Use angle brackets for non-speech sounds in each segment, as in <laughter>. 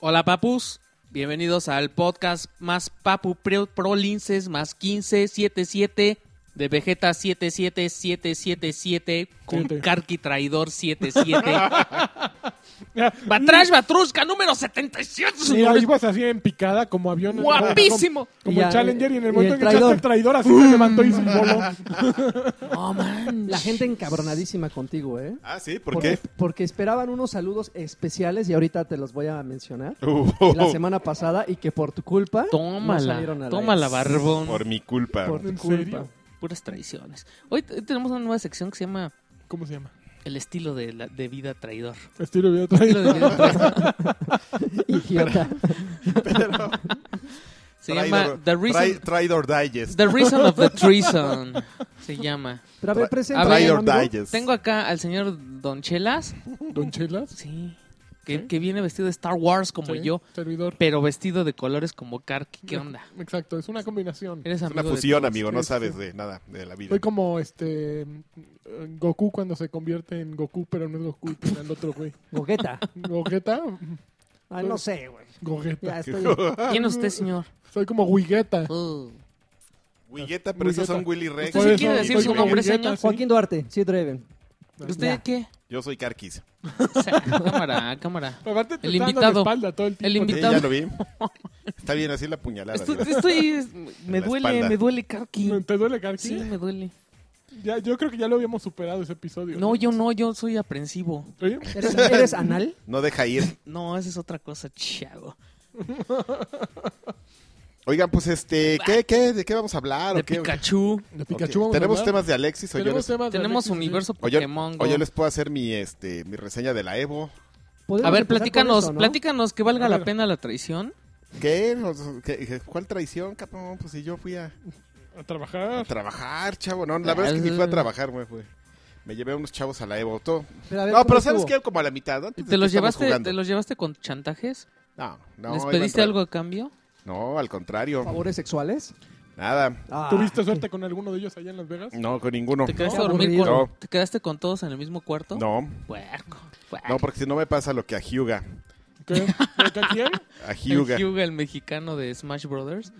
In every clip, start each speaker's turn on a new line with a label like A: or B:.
A: Hola papus, bienvenidos al podcast más papu pro, prolinces más 1577 de Vegeta 77777 con
B: Siete.
A: Karki Traidor 77. Batrash Batrusca número 77.
B: Mira, ibas así en picada como avión.
A: Guapísimo.
B: Como, como
C: Y ya,
B: Challenger y en el
C: y
B: momento
C: el
B: en que echaste el traidor así se levantó y se
A: Mm.
B: voló.
A: No man.
C: La gente encabronadísima contigo, ¿eh?
D: Ah, sí, ¿por
C: porque,
D: qué?
C: Porque esperaban unos saludos especiales y ahorita te los voy a mencionar.
D: <laughs> Uh,
C: La semana pasada y que por tu culpa no
A: Tómala.
C: salieron al
A: Tómala,
C: aire.
A: barbón.
D: por mi culpa.
C: Por tu
B: ¿En
C: culpa.
B: serio?
A: Puras traiciones. Hoy t- tenemos una nueva sección que se llama
B: ¿Cómo se llama?
A: El estilo de, la- de vida
C: <laughs>
A: traidor.
B: Estilo video
A: Estilo de
B: traidor.
A: vida traidor.
C: Idiota.
D: <laughs> Pero-
A: Se
D: Traidor-
A: llama The
D: Trai-
A: Reason,
D: Traidor Digest.
A: the reason of the Treason. Se llama.
C: Pero a ver, presenta,
A: A ver,
D: Traidor
C: amigo.
D: Digest.
A: Tengo acá al señor Don Chelas.
B: ¿Don Chelas?
A: Sí. Que, que viene vestido de Star Wars como
B: Sí,
A: yo,
B: Servidor.
A: pero vestido de colores como Karki. ¿Qué onda?
B: Exacto, es una combinación.
A: Eres
D: Es
A: amigo de
D: una fusión,
A: todos.
D: amigo, no
B: sí,
D: sabes
B: sí.
D: de nada de la vida.
B: Soy como este mm, Goku cuando se convierte en Goku, pero no es Goku, pero el otro güey.
D: <laughs>
C: Gogeta.
B: Gogeta,
C: Ah, no sé, güey. Ya
B: Gogeta.
C: estoy.
A: ¿Quién es usted, señor?
B: Soy como Wigueta.
A: Uh.
D: Wigueta, pero esos
B: Wigueta.
D: son Willy Rex.
A: Usted sí
B: Por
A: quiere
B: eso,
A: decir
B: soy
A: su
B: como
A: nombre,
B: Wigueta,
A: señor.
B: sí.
C: Joaquín Duarte, sí, Draven.
A: ¿Usted
C: Ya.
A: qué? <laughs>
D: Yo soy Carquis.
A: O sea, cámara, cámara.
B: Aparte te
A: El
B: están dando
A: invitado.
B: la espalda todo el tiempo.
A: El
D: Sí,
A: invitado.
D: ya lo vi. Está bien, así la puñalada.
A: Estoy,
D: ¿verdad? <laughs>
A: estoy- me
D: En la
A: duele,
D: espalda.
A: me duele Karki.
B: ¿Te duele, Karki?
A: Sí, me duele.
B: Ya, yo creo que ya lo habíamos superado ese episodio.
A: No, yo no, yo soy aprensivo.
B: ¿Sí?
D: <laughs>
C: ¿Eres, eres anal?
D: No deja ir.
A: No, esa es otra cosa, chavo.
D: Oigan, pues este, ¿qué, qué, ¿de qué vamos a hablar?
A: De
D: ¿O qué?
A: Pikachu.
B: De
D: Ok,
B: Pikachu vamos a
D: ¿Tenemos
B: hablar.
D: temas de Alexis o yo,
B: Tenemos
D: les,
B: temas Ah, de
A: Tenemos
B: Alexis, sí.
A: universo
D: o yo-
A: Pokémon.
D: o yo
A: Go.
D: les puedo hacer mi este mi reseña de la Evo?
A: A
C: Podemos
A: ver,
C: empezar con
A: platícanos,
C: eso, ¿no?
A: platícanos que valga
B: A
A: la
B: ver.
A: pena la traición.
D: ¿Qué? O sea, ¿Qué? ¿Cuál traición, capón? Pues si yo fui a,
B: A
D: a
B: trabajar.
D: trabajar, chavo. No, la verdad es que ni fui a trabajar, güey. fue- Me llevé a unos chavos a la Evo. todo.
C: Pero a ver,
D: no,
C: ¿cómo
D: pero ¿sabes
C: estuvo?
D: qué? Como a la mitad. antes de
A: ¿Te
D: que
A: los,
D: Pues estamos
A: llevaste,
D: jugando.
A: ¿Te los llevaste con chantajes?
D: No, no.
A: ¿Les
D: iban
A: pediste
D: tra-
A: algo a cambio?
D: No, al contrario.
C: ¿Favores sexuales?
D: Nada.
C: Ah,
B: ¿Tuviste suerte con alguno de ellos allá en Las Vegas?
D: No, con ninguno.
A: ¿Te quedaste,
C: Qué
A: a dormir con,
D: aburrido.
A: ¿Te quedaste con todos en el mismo cuarto?
D: No,
A: Puerco, puerco.
D: no, porque si no me pasa lo que a Hyuga.
B: ¿Qué? ¿Qué aquí hay?
D: A
A: El
D: Hyuga.
A: Hyuga, el mexicano de Smash Brothers.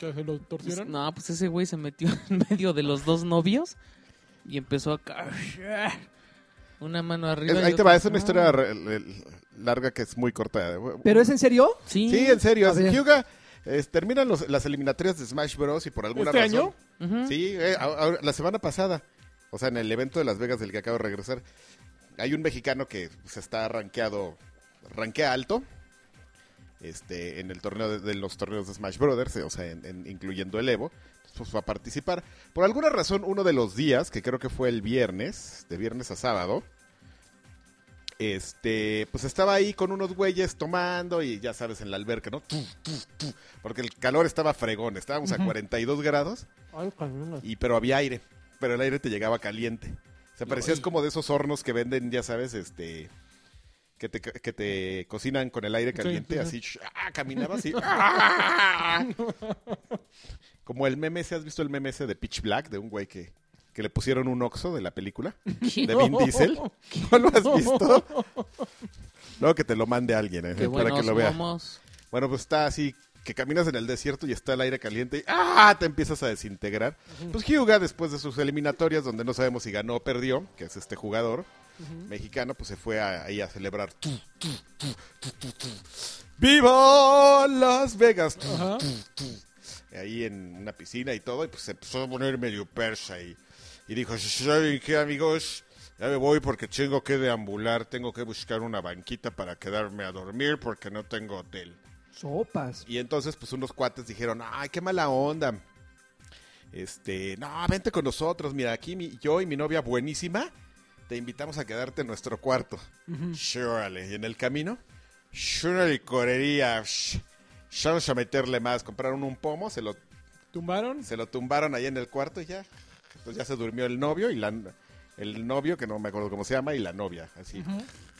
B: ¿Que se lo torcieron?
A: No, pues ese güey se metió <laughs> en medio de los dos novios y empezó a... ca- Una mano arriba. Ah.
D: Es-
A: y
D: ahí te
A: otra-
D: va, es una historia re- re- larga que es muy corta.
C: ¿Pero es en serio?
A: Sí.
D: Sí, en serio.
C: A ver.
D: Hyuga eh, terminan los- las eliminatorias de Smash Bros. y por alguna
B: ¿Este
D: razón.
B: año?
A: Ujú.
D: Sí, eh, ahora- ahora- la semana pasada. O sea, en el evento de Las Vegas del que acabo de regresar. Hay un mexicano que se está rankeado, rankea alto. Este, en el torneo de, de los torneos de Smash Brothers, eh, o sea, en- en- incluyendo el Evo, pues va a participar. Por alguna razón, uno de los días, que creo que fue el viernes, de viernes a sábado, este, pues estaba ahí con unos güeyes tomando y ya sabes, en la alberca, ¿no? Tu, tu, tu, porque el calor estaba fregón, estábamos a 42 grados y pero había aire, pero el aire te llegaba caliente. O sea, parecías
A: Uy.
D: como de esos hornos que venden, ya sabes, este que te, que te cocinan con el aire
B: Sí,
D: caliente,
B: sí,
D: así sh- ah, caminabas y ah. como el meme ese, ¿has visto el meme ese de Pitch Black de un güey que que le pusieron un oxo de la película de Vin Diesel? ¿No lo has visto? No, que te lo mande alguien eh,
A: Qué
D: para que
A: buenos
D: lo vea.
A: momos.
D: Bueno, pues está así, que caminas en el desierto y está el aire caliente y ¡ah! te empiezas a desintegrar. Pues Hyuga, después de sus eliminatorias, donde no sabemos si ganó o perdió, que es este jugador mexicano, pues se fue a- ahí a celebrar. Tu, tu, tu, tu, tu, tu. ¡Viva Las Vegas! Tu,
B: Ajá.
D: ahí en una piscina y todo, y pues se empezó a poner medio persa y, y dijo, ¿saben qué amigos? Ya me voy porque tengo que deambular, tengo que buscar una banquita para quedarme a dormir porque no tengo hotel.
C: Sopas.
D: Y entonces, pues unos cuates dijeron, ay, qué mala onda. Este, no, vente con nosotros, mira, aquí mi- yo y mi novia buenísima, te invitamos a quedarte en nuestro cuarto. Shirley, y en el camino, Shirley licorería, sh- ya vamos a meterle más, compraron un pomo, se lo,
B: ¿Tumbaron?
D: se lo tumbaron ahí en el cuarto y ya, entonces ya se durmió el novio y la, el novio, que no me acuerdo cómo se llama, y la novia, así,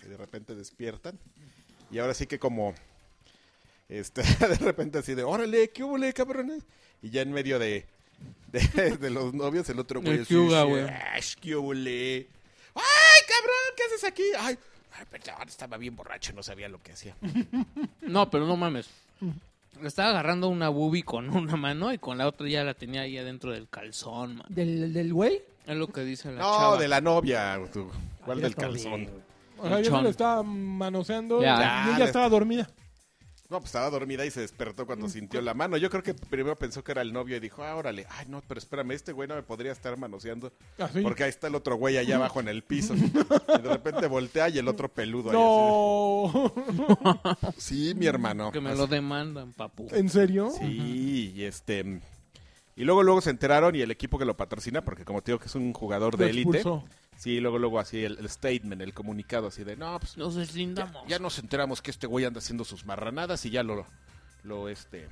D: que de repente despiertan, y ahora sí que como... Este, <laughs> de repente así de, órale, ¿qué hubo, cabrones? Y ya en medio de, de, de los novios, el otro güey
A: El
D: así,
A: Hyuga, güey.
D: "Ash, ¿qué hubo, ¡Ay, cabrón! ¿Qué haces aquí? ¡Ay! Ay, perdón, estaba bien borracho, no sabía lo que hacía.
A: No, pero no mames. Le estaba agarrando una boobie con una mano y con la otra ya la tenía ahí adentro del calzón, man.
C: ¿Del, del güey?
A: Es lo que dice la
D: no,
A: chava.
D: de la novia, tú. ¿Cuál
C: Ah,
D: del
C: ya está
D: calzón?
C: bien, güey.
B: O sea, yo
A: Chon.
B: me lo estaba manoseando
A: Ya.
B: y ella
D: Ya.
B: estaba dormida.
D: No, pues estaba dormida y se despertó
B: Mm,
D: cuando sintió la mano. Yo creo que primero pensó que era el novio y dijo, ah, órale, ay, no, pero espérame, este güey no me podría estar manoseando.
B: Así.
D: Porque ahí está el otro güey allá abajo en el piso.
B: <laughs>
D: y de repente voltea y el otro peludo. ahí
B: No, <laughs>
D: así de, pues sí, mi hermano.
A: Que me
D: Así.
A: lo demandan, papu.
B: ¿en serio?
D: Sí, y este... Y luego, luego se enteraron y el equipo que lo patrocina, porque como te digo que es un jugador de
B: Lo
D: élite.
B: expulsó.
D: Sí, luego, luego así el, el statement, el comunicado así de, no, pues
A: Nos
D: ya,
A: deslindamos.
D: ya nos enteramos que este güey anda haciendo sus marranadas y ya lo, lo este,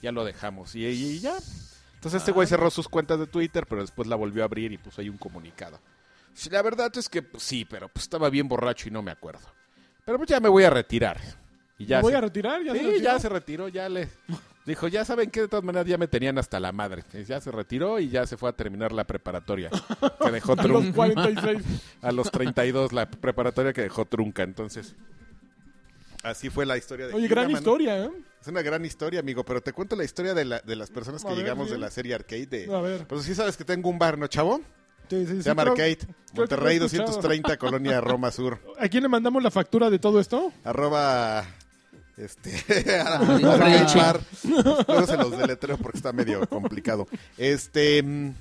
D: ya lo dejamos. Y, y ya. Entonces
B: Ah.
D: este güey cerró sus cuentas de Twitter, pero después la volvió a abrir y puso ahí un comunicado. Sí, La verdad es que pues, sí, pero pues estaba bien borracho y no me acuerdo. Pero pues ya me voy a retirar. Y ya
B: ¿Me voy
D: se-
B: a retirar? ¿Ya se
D: Sí,
B: retiró?
D: ya se retiró,
B: <laughs>
D: ya le dijo, ya saben que de todas maneras ya me tenían hasta la madre. Y Ya se retiró y ya se fue a terminar la
B: <laughs>
D: preparatoria que dejó
B: A los
D: trunca
B: 46.
D: a los 32 la preparatoria que dejó trunca, entonces así fue la historia de <laughs>
B: Oye,
D: Hyuga,
B: gran
D: mano.
B: historia, ¿eh?
D: Es una gran historia, amigo, pero te cuento la historia de, la- de las personas que
B: A ver,
D: llegamos
B: bien.
D: de la serie Arcade de
B: A ver.
D: Pues sí sabes que tengo un bar, ¿no, chavo?
B: Sí, sí, sí,
D: Se llama
B: creo-
D: Arcade,
B: que lo he
D: Monterrey
B: escuchado.
D: 230, Colonia Roma Sur.
B: ¿A quién le mandamos la factura de todo esto?
D: arroba este <laughs>
B: Ah,
A: sí,
D: arroba
A: sí.
D: bar. luego se los deletreo porque está medio complicado este mm,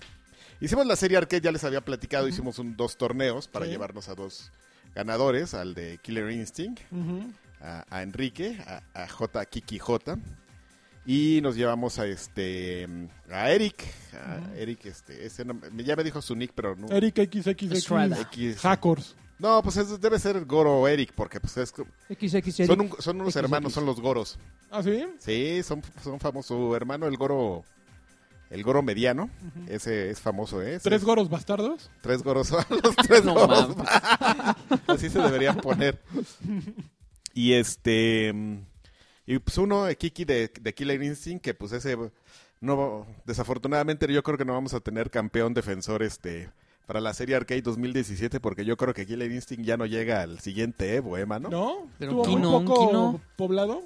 D: hicimos la serie arcade ya les había platicado hicimos un, dos torneos para
B: Sí.
D: llevarnos a dos ganadores al de Killer Instinct a, a Enrique a, a J Kiki J y nos llevamos a este mm, a Eric a Eric este ese no- me- ya me dijo su nick pero no
B: Eric XXX.
A: Estrada.
D: X.
B: Hackers.
D: no pues es- debe ser Goro o Eric porque pues es, como-
C: XXX.
D: son, un- son unos
C: XX.
D: hermanos son los Goros
B: ¿Ah, sí?
D: Sí, son, son famosos. Su hermano, el Goro. El Goro mediano. Ese es famoso, ¿eh?
B: ¿Tres
D: Sí,
B: goros bastardos?
D: tres Goros. <laughs> son
A: <laughs>
D: Los tres
A: No
D: Goros.
A: mames.
D: Así se deberían
A: <laughs>
D: poner. Y este. Y pues uno, eh, Kiki de, de Killer Instinct, que pues ese. No, desafortunadamente yo creo que no vamos a tener campeón defensor este para la serie Arcade 2017 porque yo creo que Killer Instinct ya no llega al siguiente Evo, ¿eh, mano?
B: ¿No?
A: Pero
B: ¿Tuvo
A: Kino,
B: muy poco
A: Kino.
B: poblado?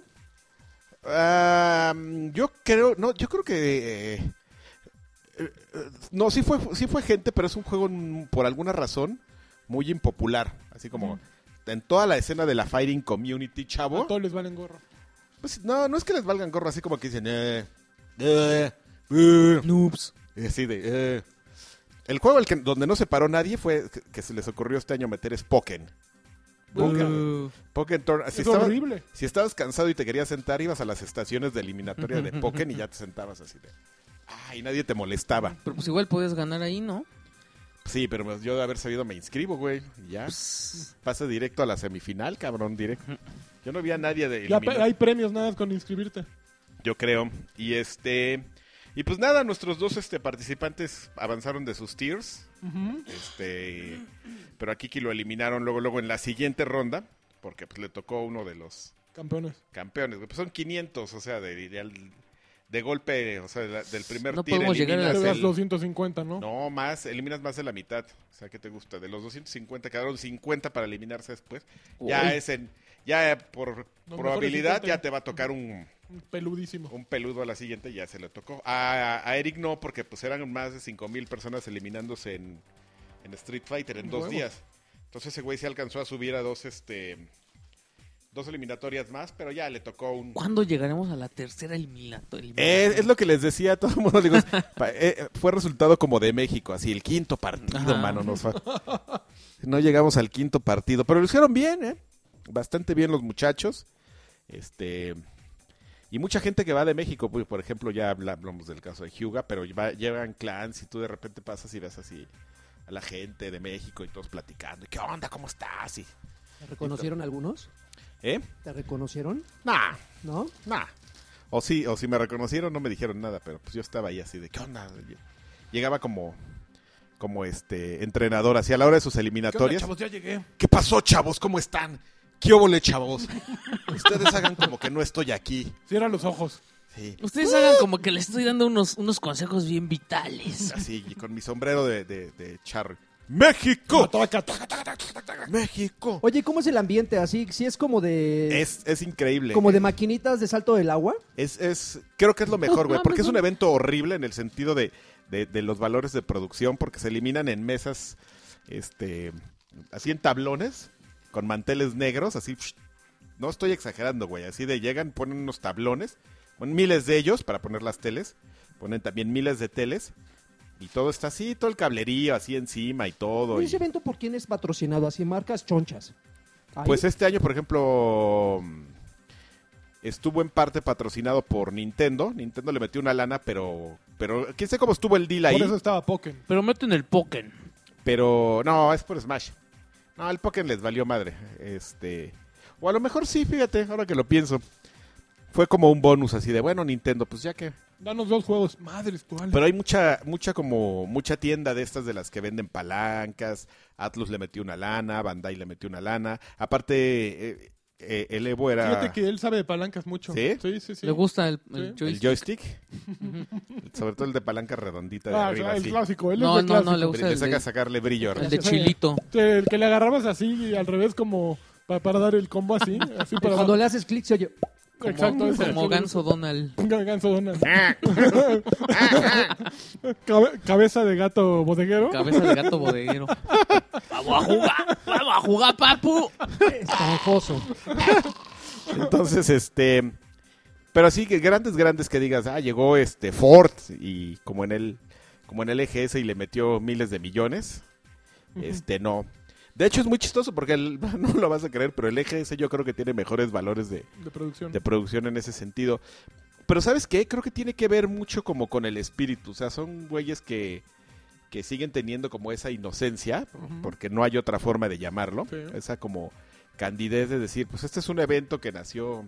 D: Ah, yo creo, no, yo creo que eh, eh, eh, no, sí fue, sí fue gente, pero es un juego mm, por alguna razón muy impopular, así como en toda la escena de la fighting community,
B: A
D: chavo.
B: todos les valen gorro.
D: pues, no, no es que les valgan gorro, así como que dicen, eh, eh, eh,
A: Noobs.
D: y así de, eh. el juego al que, donde no se paró nadie fue que, que se les ocurrió este año meter Spoken. Spoken,
A: Uh,
D: Spoken Tour- así
B: es
D: estaba-
B: horrible.
D: si estabas cansado y te querías sentar, ibas a las estaciones de eliminatoria de Pokémon y ya te sentabas así de. Ay, nadie te molestaba.
A: Pero pues igual puedes ganar ahí, ¿no?
D: Sí, pero pues, yo de haber sabido me inscribo, güey. y Ya. Pasa directo a la semifinal, cabrón, directo. Yo no vi a nadie de
B: Ya pe-
D: eliminar,
B: hay premios nada más con inscribirte.
D: yo creo. Y este. Y pues nada, nuestros dos este, participantes avanzaron de sus tiers. Este. Pero a Kiki lo eliminaron luego, luego en la siguiente ronda. Porque pues le tocó uno de los
B: Campeones.
D: campeones, güey. Pues son 500, o sea, de, de, al- de golpe, o sea, de la- del primer
A: No
D: tiro
A: podemos llegar a
D: eliminas
A: las-
B: Te das
D: el-
B: 250, ¿no?
D: No, más, eliminas más de la mitad. O sea, ¿qué te gusta? De los 250 quedaron 50 para eliminarse después. Ya
A: Uy.
D: es en... Ya por
B: No, mejor
D: probabilidad
B: es
D: ya
B: 50.
D: te va a tocar un,
B: Peludísimo.
D: un peludo a la siguiente, ya se le tocó. A, a Eric no, porque pues eran más de 5000 personas eliminándose en, en Street Fighter en dos
B: Huevo.
D: días. Entonces ese güey se alcanzó a subir a dos este dos eliminatorias más, pero ya le tocó un
A: ¿Cuándo llegaremos a la tercera eliminato- eliminatoria?
D: Eh, Es, es lo que les decía a todo el mundo. Digo, pa- eh, fue resultado como de México, así, el quinto partido,
A: Ajá.
D: mano. Nos fa- No llegamos al quinto partido, pero lo hicieron bien, ¿eh? Bastante bien los muchachos. Este. Y mucha gente que va de México, pues, por ejemplo, ya habla- hablamos del caso de Hyuga, pero va- llevan clans y tú de repente pasas y ves así a la gente de México y todos platicando. ¿Qué onda? ¿Cómo estás? Y,
C: ¿Te reconocieron algunos?
D: ¿Eh?
C: ¿Te reconocieron?
D: Nah,
C: ¿No?
D: Nah. O sí, o si me reconocieron, no me dijeron nada, pero pues yo estaba ahí así de, ¿qué onda? Yo- Llegaba como, como este, entrenador, así a la hora de sus eliminatorias. ¿Qué,
B: Ya llegué.
D: pasó, chavos? ¿Cómo están? ¿Qué óvole, chavos? Ustedes hagan como que no estoy aquí.
B: Cierra los ojos.
D: Sí.
A: Ustedes
D: Uh.
A: hagan como que les estoy dando unos, unos consejos bien vitales.
D: Así, y con mi sombrero de, de, de charro. ¡México! ¡México!
C: Oye, ¿cómo es el ambiente? Así, sí es como de.
D: Es, es increíble.
C: Como de maquinitas de salto del agua.
D: Es, es, creo que es lo mejor, güey, porque es un evento horrible en el sentido de, de, de los valores de producción, porque se eliminan en mesas, este, así en tablones, con manteles negros, así, psh, no estoy exagerando, güey, así de llegan, ponen unos tablones, ponen miles de ellos para poner las teles, ponen también miles de teles, y todo está así, todo el cablerío así encima y todo.
C: ¿Y
D: y-
C: ese evento por quién es patrocinado? Así, marcas chonchas. Ahí.
D: Pues este año, por ejemplo, estuvo en parte patrocinado por Nintendo. Nintendo le metió una lana, pero, pero quién sé cómo estuvo el deal ahí.
B: Por eso estaba Pokémon.
A: Pero meten el Pokémon.
D: Pero no, es por Smash. No, el Pokémon les valió madre. Este, o a lo mejor sí, fíjate, ahora que lo pienso. Fue como un bonus así de, bueno, Nintendo, pues ya que.
B: Danos dos juegos. Madres, ¿cuál?
D: Pero hay mucha, mucha como, mucha tienda de estas de las que venden palancas. Atlus le metió una lana, Bandai le metió una lana. Aparte, eh, eh, el Evo era.
B: Fíjate que él sabe de palancas mucho.
D: ¿Sí?
B: Sí, sí, sí.
A: Le gusta el, el
B: Sí.
D: El
A: joystick.
D: joystick. <laughs> Sobre todo el de palanca redondita de
B: Ah, o sea,
D: arriba.
B: el
D: así.
B: clásico. Él
A: No,
B: es el
A: no, no,
B: clásico.
A: le gusta
D: Le
A: el
D: saca
A: de,
D: sacarle brillo.
A: el
D: ahora.
A: de chilito.
B: El que le agarrabas así, al revés, como pa- para dar el combo así. así para
C: Cuando le haces clic se oye.
A: Como,
B: Exacto, ese.
A: como Ganso
B: <laughs>
A: Donald.
B: Gan- Ganso Donald.
D: Ah.
B: <laughs> Cabe- cabeza de gato bodeguero.
A: Cabeza de gato
D: <laughs>
A: bodeguero. ¡Vamos a jugar! ¡Vamos a jugar, papu!
C: Esponjoso.
D: Entonces, este. Pero así que grandes, grandes que digas, ah, llegó este Ford y como en el, como en el EGS y le metió miles de millones. Este, no. De hecho, es muy chistoso porque el- <laughs> no lo vas a creer, pero el EGS yo creo que tiene mejores valores de,
B: De producción.
D: de producción en ese sentido. Pero ¿sabes qué? Creo que tiene que ver mucho como con el espíritu. O sea, son güeyes que, que siguen teniendo como esa inocencia,
B: Ujú.
D: porque no hay otra forma de llamarlo.
B: Sí.
D: Esa como candidez de decir, pues este es un evento que nació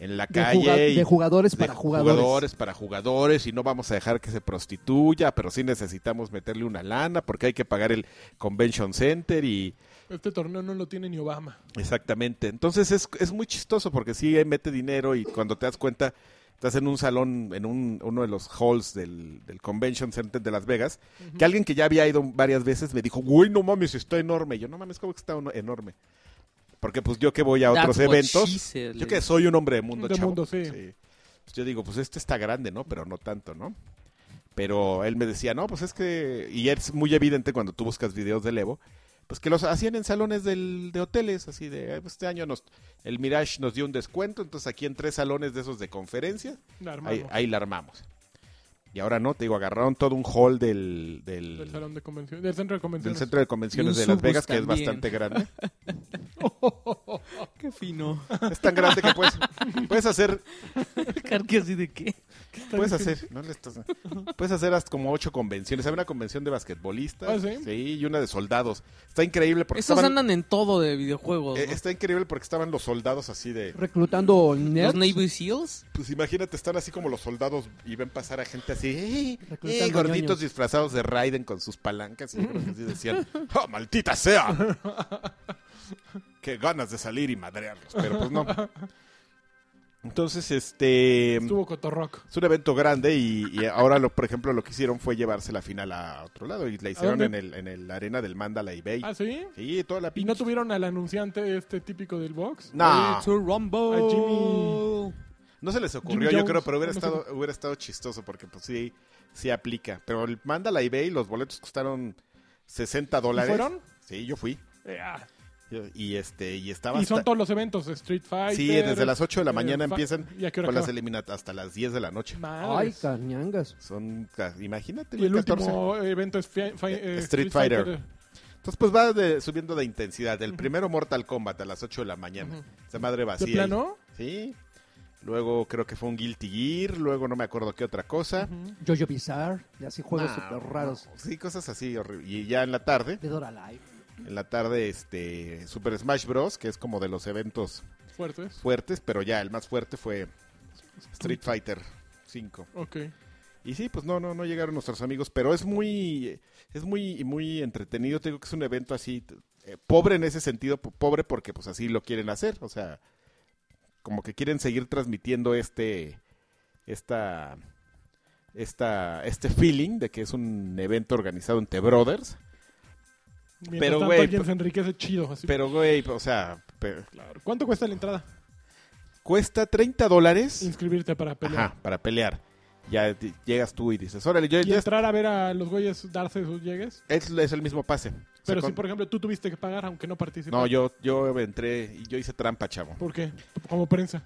D: en la
C: De,
D: calle.
C: juga-
D: y
C: de jugadores
D: de
C: para jugadores.
D: para jugadores y no vamos a dejar que se prostituya, pero sí necesitamos meterle una lana porque hay que pagar el convention center y,
B: Este torneo no lo tiene ni Obama.
D: Exactamente. Entonces es, es muy chistoso porque sí eh, mete dinero y cuando te das cuenta, estás en un salón, en un, uno de los halls del, del Convention Center de Las Vegas, que alguien que ya había ido varias veces me dijo, uy, no mames, está enorme. Y yo, no mames, ¿cómo que está uno- enorme? Porque pues yo que voy a otros
A: That's what
D: eventos,
A: she said,
D: yo
A: le
D: que soy un hombre de mundo,
B: De
D: chavo.
B: mundo, sí.
D: Pues yo digo, pues este está grande, ¿no? Pero no tanto, ¿no? Pero él me decía, no, pues es que... Y es muy evidente cuando tú buscas videos del Evo, pues que los hacían en salones del- de hoteles, así de... "Eh, pues este año nos, el Mirage nos dio un descuento, entonces aquí en tres salones de esos de conferencias,
B: La
D: ahí,
B: armamos.
D: ahí la armamos. Y ahora no, te digo, agarraron todo un hall del, del,
B: Del salón de convenciones. Del centro de
D: del
B: convenciones.
D: centro de convenciones
A: Y un
D: de Las
A: Subus
D: Vegas, que es
A: también.
D: bastante grande.
A: ¡Qué <laughs> fino!
D: Es tan grande que puedes, puedes hacer
A: ¿Qué así de qué?
D: Puedes hacer, no le estás- puedes hacer hasta como ocho convenciones. Había una convención de basquetbolistas,
B: Ah, ¿sí?
D: y una de soldados. Está increíble porque
A: Esos
D: estaban,
A: andan en todo de videojuegos.
D: eh,
A: ¿no?
D: está increíble porque estaban los soldados así de,
C: Reclutando
A: Los
C: nerds.
A: Navy Seals.
D: pues imagínate están así como los soldados y ven pasar a gente así, "Eh, eh,
C: Reclutando
D: gorditos
C: ñoños.
D: disfrazados de Raiden con sus palancas y yo creo que así decían, ¡ah, maldita sea! Qué ganas de salir y madrearlos, pero pues no. Entonces, este
B: Estuvo Cotorrock.
D: Es un evento grande y, y ahora, lo, por ejemplo, lo que hicieron fue llevarse la final a otro lado y la hicieron
B: dónde?
D: en el, en el arena del Mandala y Bay.
B: ¿Ah, sí?
D: Sí, toda la
B: ¿Y
D: pinche.
B: no tuvieron al anunciante este típico del box?
D: No,
A: It's a Rumble.
B: A Ah. Jimmy.
D: no se les ocurrió,
B: Jimmy
D: yo creo,
B: Jones,
D: pero hubiera
B: no sé.
D: estado, hubiera estado chistoso porque pues sí, sí aplica. Pero el Mandala y Bay, los boletos costaron 60 dólares.
B: fueron?
D: Sí, yo fui. Yo- Y este, y estaba
B: Eh, ah, Y son
D: hasta-
B: todos los eventos, Street Fighter.
D: Sí, desde las 8 de la
B: eh,
D: mañana
B: fa-
D: empiezan
B: ¿Y a qué hora
D: con las
B: acaba?
D: eliminatorias hasta las 10 de la noche.
C: Ay,
B: Madres.
C: cañangas.
D: Son, ca- imagínate,
B: Y el
D: 14.
B: último evento es fi- fi-
D: Este Eh,
B: eh,
D: Street Fighter. Entonces, pues va de- subiendo de intensidad. El primero Mortal Kombat a las 8 de la mañana. Esa madre
B: ¿De
D: vacía. ahí.
B: plano?
D: Sí. Luego creo que fue un Guilty Gear. Luego no me acuerdo qué otra cosa.
C: Jojo Bizarre. Y así juegos
D: No,
C: súper
D: no.
C: raros.
D: Sí, cosas así. horri- Y ya en la tarde,
C: De Dora Live.
D: en la tarde, este Super Smash Bros., que es como de los eventos
B: Fuertes.
D: fuertes, pero ya el más fuerte fue Street Fighter 5.
B: Ok.
D: Y sí, pues no, no, no llegaron nuestros amigos, pero es muy, es muy, muy entretenido. Te digo que es un evento así, t- eh, pobre en ese sentido, po- pobre porque pues así lo quieren hacer. O sea, como que quieren seguir transmitiendo este, esta, esta, este feeling de que es un evento organizado entre brothers.
B: Mientras
D: Pero,
B: tanto,
D: güey,
B: alguien
D: pe-
B: se enriquece chido. Así,
D: Pero, güey, o sea, pe-
B: claro. ¿Cuánto cuesta la entrada?
D: cuesta 30 dólares
B: Inscribirte para pelear.
D: ajá, para pelear. Ya te- llegas tú y dices, órale, yo
B: Y
D: ya es,
B: entrar a ver a los güeyes darse sus llegues.
D: es el mismo pase. O sea,
B: Pero si,
D: con-
B: por ejemplo, tú tuviste que pagar aunque no participaste.
D: No, yo, yo entré y yo hice trampa, chavo.
B: ¿Por qué? Como prensa.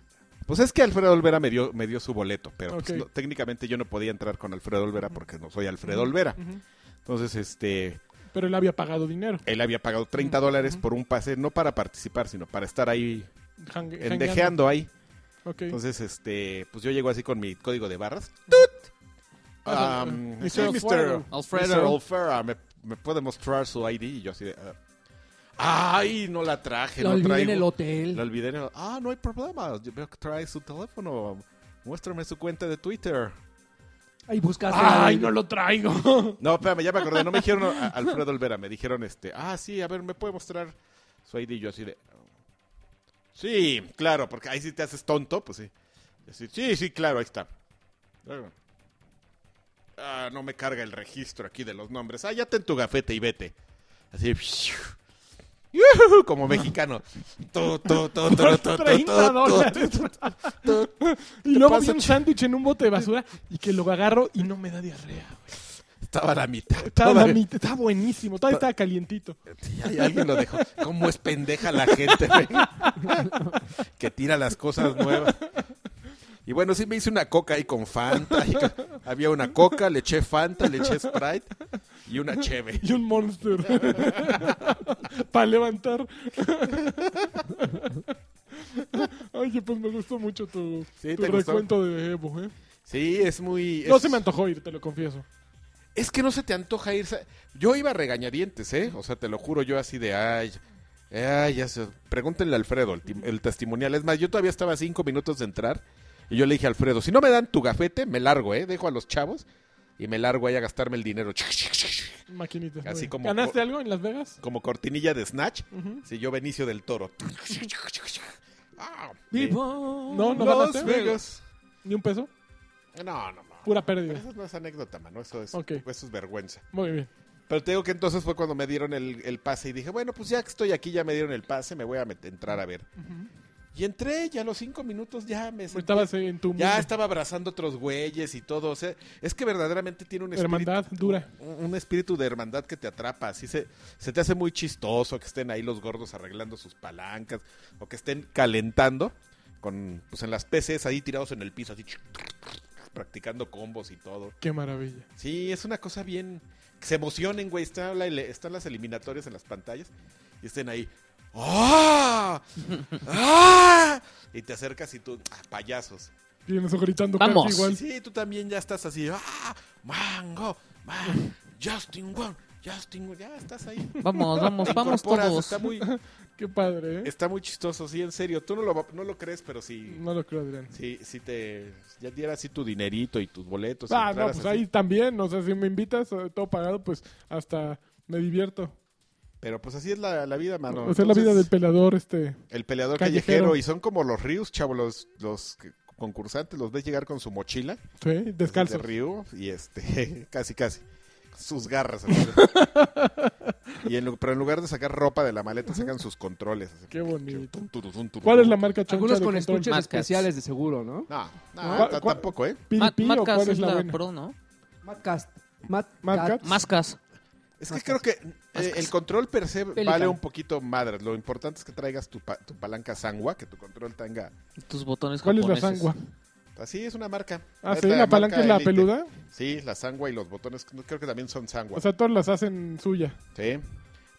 D: Pues es que Alfredo Olvera me dio, me dio su boleto, pero pues,
B: Ok.
D: no- técnicamente yo no podía entrar con Alfredo Olvera porque no soy Alfredo Olvera.
B: Ujú.
D: Entonces, este,
B: Pero él había pagado dinero.
D: él había pagado 30 dólares por un pase, no para participar, sino para estar ahí
B: Hang- hangueando.
D: endejeando ahí.
B: Ok.
D: Entonces, este, pues yo llego así con mi código de barras.
B: Ah,
D: Um,
B: Mr.
D: sí, Mr.
B: Alfredo.
A: Alfredo.
D: Mr. Alfera, ¿me, me puede mostrar su ID? Y yo así de... ah, ¡Ay! No la traje,
C: Lo
D: no
C: olvidé en
D: traigo.
C: el
D: La
C: hotel.
D: olvidé en el- Ah, no hay problema. Yo veo que trae su teléfono. Muéstrame su cuenta de Twitter.
C: Ahí buscaste.
B: Ay,
C: ahí.
B: no lo <laughs> traigo.
D: No, espérame, ya me acordé. No me dijeron a- Alfredo Olvera. Me dijeron este... Ah, sí, a ver, ¿me puede mostrar su ID? Y yo así de... Sí, claro, porque ahí sí te haces tonto, pues sí. Y así, sí, sí, claro, ahí está. Ah, no me carga el registro aquí de los nombres. Ah, ya ten tu gafete y vete. Así... ¡yujú! Como mexicano. Tu, tu, tu, tu, tu, tu, tu,
B: 30
D: tu,
B: dólares. y
D: Te
B: luego vi
D: pasa,
B: un
D: ch-
B: sándwich en un bote de basura y que lo agarro y no me da diarrea. güey.
D: Estaba a la mitad.
B: Estaba,
D: Todavía-
B: mi- estaba buenísimo. Todavía estaba calientito.
D: Sí, ahí alguien lo dejó. ¿Cómo es pendeja la gente güey? que tira las cosas nuevas? Y bueno, sí me hice una coca ahí con Fanta. y con- Había una coca, le eché Fanta, le eché Sprite y una cheve.
B: Y un monster. <laughs> Para
D: <laughs>
B: levantar. Oye, pues me gustó mucho tu,
D: Sí,
B: tu
D: ¿te gustó?
B: recuento de Evo, ¿eh?
D: Sí, es muy...
B: No
D: es-
B: se me antojó ir, te lo confieso.
D: Es que no se te antoja irse. Yo iba a regañadientes, ¿eh? O sea, te lo juro, yo así de, ay, ay, ya se... Pregúntenle a Alfredo, el, tim- el testimonial. Es más, yo todavía estaba a cinco minutos de entrar y yo le dije a Alfredo, si no me dan tu gafete, me largo, ¿eh? Dejo a los chavos y me largo ahí a gastarme el dinero.
B: Maquinita.
D: Así
B: Oye,
D: como-
B: ¿Ganaste algo en Las Vegas?
D: Como cortinilla de Snatch,
B: Ujú.
D: si yo Benicio del Toro. Ah,
B: No, no
D: Las
B: ganaste.
D: Vegas.
B: ¿Ni un peso?
D: No, no, no.
B: Pura
D: Pero
B: pérdida.
D: eso no es anécdota, mano. Eso es,
B: Ok.
D: eso es vergüenza.
B: Muy bien.
D: Pero te digo que entonces fue cuando me dieron el, el pase y dije, bueno, pues ya que estoy aquí, ya me dieron el pase, me voy a met- entrar a ver. Y entré y a los cinco minutos ya me sentí-
B: Estabas en tu
D: Ya
B: mundo.
D: estaba abrazando otros güeyes y todo. O sea, es que verdaderamente tiene un espíritu,
B: hermandad dura.
D: un un espíritu de hermandad que te atrapa. Así se, se te hace muy chistoso que estén ahí los gordos arreglando sus palancas o que estén calentando con, pues en las PCs ahí tirados en el piso, así practicando combos y todo.
B: Qué maravilla.
D: Sí, es una cosa bien. Que se emocionen, güey. Está la- están las eliminatorias en las pantallas y estén ahí. ¡Ah! ¡Ah! Y te acercas y tú. ¡Ah, payasos!
B: Tienes gritando
A: Vamos.
B: casi
D: Sí,
B: igual.
D: sí, tú también ya estás así. ¡Ah! ¡Mango! ¡Man! ¡Justin Wong! ¡Justin Wong! Ya estás ahí.
A: Vamos, vamos,
B: <laughs>
D: Te
A: vamos
D: incorporas,
A: todos.
D: Está muy,
B: Qué padre, ¿eh?
D: está muy chistoso, sí, en serio. Tú no lo, no lo crees, pero sí.
B: No lo creo, Adrián.
D: Sí, sí te. Ya dieras así tu dinerito y tus boletos. y
B: ah, no,
D: entraras
B: pues
D: así.
B: ahí también. O sea, si me invitas, eh, todo pagado, pues hasta me divierto.
D: Pero pues así es la, la vida, mano.
B: o sea, Pues la vida
D: Entonces-
B: del pelador, este.
D: El peleador callejero.
B: Callejero.
D: y son como los ríos, chavo, los, los que- concursantes, los ves llegar con su mochila
B: Sí,
D: de
B: descalzo.
D: río y este, <laughs> casi, casi, sus
B: <laughs>
D: garras. así. y en, lu- pero en lugar de sacar ropa de la maleta, sacan sus controles. así.
B: Qué bonito.
D: Tum, turu, tum, turu,
B: ¿Cuál es
D: tum.
B: la marca choncha
C: Algunos
B: de
C: con
B: control?
C: estuches
A: Marcas.
C: especiales de seguro, ¿no?
D: No, no,
B: ¿Cuál-
D: ta-
B: cuál-
D: tampoco, ¿eh?
A: Mat-
B: ¿Piripi o
A: Matcast
B: cuál es
A: es
B: la
A: la
B: buena?
A: pro, ¿no?
C: Madcast. Mad
B: Mad
C: Cat.
B: Cat.
A: Mascas.
D: Es que creo que eh, el control per se
A: Pelican.
D: vale un poquito madre. Lo importante es que traigas tu, pa- tu palanca sangua, que tu control tenga.
A: Tus botones
B: ¿Cuál es la
A: japoneses.
B: sangua?
D: Así es una marca.
B: Ah,
D: Es
B: sí, la palanca
D: marca
B: es la
D: Elite.
B: peluda.
D: Sí, la sangua y los botones creo que también son sangua.
B: O sea, todas las hacen suya.
D: Sí.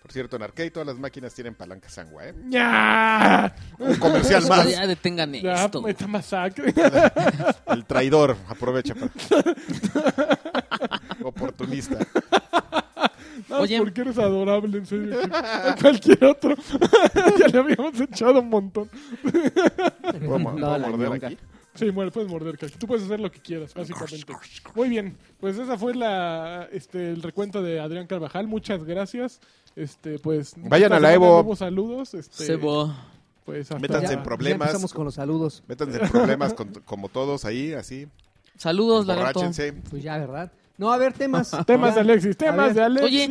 D: Por cierto, en Arcade todas las máquinas tienen palanca sangua, ¿eh?
B: ¡Ya!
D: Un comercial más.
A: Ya detengan
B: Ya,
A: esto.
B: esta masacre. <laughs>
D: El traidor, aprovecha. pa- <laughs> Oportunista.
B: No,
A: Oye.
B: porque eres adorable, en serio. <laughs> que- a cualquier otro. <laughs> ya le habíamos echado un montón.
D: ¿Puedo, mo-
C: Toda
D: puedo
C: la
D: morder
C: ñonga.
D: aquí?
B: Sí, muere, puedes morder, Kaki. Tú puedes hacer lo que quieras, básicamente. Muy bien, pues esa fue la, este, el recuento de Adrián Carvajal. Muchas gracias. Este, pues
D: Vayan
B: esta
D: a la
B: semana
D: Evo.
B: no hubo saludos. Este,
A: Sebo.
B: Pues hasta-
D: Métanse en
B: ya.
D: pro-
C: Ya
D: Problemas.
C: empezamos con los saludos.
D: Métanse en problemas con- como todos ahí, así.
A: Saludos, lagarto.
D: Borráchense.
C: Pues ya, ¿verdad? No, a ver, temas.
B: Temas de
C: Ya.
B: Alexis,
C: A
B: temas
C: ver.
B: de Alexis.
A: Oye,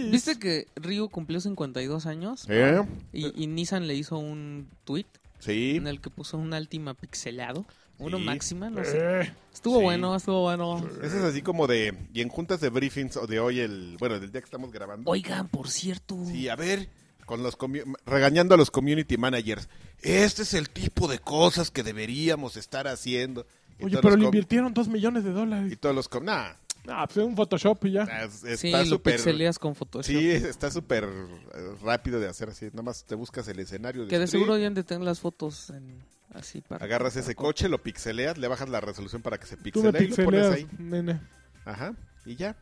B: Luis.
A: ¿Viste que Ryu cumplió 52 años?
D: ¿Eh?
A: Y, y Nissan le hizo un tweet
D: Sí.
A: en el que puso un Altima pixelado. Uno
D: Sí.
A: máxima, no sé.
B: Eh,
A: Estuvo
D: Sí.
A: bueno, estuvo bueno.
D: Eso es así como de. Y en juntas de briefings o de hoy, el. Bueno, del día que estamos grabando.
A: Oigan, por cierto.
D: Sí, a ver. Con los comu- regañando a los community managers. Este es el tipo de cosas que deberíamos estar haciendo. Y
B: Oye,
D: todos
B: pero
D: los
B: le
D: com-
B: invirtieron dos millones de
D: <laughs> Y
B: dólares.
D: todos los com. Nah,
B: Ah, pues era un Photoshop y ya.
D: es-
A: Sí,
D: está
A: lo
D: súper.
A: pixeleas con Photoshop.
D: Sí, está súper eh, rápido de hacer así. Nomás te buscas el escenario.
A: que de
D: Street,
A: seguro ya tener las fotos en- así para...
D: Agarras ese coche, lo pixeleas, le bajas la resolución para que se
B: Tú me
D: pixelee y lo pones ahí.
B: pixeleas, nene.
D: Ajá, y ya.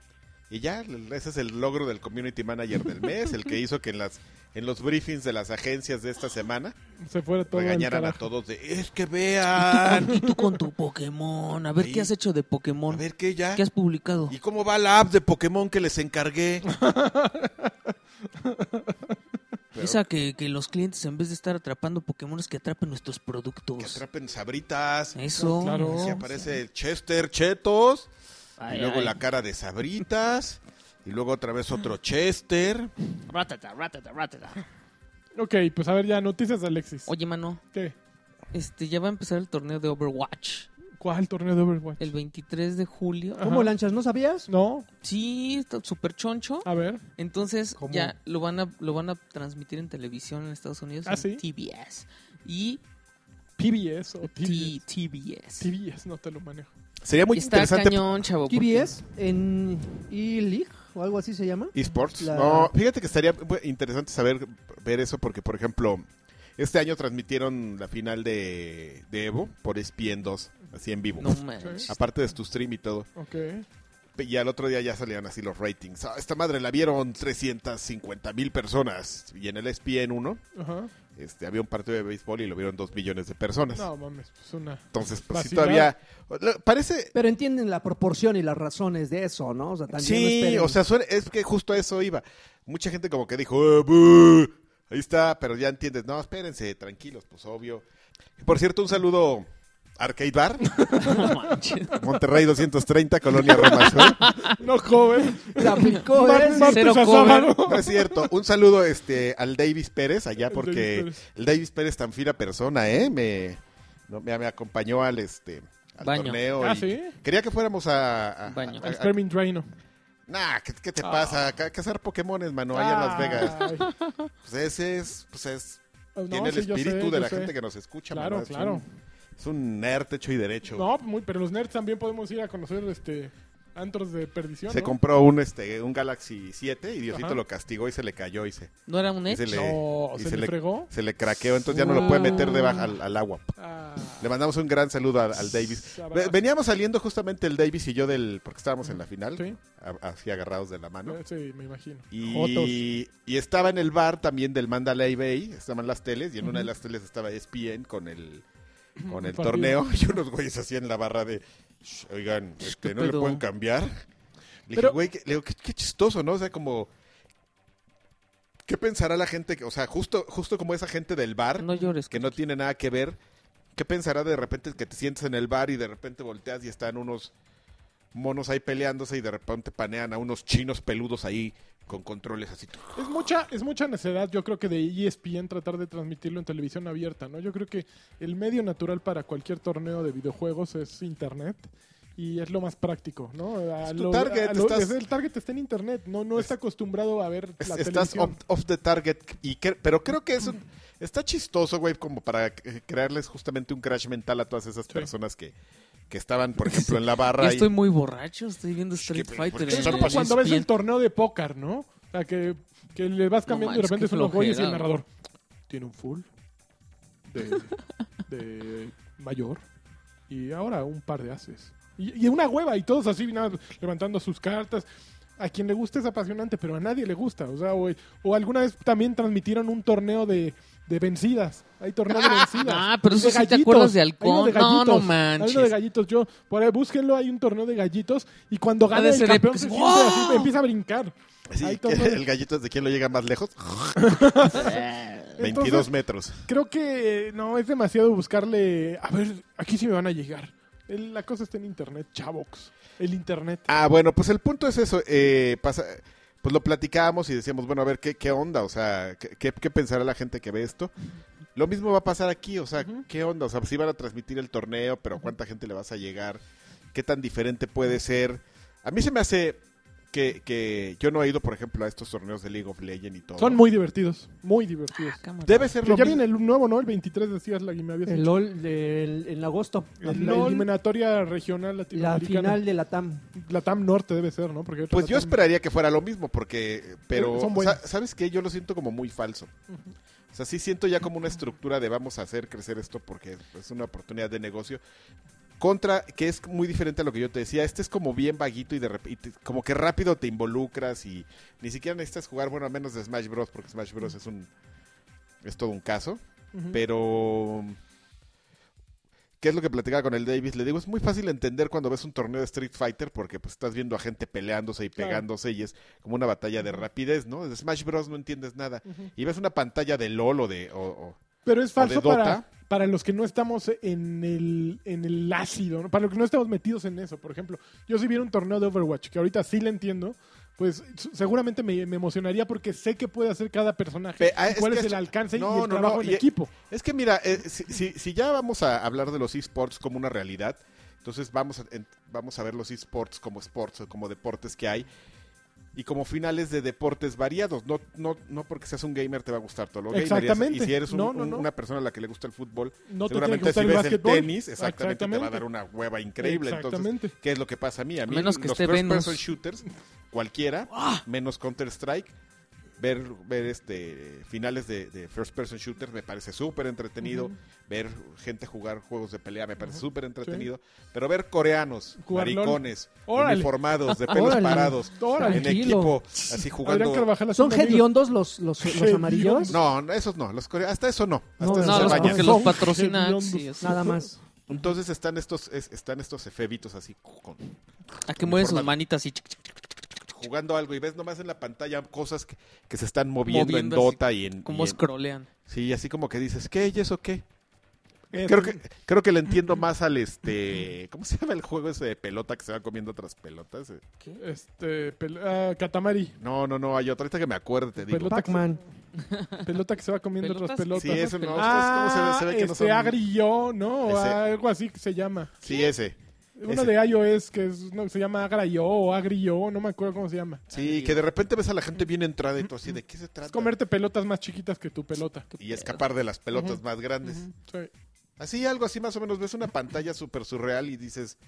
D: Y ya, ese es el logro del community manager del mes, el que hizo que en las en los briefings de las agencias de esta semana
B: Se fuera todo al
D: regañaran a
B: carajo.
D: todos de es que vean,
A: <laughs> Y tú con tu Pokémon. A ver,
D: Sí.
A: ¿qué has hecho de Pokémon?
D: a ver que ya.
A: ¿Qué has publicado?
D: ¿Y cómo va la app de Pokémon que les encargué?
A: Ah,
D: Pero
A: Esa que, que los clientes, en vez de estar atrapando Pokémon, es que atrapen nuestros
D: que
A: productos.
D: atrapen sabritas.
A: Eso.
B: Claro.
A: ¿no?
D: Así aparece el Chester Chetos.
A: Ay,
D: y luego
A: ay.
D: la cara de sabritas. Y luego otra vez otro Chester.
A: Ratata, ratata, ratata.
B: Ok, pues a ver ya, noticias de Alexis.
A: Oye, mano,
B: ¿Qué?
A: este ya va a empezar el torneo de Overwatch
B: ¿Cuál torneo de Overwatch?
A: el 23 de julio.
B: Ah.
C: ¿Cómo,
B: Ajá.
C: Lanchas? ¿No sabías?
B: No,
A: Sí, está súper choncho.
B: a ver.
A: Entonces
C: ¿Cómo?
A: ya lo van a lo van a transmitir en televisión en Estados Unidos
B: Ah,
A: en
B: ¿sí?
A: TBS y
B: PBS o
A: T-
B: TBS.
A: TBS.
B: TBS, no te lo manejo.
D: Sería muy
A: Está
D: interesante.
A: cañón, chavo. porque-
C: KBS en E-League o algo así se llama.
D: esports.
C: La-
D: No, fíjate que estaría bu- interesante saber ver eso porque, por ejemplo, este año transmitieron la final de, de Evo por E ESPN 2, así en vivo.
A: No manches.
D: Aparte de tu stream y todo.
B: Ok.
D: Y al otro día ya salían así los ratings. Ah, esta madre la vieron 350 mil personas. Y en el E ESPN 1
B: Ajá.
D: este, había un partido de béisbol y lo vieron 2 millones de personas.
B: No, mames, pues una...
D: Entonces, pues sí,
B: Vacilada.
D: todavía... lo- Parece...
C: Pero entienden la proporción y las razones de eso, ¿no? O sea, también no
D: Sí,
C: esperen-
D: o sea, suena- es que justo a eso iba. Mucha gente como que dijo, "Eh, buh, ahí está, pero ya entiendes. No, espérense, tranquilos, pues obvio. Por cierto, un saludo a Arcade
B: <laughs>
D: Bar,
A: No manches.
D: Monterrey 230, Colonia
B: <laughs>
D: Roma Sur.
B: No, joven.
C: La
D: <laughs>
C: aplicó,
B: Mar-
C: ¿eh?
B: martes
A: Ah. Cero
B: a
A: cover.
B: sábado.
D: No es cierto. Un saludo este, al Davis Pérez allá,
B: El
D: porque
B: Davis
D: el
B: Pérez.
D: Davis Pérez, tan fina persona, ¿eh? Me, no, me, me acompañó al, este, al
A: Baño.
D: torneo.
B: Ah,
D: y
B: ¿sí?
D: Quería que fuéramos a... a-
A: Baño.
D: a- a-
B: Al Spermin Draino.
D: nah, ¿qué, qué te
B: Ah.
D: pasa? Ca- Cazar Pokémones, mano, allá en Las Vegas. Pues ese es, pues es, tiene el espíritu de la gente que nos escucha,
B: Claro,
D: mano, es
B: claro.
D: Un, es un nerd hecho y derecho.
B: No, muy, pero los nerds también podemos ir a conocer este antros de perdición.
D: se
B: ¿no?
D: compró un este un Galaxy 7 y Diosito
B: Ajá.
D: lo castigó y se le cayó y se,
A: No era un
D: y se
A: hecho.
D: le
B: No,
D: y
B: ¿se le fregó?
D: se le craqueó, entonces ya no lo puede meter
A: Wow.
D: debajo al, al agua.
B: Ah,
D: Le mandamos un gran saludo al, al Davis. Ve-
B: Abrazo.
D: Veníamos saliendo justamente el Davis y yo del porque estábamos en la final,
B: Sí.
D: a- así agarrados de la mano.
B: eh, sí, me imagino. Jotos.
D: Y, y estaba en el bar también del Mandalay Bay, estaban las teles, y en una de las teles estaba E ESPN con el con el
B: Partido.
D: torneo, <laughs> y unos güeyes así en la barra de, "Shh, oigan, este,
A: ¿qué
D: ¿no le
A: pedo?"
D: pueden cambiar? Le dije,
B: Pero-
D: güey, que- le digo, qué, qué chistoso, ¿no? O sea, como, ¿qué pensará la gente? que- O sea, justo, justo como esa gente del bar,
A: No llores.
D: que no tiene nada que ver, ¿qué pensará de repente que te sientes en el bar y de repente volteas y están unos monos ahí peleándose y de repente panean a unos chinos peludos ahí con controles así?
B: Es mucha, es mucha necesidad, yo creo que de E ESPN tratar de transmitirlo en televisión abierta, ¿no? Yo creo que el medio natural para cualquier torneo de videojuegos es internet y es lo más práctico, ¿no? A
D: Es tu
B: lo-
D: target,
B: a lo-
D: estás-
B: El target está en internet, no, no está acostumbrado a ver
D: Es-
B: la
D: estás off,
B: televisión.
D: off the target, y cre- pero creo que eso está chistoso, güey, como para eh, crearles justamente un crash mental a todas esas personas que, que estaban, por ejemplo, en la
A: Ya
D: barra. y-
A: estoy muy borracho, estoy viendo Street
D: ¿por
A: Fighter.
D: qué
A: en
B: Es
D: están
A: el
B: como cuando ves el
A: ESPN.
B: torneo de póker, ¿no? O sea, que, que le vas cambiando y de
A: manches,
B: repente
A: qué
B: son los güeyes y el
A: flojera.
B: narrador. Tiene un full de, de mayor y ahora un par de haces. Y, y una hueva y todos así nada, levantando sus cartas. A quien le gusta es apasionante, pero a nadie le gusta. O sea, o, o alguna vez también transmitieron un torneo de, de vencidas. Hay torneo de vencidas.
A: <laughs> Ah, pero eso
B: De
A: sí te
B: gallitos.
A: acuerdas de
B: Hay uno
A: halcón. No, no
B: gallitos. Hay uno de
A: manches.
B: gallitos. Yo, por ahí, búsquenlo, hay un torneo de gallitos. Y cuando
A: Ha de
B: gana el
A: ser
B: campeón,
A: épico.
B: se siente
A: ¡Wow!
C: ¡Oh!
B: así, empieza a brincar.
D: Sí,
B: Hay
D: que
B: torneo de-
D: <laughs> el gallito es de quien lo llega más
B: <laughs>
D: lejos, 22
B: Entonces,
D: metros.
B: Creo que eh, no, es demasiado buscarle. A ver, aquí sí me van a llegar. El- la cosa está en internet, chavox. El internet.
D: Ah, bueno, pues el punto es eso. eh, pasa, pues lo platicábamos y decíamos, bueno, a ver, ¿qué, qué onda? O sea, ¿qué, qué, qué pensará la gente que ve esto? Lo mismo va a pasar aquí, o sea, ¿qué onda? O sea, si van a transmitir el torneo, pero ¿cuánta gente le vas a llegar? ¿Qué tan diferente puede ser? A mí se me hace que, que yo no he ido, por ejemplo, a estos torneos de League of Legends y todo.
B: Son muy divertidos, muy
C: Ah,
B: divertidos.
D: Debe ser
B: Que
D: lo
B: ya
D: mismo.
B: viene el nuevo, ¿no? El 23 decías la que me habías
C: El
B: dicho.
C: LOL del- en agosto.
B: La,
C: El
B: la
C: LOL,
B: eliminatoria regional
C: la
B: latinoamericana.
C: final de la TAM.
B: La TAM Norte debe ser, ¿no? Porque hay otra
D: Pues yo
B: TAM.
D: esperaría que fuera lo mismo, porque. Pero.
B: Son
D: sa-
B: buenas.
D: ¿Sabes qué? Yo lo siento como muy falso. O sea, sí siento ya como una estructura de vamos a hacer crecer esto porque es una oportunidad de negocio. Contra, que es muy diferente a lo que yo te decía. Este es como bien vaguito y de rep- y te- como que rápido te involucras y ni siquiera necesitas jugar, bueno, a menos de Smash Bros. Porque Smash Bros. es un. Es todo un caso.
B: Ujú.
D: Pero. ¿Qué es lo que platicaba con el Davis? Le digo, es muy fácil entender cuando ves un torneo de Street Fighter porque pues estás viendo a gente peleándose y
B: Claro.
D: pegándose y es como una batalla de rapidez, ¿no? De Smash Bros. no entiendes nada. Y ves una pantalla de LOL o de... o- o-
B: Pero es falso
D: Dota.
B: para, para los que no estamos en el, en el ácido, ¿no? para los que no estamos metidos en eso. Por ejemplo, yo si viera un torneo de Overwatch, que ahorita sí le entiendo, pues s- seguramente me, me emocionaría porque sé qué puede hacer cada personaje,
D: Pe- ah,
B: y
D: es
B: cuál
D: que
B: es, el
D: eso-
B: alcance
D: no,
B: y el
D: no, no,
B: trabajo en
D: y-
B: equipo.
D: Es que mira, eh, si, si- si ya vamos a hablar de los esports como una realidad, entonces vamos a, en- vamos a ver los esports como sports o como deportes que hay y como finales de deportes variados. No, no, no porque seas un gamer te va a gustar todo lo gamer. Y-
B: Exactamente.
D: Y si eres un-
B: No, no,
D: un-
B: no.
D: una persona a la que le gusta el fútbol,
B: No te tiene que
D: seguramente
B: gustar
D: si
B: el
D: ves el
B: básquetbol.
D: tenis, exactamente, te va a dar una hueva increíble. Entonces,
B: Exactamente.
D: ¿qué es lo que pasa a mí? A mí
A: Menos que
D: los
A: esté
D: first
A: Venus.
D: person shooters, cualquiera,
B: Ah.
D: menos Counter Strike, ver, ver este finales de, de first person shooters me parece súper entretenido, ver gente jugar juegos de pelea me parece súper entretenido, pero ver coreanos,
B: Jugar LOL.
D: maricones,
B: Órale.
D: uniformados, de pelos
C: Órale.
D: parados,
B: Órale.
D: en
C: Tranquilo.
D: equipo, así
B: Adrián
D: jugando.
B: Carvajal
C: ¿Son
B: haciendo amigos.
C: hediondos los, los, los
B: Hediondos.
C: amarillos?
D: No, no, esos no, los coreanos, hasta eso no, hasta
C: No,
D: eso
A: No,
D: se
A: los-
C: bañan.
A: porque los
B: Son
A: patrocina
B: hediondos.
A: Axie, así.
C: Nada más.
D: Entonces están estos es- están estos efebitos así con-
A: ¿A que mueven sus
D: Uniformado.
A: manitas y chic, chic, chic,
D: jugando algo y ves nomás en la pantalla cosas que, que se están moviendo,
A: Moviendo
D: en
A: así,
D: Dota y en,
A: cómo
D: y en-
A: scrollean?
D: sí, así como que dices, ¿qué y eso qué?
B: Eh,
D: Creo que creo que le entiendo más al
B: <laughs>
D: este, ¿cómo se llama el juego ese de pelota que se va comiendo otras pelotas? Eh,
B: Este, pel- ah, Katamari,
D: No, no, no, hay otra ahorita que me acuerde, te digo.
B: Pelota.
C: Pac-Man.
B: pelota que se va comiendo otras
A: ¿Pelotas?
B: pelotas.
D: Sí, eso no,
B: Ah,
D: ¿cómo se ve? Se ve que no
B: este,
D: son-
B: Agrillo, ¿no? O
D: Ese-
B: algo así que se llama.
D: Sí, ese.
B: Uno
D: Ese.
B: de iOS que es, no, se llama Agrayo o Agriyo, no me acuerdo cómo se llama.
D: Sí, que de repente ves a la gente bien entrada y tú así, ¿de qué se trata?
B: Es comerte pelotas más chiquitas que tu pelota.
D: Y escapar de las pelotas más grandes.
B: Sí.
D: Así, algo así más o menos. Ves una pantalla súper surreal y dices,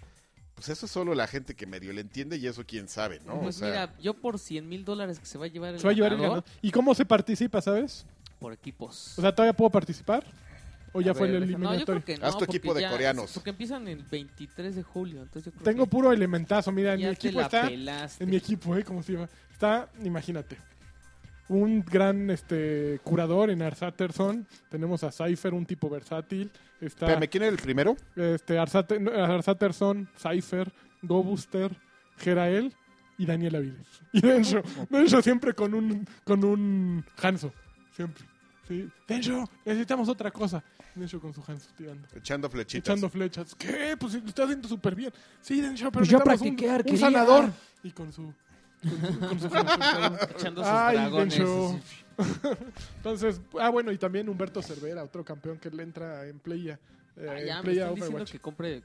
D: pues eso es solo la gente que medio le entiende y eso quién sabe, ¿no?
A: Pues
D: o sea,
A: mira, yo por 100 mil dólares que se va a llevar el,
B: Se va a llevar el
A: ganador,
B: ganador. ¿Y cómo se participa, sabes?
A: por equipos.
B: O sea, ¿todavía puedo participar? ¿O ya
A: A
B: fue
A: ver,
B: el
A: deja- No, yo
B: eliminatorio?
A: creo que no.
D: Haz tu
A: porque
D: equipo de
A: ya-
D: coreanos.
A: Porque empiezan el 23 de julio, entonces yo creo
B: Tengo
A: que
B: puro elementazo. Mira, en mi
A: ya te
B: equipo
A: la
B: está.
A: pelaste.
B: En mi equipo, ¿eh? ¿Cómo se llama? Está, imagínate. Un gran este curador en Arsatterson. Tenemos a Cypher, un tipo versátil. Está
D: espérame, ¿quién era el primero?
B: este, Arsate- no, Arsaterson, Cypher, GoBooster, Gerael y Daniel Aviles. <laughs> Y Densho. Densho siempre con un, con un Hanso. Siempre. Sí. Densho, necesitamos otra cosa. Densho con su Hanso tirando.
D: Echando flechitas.
B: Echando flechas. ¿Qué? Pues lo está haciendo súper bien. Sí, Densho, pero
C: Pues yo
B: necesitamos
C: practiqué
B: un, un
C: arquería.
B: sanador. Y con su... Con su, con su Hanzo tirando.
A: Echando sus
B: Ay,
A: dragones.
B: Bencho.
A: así.
B: Entonces, ah, bueno, y también Humberto Cervera, otro campeón que le entra en playa. eh,
A: Ah,
B: en
A: ya, me
B: playa
A: están diciendo
B: Overwatch.
A: que compre,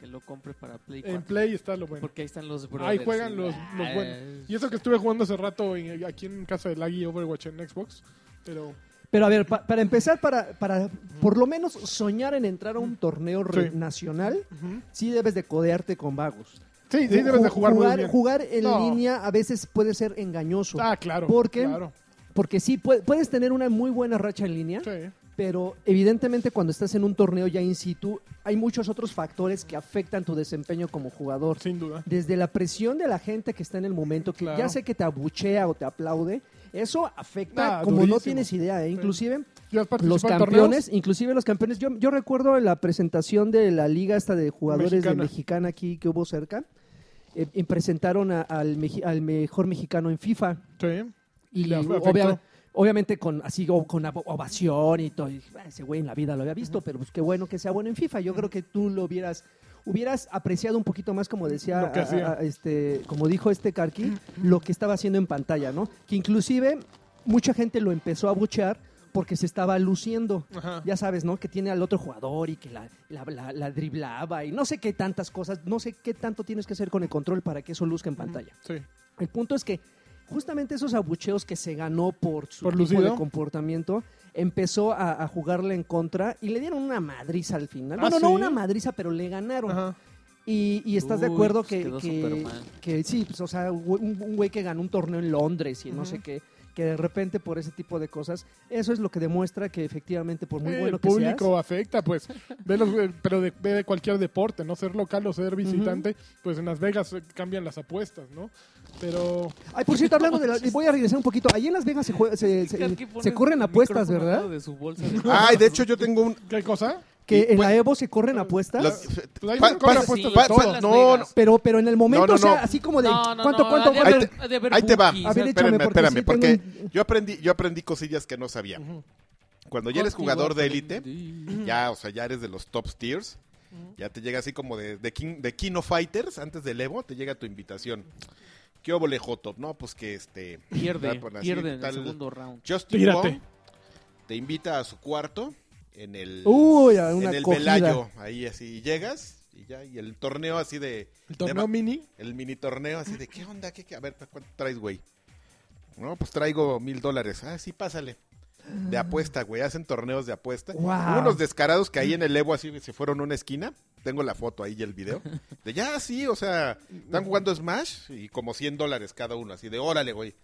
A: que lo compre para Play 4.
B: En play está lo bueno.
A: Porque ahí están los brothers.
B: Ahí juegan
A: y-
B: los, los
A: Ah,
B: buenos. Y eso que estuve jugando hace rato en- aquí en casa del Agui Overwatch en Xbox. Pero
C: Pero a ver, pa- para empezar, para, para por lo menos soñar en entrar a un torneo re-
B: Sí.
C: nacional, sí debes de codearte con vagos.
B: sí, sí debes de
C: Ju-
B: jugar, muy
C: jugar,
B: bien.
C: jugar en
B: No.
C: línea a veces puede ser engañoso.
B: Ah, claro.
C: Porque-
B: Claro.
C: Porque sí, pue- puedes tener una muy buena racha en línea,
B: Sí.
C: pero evidentemente cuando estás en un torneo ya in situ, hay muchos otros factores que afectan tu desempeño como jugador.
B: Sin duda.
C: Desde la presión de la gente que está en el momento, que
B: Claro.
C: ya sea que te abuchea o te aplaude, eso afecta
B: Ah,
C: como
B: durísimo.
C: no tienes idea. ¿eh?
B: Sí.
C: Inclusive
B: ¿Ya has participado
C: los
B: en torneos?
C: campeones, inclusive los campeones. Yo, yo recuerdo la presentación de la liga esta de jugadores
B: Mexicana.
C: de mexicana aquí que hubo cerca. eh, y presentaron a- al, meji- al mejor mexicano en FIFA.
B: Sí.
C: Y
B: Le afectó.
C: obvia- obviamente con así o- con avo- ovación y todo. y dije, "Ah, ese güey en la vida lo había visto, pero pues qué bueno que sea bueno en FIFA. Yo creo que tú lo hubieras hubieras apreciado un poquito más, como decía,
B: Lo que
C: a-
B: hacía.
C: a- este, como dijo este Karki, lo que estaba haciendo en pantalla, ¿no? Que inclusive mucha gente lo empezó a buchear porque se estaba luciendo.
B: Ajá.
C: Ya sabes, ¿no? Que tiene al otro jugador y que la, la- la- la driblaba y no sé qué tantas cosas, no sé qué tanto tienes que hacer con el control para que eso luzca en pantalla.
B: Sí.
C: El punto es que justamente esos abucheos que se ganó por su
B: Por
C: tipo
B: lucido.
C: de comportamiento, empezó a, a jugarle en contra y le dieron una madriza al final.
B: ¿Ah,
C: Bueno, no
B: sí?
C: una madriza, pero le ganaron.
B: Ajá.
C: Y, y estás de
A: Uy,
C: acuerdo
A: pues
C: que,
A: quedó
C: que,
A: Superman.
C: que sí, pues, o sea, un un güey que ganó un torneo en Londres y no
B: Ujú.
C: sé qué, que de repente por ese tipo de cosas, eso es lo que demuestra que efectivamente, por muy
B: Eh,
C: bueno
B: el
C: que
B: público
C: seas,
B: afecta, pues. Ve los- eh, pero de, ve de cualquier deporte, no ser local o ser visitante, pues en Las Vegas eh, cambian las apuestas, ¿no? Pero
C: Ay, por cierto,
B: <laughs>
C: hablando de la... Voy a regresar un poquito. Ahí en Las Vegas se, juega- Eh, se, se-
A: Karki
C: se
A: pone
C: corren
A: el
C: apuestas,
A: micrófono al
C: ¿verdad?
A: lado de su bolsa.
C: <laughs>
D: Ay, de hecho yo tengo un...
B: ¿qué cosa?
C: Que en
D: Bueno,
C: la Evo se corren apuestas.
D: las-
B: Pues ahí
D: pa-
B: se corre
D: pa-
B: apuestas
A: pa-
B: de todo.
A: Las
D: no,
A: Vegas.
C: Pero, pero en el momento,
D: No, no,
C: o sea,
D: no.
C: así como de.
A: No, no,
C: ¿Cuánto,
A: no,
C: cuánto?
A: ha de
D: Ahí
A: haber-
D: te-
A: ha de eh, haber
D: ahí te va.
A: bookies.
C: A ver, échame,
D: espérame,
C: porque
D: espérame,
C: sí
D: porque
C: tengo un-
D: yo aprendí, yo aprendí cosillas que no sabía. Cuando ya eres jugador de élite, ya, o sea, ya eres de los top tiers, ya te llega así como de, de, King, de Kino Fighters, antes del Evo, te llega tu invitación. ¿Qué óvole, Hotop? No, pues que este...
A: Pierde,
D: tal, por así,
A: pierde en el
D: tal-
A: segundo
B: <laughs>
A: round.
D: Justin
B: Tírate.
D: Wong te invita a su cuarto en el...
C: Uy, a una
D: en el
C: cogida.
D: Velayo, ahí así, y llegas y ya, y el torneo así de...
B: El torneo
D: de-
B: mini.
D: el mini torneo así de qué onda, qué, qué? a ver, ¿cuánto traes, güey? No, pues traigo mil dólares. Ah, sí, pásale. De apuesta, güey. Hacen torneos de apuesta.
C: Guau.
D: Hubo unos descarados que ahí en el Evo así se fueron a una esquina. Tengo la foto ahí y el video. De ya, sí, o sea, están jugando Smash y como 100 dólares cada uno. Así de órale, güey.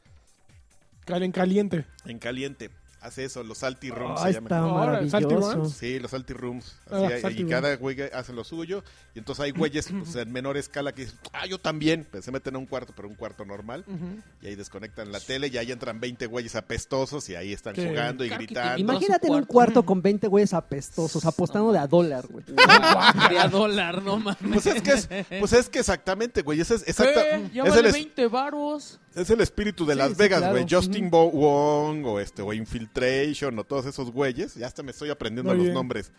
B: Calen caliente.
D: En caliente. Hace eso, los salty rooms
C: Ah,
D: se
C: está
D: llaman.
B: Ahora, Salty
C: maravilloso.
B: Runs.
D: Sí, los salty rooms. Así,
B: Ah,
D: y
B: salty
D: cada güey hace lo suyo. Y entonces hay güeyes
B: <laughs>
D: pues, en menor escala que dicen, ah, yo también. Pues se meten a un cuarto, pero un cuarto normal. Y ahí desconectan la tele y ahí entran 20 güeyes apestosos y ahí están
B: Sí.
D: jugando y
A: Claro que te
D: gritando.
A: imag-
C: Imagínate en un
A: cuarto.
C: cuarto con 20 güeyes apestosos, apostando de a dólar,
A: <laughs>
C: güey.
A: De a dólar, no mames. <laughs>
D: Pues es que es, pues es que exactamente, güey. Ese es, exacta-
A: Eh, ya
D: es, el,
A: vale
D: es-
A: 20 varos.
D: es el espíritu de
C: Sí,
D: Las
C: sí,
D: Vegas,
C: claro.
D: güey. Justin Bo- Wong o este o Infiltration o todos esos güeyes. Ya hasta me estoy aprendiendo
B: Muy
D: los
B: bien.
D: nombres.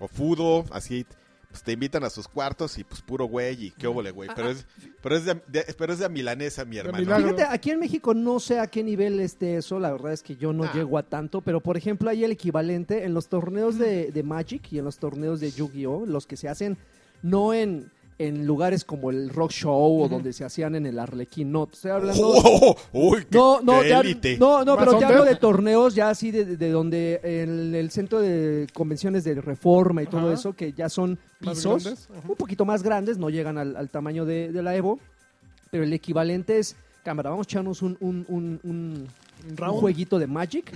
D: O Fudo, así. Pues te invitan a sus cuartos y pues puro güey y qué óvole, güey. Pero es, pero es de, de- pero es de milanesa, mi hermano.
B: milagro.
C: Fíjate, aquí en México no sé a qué nivel esté eso, la verdad es que yo no
D: Ah.
C: llego a tanto, pero por ejemplo hay el equivalente en los torneos de, de Magic y en los torneos de Yu-Gi-Oh, los que se hacen no en, en lugares como el Rock Show o donde se hacían en el Arlequín, no, te estoy
D: <laughs>
C: hablando...
D: <laughs> ¡Oh! ¡Uy, qué,
C: No, no,
D: qué
C: ya-
D: élite!
C: no, no,
B: Más
C: pero
B: under.
C: ya hablo de torneos ya así de, de donde en el centro de convenciones de reforma y todo
B: Ajá.
C: eso, que ya son
B: Más
C: pisos
B: grandes, ajá.
C: un poquito más grandes, no llegan al, al tamaño de, de la Evo, pero el equivalente es, cámara, vamos a echarnos un, un, un, un- un jueguito
B: <clears throat>
C: de Magic,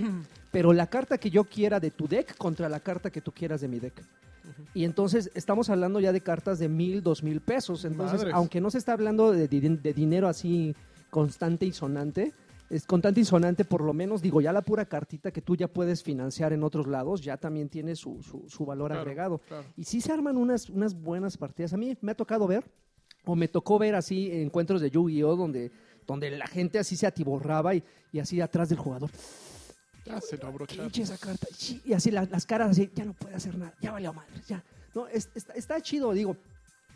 C: pero la carta que yo quiera de tu deck contra la carta que tú quieras de mi deck. Y entonces estamos hablando ya de cartas de mil, dos mil pesos. Entonces,
B: Madres.
C: aunque no se está hablando de, di- de dinero así constante y sonante, es constante y sonante por lo menos, digo, ya la pura cartita que tú ya puedes financiar en otros lados, ya también tiene su, su, su valor
B: Claro,
C: agregado.
B: claro.
C: Y sí se arman unas, unas buenas partidas. A mí me ha tocado ver, o me tocó ver así encuentros de Yu-Gi-Oh! donde, donde la gente así se atiborraba y, y así atrás del jugador.
B: Ya Ah, se lo
C: ¿Qué
B: abrocharon.
C: eche esa carta? Sí, Y así la- las caras así, ya no puede hacer nada, ya valió madre, ya. No, es- está, está chido, digo.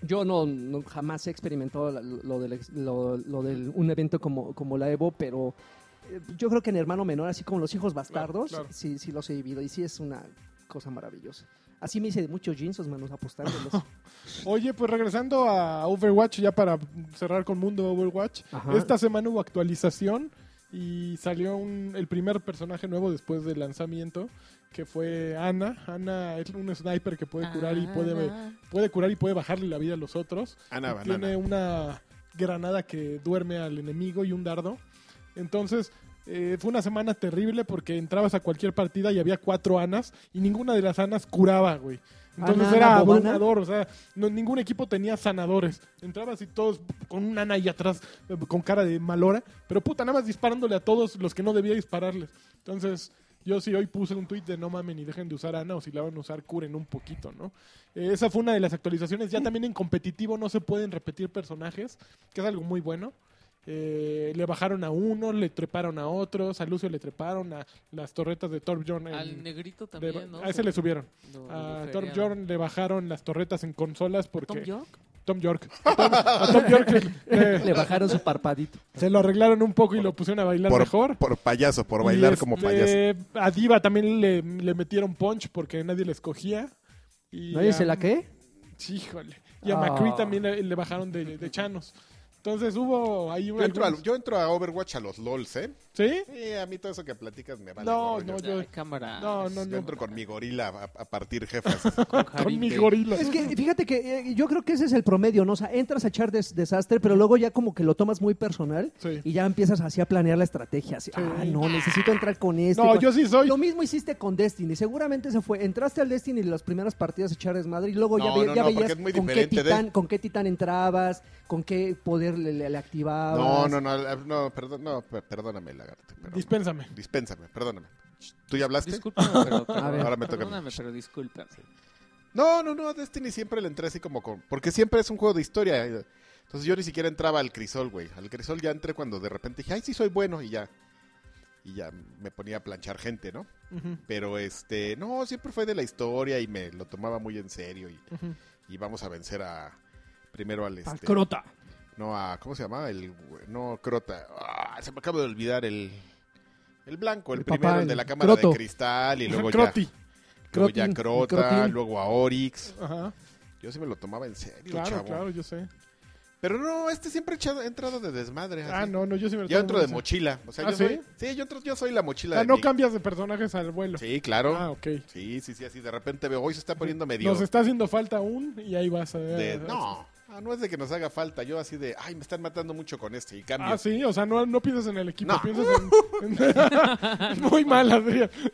C: Yo no, no- jamás he experimentado la- lo del, ex- lo, lo del- un evento como, como la Evo, pero eh, yo creo que en hermano menor, así como los hijos bastardos,
B: claro.
C: Sí, sí los he vivido y sí es una cosa maravillosa. Así me hice de muchos jeans,
B: <laughs>
C: manos apostándolos.
B: Oye, pues regresando a Overwatch, ya para cerrar con Mundo Overwatch,
C: Ajá.
B: esta semana hubo actualización y salió un- el primer personaje nuevo después del lanzamiento, que fue Ana. Ana es un sniper que puede curar y puede, puede curar y puede bajarle la vida a los otros.
D: Ana
B: Y
D: Banana.
B: Tiene una granada que duerme al enemigo y un dardo. Entonces, eh, fue una semana terrible porque entrabas a cualquier partida y había cuatro Anas y ninguna de las Anas curaba, güey. Entonces
C: Ana,
B: era
C: Ana, Bobana.
B: abrumador, o sea, no- ningún equipo tenía sanadores. Entrabas y todos con un Ana ahí atrás, eh, con cara de malora, pero puta, nada más disparándole a todos los que no debía dispararles. Entonces, yo sí hoy puse un tuit de no mamen y dejen de usar Ana o si la van a usar, curen un poquito, ¿no? Eh, esa fue una de las actualizaciones. Ya también en competitivo no se pueden repetir personajes, que es algo muy bueno. eh, le bajaron a unos, le treparon a otros, a Lucio le treparon a las torretas de Torbjorn. en- ah,
A: Al negrito
B: le-
A: también, ¿no?
B: A ese le subieron.
A: Lo- lo
B: A
A: referían.
B: Torbjorn le bajaron las torretas en consolas porque...
A: Tom York.
B: Tom York. A Tom, a
A: <laughs>
B: Tom York le- le-
C: <laughs> Le bajaron su parpadito.
B: se lo arreglaron un poco y lo pusieron a bailar
D: Por,
B: mejor.
D: por payaso, por
B: Y
D: bailar como
B: este,
D: payaso.
B: A Diva también le, le metieron punch porque nadie la escogía. Y
C: ¿Nadie
B: a-
C: se la qué?
B: Híjole. Y a
C: Ah.
B: McCree también le, le bajaron de, de chanos. Entonces hubo ahí
D: Yo entro,
B: algunos-
D: a, yo entro a Overwatch a los LOLs, ¿eh?
B: ¿Sí?
D: Sí, a mí todo eso que platicas me vale.
B: No,
D: gorro,
B: no,
D: yo,
B: yo-
A: Ay, cámara.
B: No, no,
D: yo
B: no.
D: entro con mi gorila a, a partir jefas.
A: Con
B: Con mi
A: Harinbe.
B: gorila.
C: Es que fíjate que eh, yo creo que ese es el promedio, ¿no? O sea, entras a echar des- desastre, pero luego ya como que lo tomas muy personal
B: Sí.
C: y ya empiezas así a planear la estrategia. Así,
B: Sí.
C: ah, no, necesito entrar con este.
B: No,
C: con-
B: yo sí soy.
C: Lo mismo hiciste con Destiny. Seguramente se fue. Entraste al Destiny en las primeras partidas a echar desmadre y luego ya,
D: No,
C: ve-
D: no,
C: ya
D: no, porque
C: veías
D: es muy
C: con, qué
D: diferente de-
C: titán, con qué titán entrabas, con qué poder le, le- le activabas.
D: No, no, no, eh, no, perdón, no, per- perdóname, lagarto. pero-
B: Dispénsame.
D: dispénsame, perdóname. ¿Tú ya hablaste?
A: Discúlpame, pero,
C: <laughs> A ver.
D: Ahora me toca a mí.
A: perdóname, pero disculpa. Este,
D: No, no, no, Destiny siempre le entré así como con... Porque siempre es un juego de historia. eh. Entonces yo ni siquiera entraba al crisol, güey. Al crisol ya entré cuando de repente dije, ay, sí soy bueno y ya. Y ya me ponía a planchar gente, ¿no?
B: Ujú,
D: Pero este, no, siempre fue de la historia y me lo tomaba muy en serio. Y,
B: ujú.
D: y vamos a vencer a... Primero al este...
C: Al Crota.
D: No, a... ¿Cómo se llamaba? El... güey- No, Crota. Ah, se me acaba de olvidar el... El blanco, el,
C: El
D: primero,
C: papá,
D: el de
C: el
D: la cámara
C: Croto.
D: de cristal y luego ya...
B: Croti.
D: Luego ya
C: Crotin,
D: Crota,
C: Crotin.
D: luego a Orix.
B: Ajá.
D: Yo sí me lo tomaba en serio,
B: Claro,
D: chavo.
B: claro, yo sé.
D: Pero no, este siempre he echado- he entrado de desmadre.
B: Ah,
D: así.
B: no, no, yo sí me lo
D: Yo
B: tomo
D: entro
B: muy
D: de
B: en serio.
D: mochila. O sea,
B: ¿Ah,
D: yo
B: sí?
D: soy, sí, yo, entro, yo soy la mochila
B: Ah,
D: de
B: no
D: mi-
B: cambias de personajes al vuelo.
D: Sí, claro.
B: Ah, ok.
D: Sí, sí, sí, así. De repente veo, hoy se está poniendo medio...
B: Nos está haciendo falta un y ahí vas a
D: de- no, ah, no es de que nos haga falta. Yo así de, ay, me están matando mucho con este. Y cambio.
B: Ah,
D: <laughs>
B: sí, o sea, no, no piensas en el equipo,
D: No.
B: piensas en... <laughs> en- Muy mal, Adrián.
A: Es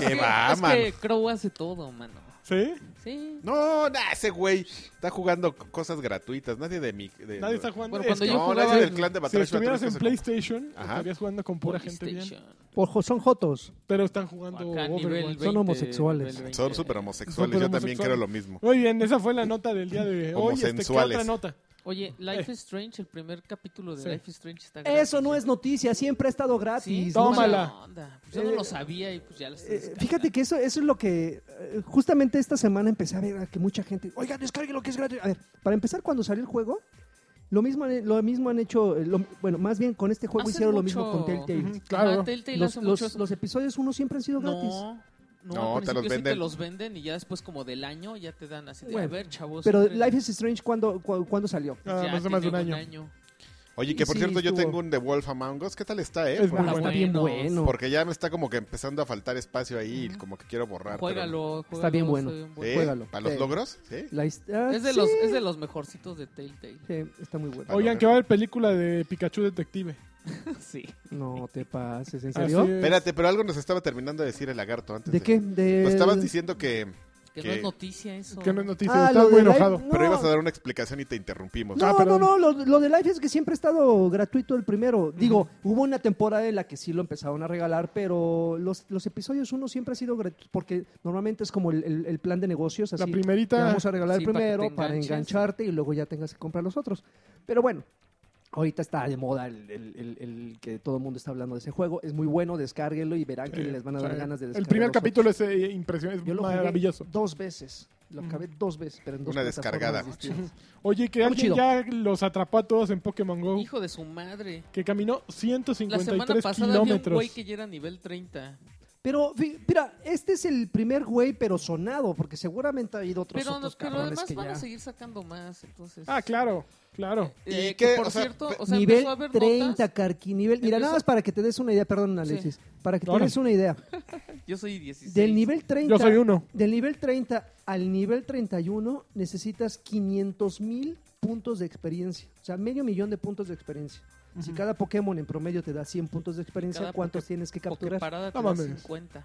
D: Que
A: que-
D: va,
A: es
D: mano.
A: que Crow hace todo, mano.
B: ¿Sí?
A: Sí.
D: No, nah, ese güey está jugando c- cosas gratuitas. Nadie de mi... de-
B: Nadie está jugando.
A: Bueno,
B: Es
A: cuando
B: que-
A: yo
D: No,
A: jugaba
D: nadie del
A: en-
D: clan de
B: si
D: Batrash.
B: estuvieras en
D: Batrash, que se-
B: PlayStation,
D: Ajá.
B: estarías jugando con pura gente bien.
A: PlayStation.
C: Ojo, son jotos.
B: Pero están jugando
A: Acá, nivel
B: Overwatch.
A: 20,
C: Son homosexuales.
A: nivel 20.
D: Son súper homosexuales. Yo
B: Súper
D: también
B: homosexuales.
D: creo lo mismo.
B: Muy bien, esa fue la nota del día de hoy. Este, ¿Qué
D: Homosensuales.
B: otra nota?
C: Eh.
A: Oye, Life is Strange, el primer capítulo de
B: Sí.
A: Life is Strange está gratis.
C: Eso no es noticia, siempre ha estado gratis.
A: ¿Sí?
C: no
B: Tómala.
A: Mala onda. Pues yo no
C: Eh,
A: lo sabía y pues ya lo estoy
C: Eh, fíjate que eso, eso es lo que eh, justamente esta semana empecé a ver a que mucha gente, oiga, descarguen lo que es gratis. A ver, para empezar, cuando salió el juego, lo mismo, han- lo mismo han hecho, eh, lo- bueno, más bien con este juego
A: Hacen
C: hicieron lo
A: mucho-
C: mismo con Telltale.
B: Ujú,
A: Claro.
B: claro.
C: Los, los- los episodios uno siempre han sido gratis.
A: No, no,
D: No,
A: al
D: te los
A: principio sí
D: venden.
A: te los venden y ya después como del año ya te dan así de,
C: Bueno,
A: a ver, chavos.
C: Pero
A: entren".
C: Life is Strange, ¿cuándo, cu- cuándo salió?
B: Ah,
A: Ya
B: más de más de un
A: tiene
B: año.
D: Oye, que por
C: Sí,
D: cierto, yo
C: estuvo.
D: tengo un The Wolf Among Us. ¿Qué tal está, eh?
B: Es
D: Porque,
B: muy
C: Ah,
B: bueno.
C: está bien
A: Buenos.
C: bueno.
D: porque ya me está como que empezando a faltar espacio ahí, y como que quiero borrar. pero-
A: Juégalo, juégalo,
C: Está bien bueno.
D: ¿Sí?
C: juégalo.
D: ¿Para los
C: Sí.
D: logros? Sí.
C: La his- ah,
A: Es, de los,
C: sí.
A: es de los mejorcitos de Telltale.
C: <laughs> Sí, está muy bueno.
D: Bueno,
B: Oigan,
D: a
B: que va
D: ver.
B: a haber película de Pikachu Detective.
A: sí.
C: No te pases, ¿en
B: Así
C: serio?
B: es.
D: Espérate, pero algo nos estaba terminando de decir el lagarto antes.
C: ¿De qué? De...
D: Nos estabas diciendo que,
A: Que
D: ¿Qué?
A: no es noticia eso.
B: Que no es noticia,
C: Ah,
B: está
C: lo
B: muy
C: de Life-
B: enojado.
C: no.
D: pero ibas a dar una explicación y te interrumpimos.
C: No,
B: Ah,
C: no,
B: perdón.
C: no, lo, lo de Life es que siempre ha estado gratuito el primero. Digo, hubo una temporada en la que sí lo empezaron a regalar, pero los, los episodios uno siempre ha sido gratuito, porque normalmente es como el, el- el plan de negocios, así.
B: La primerita-
C: te vamos a regalar
A: Sí,
C: el
A: para que te
C: primero para,
A: enganches.
C: engancharte y luego ya tengas que comprar los otros. Pero bueno, ahorita está de moda el, el- el- el que todo el mundo está hablando de ese juego. Es muy bueno, descárguenlo y verán que
B: Sí,
C: les van a
B: Eh, o
C: dar
B: sea,
C: ganas de
B: El
C: descargar
B: primer
C: los otros.
B: capítulo es eh, impresionante, es
C: Yo lo jugué
B: maravilloso.
C: dos veces, lo acabé dos veces, pero en dos
D: Una
C: plataformas
D: descargada.
C: distintas.
B: Oye, que
C: Muy
B: alguien
C: chido.
B: ya los atrapó a todos en Pokémon GO.
A: Hijo de su madre.
B: Que caminó
A: La semana
B: 153
A: pasada había un
B: kilómetros.
A: güey que ya era nivel 30.
C: Pero, fi- mira, este es el primer güey, pero sonado, porque seguramente ha habido otros,
A: Pero,
C: otros
A: pero
C: cabrones
A: además
C: que
A: van
C: ya...
A: a seguir sacando más, entonces...
B: Ah, claro, claro.
A: Eh, que
D: ¿Y qué?
A: por
D: O sea,
A: cierto,
D: pe-
A: o sea,
C: nivel
A: empezó a haber
C: 30,
A: notas.
C: Carqui, nivel... Mira, nada
A: Empezó-
C: más para que te des una idea, perdón, Alexis, para que te
B: Órale.
C: des
A: <laughs>
C: una idea.
A: Yo soy 16.
C: Del nivel 30...
B: Yo soy uno.
C: Del nivel 30 al nivel 31 necesitas 500 mil puntos de experiencia, o sea, medio millón de puntos de experiencia. Si cada Pokémon en promedio te da 100 puntos de experiencia,
A: Cada
C: ¿cuántos
A: Poké-
C: tienes que
A: Porque
C: capturar
A: parada te
B: No
A: da
B: mames.
A: 50.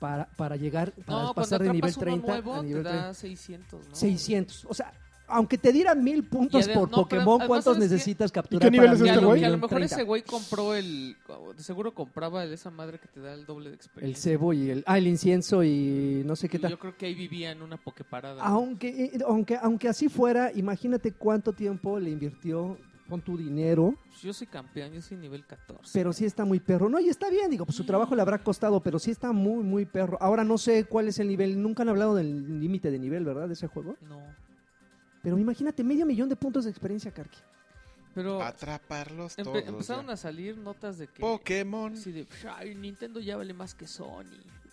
C: para, para llegar, para
A: No, cuando
C: pasar de nivel
A: atrapas uno
C: 30
A: nuevo
C: a
A: te
C: nivel 30?
A: da 600, ¿no?
C: 600. O sea, aunque te dieran mil puntos
A: Y adem-
C: por
A: no, pero
C: Pokémon,
A: además,
C: ¿cuántos
A: ¿sabes qué?
C: necesitas capturar?
B: qué nivel
C: para
B: es
A: Que a,
B: este
C: mil-
A: lo,
B: güey?
A: que a lo
C: millón
A: mejor
C: treinta?
A: ese güey compró el... de Seguro compraba esa madre que te da el doble de
C: El
A: experiencia.
C: cebo y el. Ah, el incienso y no sé qué
A: Y
C: tal.
A: Yo creo que ahí vivía en una pokeparada.
C: Aunque, eh, aunque, aunque así fuera, imagínate cuánto tiempo le invirtió pon tu dinero,
A: Pues, Yo soy campeón, yo soy nivel 14.
C: pero sí está muy perro. No, y está bien, digo, pues su trabajo le habrá costado, pero sí está muy, muy perro. Ahora no sé cuál es el nivel, nunca han hablado del límite de nivel, ¿verdad? De ese juego.
A: No.
C: Pero imagínate, medio millón de puntos de experiencia, Karki.
A: Pero
D: Atraparlos
A: empe-
D: Ah, todos.
A: empezaron
D: ya.
A: a salir notas de que.
D: Pokémon.
A: así de, "Ay, Nintendo ya vale más que Sony.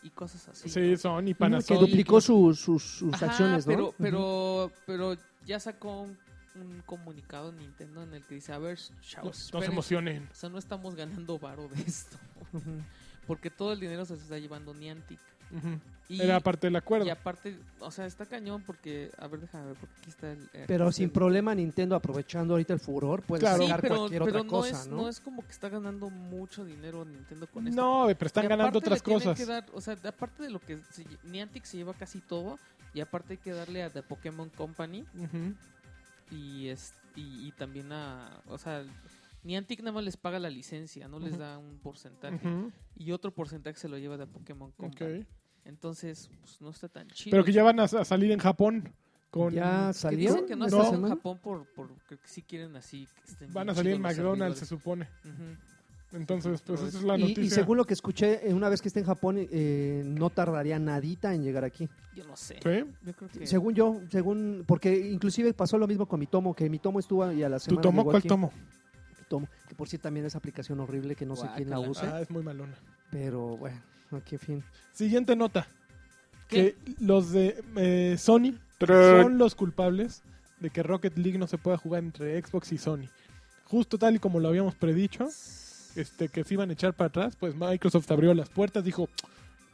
A: Y cosas así.
B: Sí, Sony,
C: Que
A: Panasonic.
B: Panasonic.
C: duplicó su- sus, sus
A: Ajá,
C: acciones, ¿no?
A: Pero,
C: Ujú.
A: pero, pero ya sacó un, un comunicado Nintendo en el que dice, a ver,
B: No,
A: chavos,
B: no se
A: esperen.
B: emocionen.
A: O sea, no estamos ganando varo de esto. <laughs>
C: Ujú.
A: Porque todo el dinero se lo está llevando Niantic.
B: Ujú.
A: Y,
B: Era parte del acuerdo.
A: y aparte, o sea, está cañón porque... A ver, déjame ver, porque aquí está el... eh,
C: Pero
A: el-
C: sin problema Nintendo aprovechando ahorita el furor puede
B: Claro.
A: Sí,
C: sacar
A: pero,
C: cualquier
A: pero
C: otra
A: no,
C: cosa,
A: es,
C: ¿no?
A: no es como que está ganando mucho dinero Nintendo con esto.
B: No, pero están
A: Y
B: ganando
A: aparte le
B: otras
A: tienen
B: cosas.
A: que dar- o sea, de- aparte de lo que se lle- Niantic se lleva casi todo, y aparte hay que darle a The Pokémon Company
B: Ujú.
A: y, es, y, y también a. O sea, Niantic nada más les paga la licencia, no les
B: Ujú.
A: da un porcentaje.
B: Ujú.
A: Y otro porcentaje se lo lleva de Pokémon Company.
B: Ok.
A: Entonces, pues, no está tan chido.
B: Pero que ya van a, a salir en Japón. Con,
C: Ya
A: Que
C: salió.
A: dicen que no,
B: ¿No?
A: está en Japón por, por que sí quieren así. Que estén
B: Van a
A: bien
B: salir en
A: chidos los
B: McDonald's, se
A: servidores.
B: supone.
A: Ujú.
B: Entonces, pues
A: Todo
B: esa es
A: eso.
B: la
C: Y-
B: noticia.
C: y, según lo que escuché, eh, una vez que esté en Japón, eh, no tardaría nadita en llegar aquí.
A: Yo no sé.
B: ¿Sí?
A: Yo creo que.
C: Según yo, según porque inclusive pasó lo mismo con mi tomo, que mi tomo estuvo y a la
B: ¿Tú
C: semana
B: tomo?
C: llegó
B: ¿Cuál
C: aquí.
B: tomo?
C: Mi tomo, que por sí también es aplicación horrible que no sé quién la
A: Guácala.
C: usa,
B: Ah, es muy malona.
C: pero bueno, aquí en fin.
B: Siguiente nota.
A: ¿Qué?
B: Que los de eh, Sony
D: Trrr.
B: son los culpables de que Rocket League no se pueda jugar entre Xbox y Sony. Justo tal y como lo habíamos predicho, este, que se iban a echar para atrás, pues Microsoft abrió las puertas, dijo,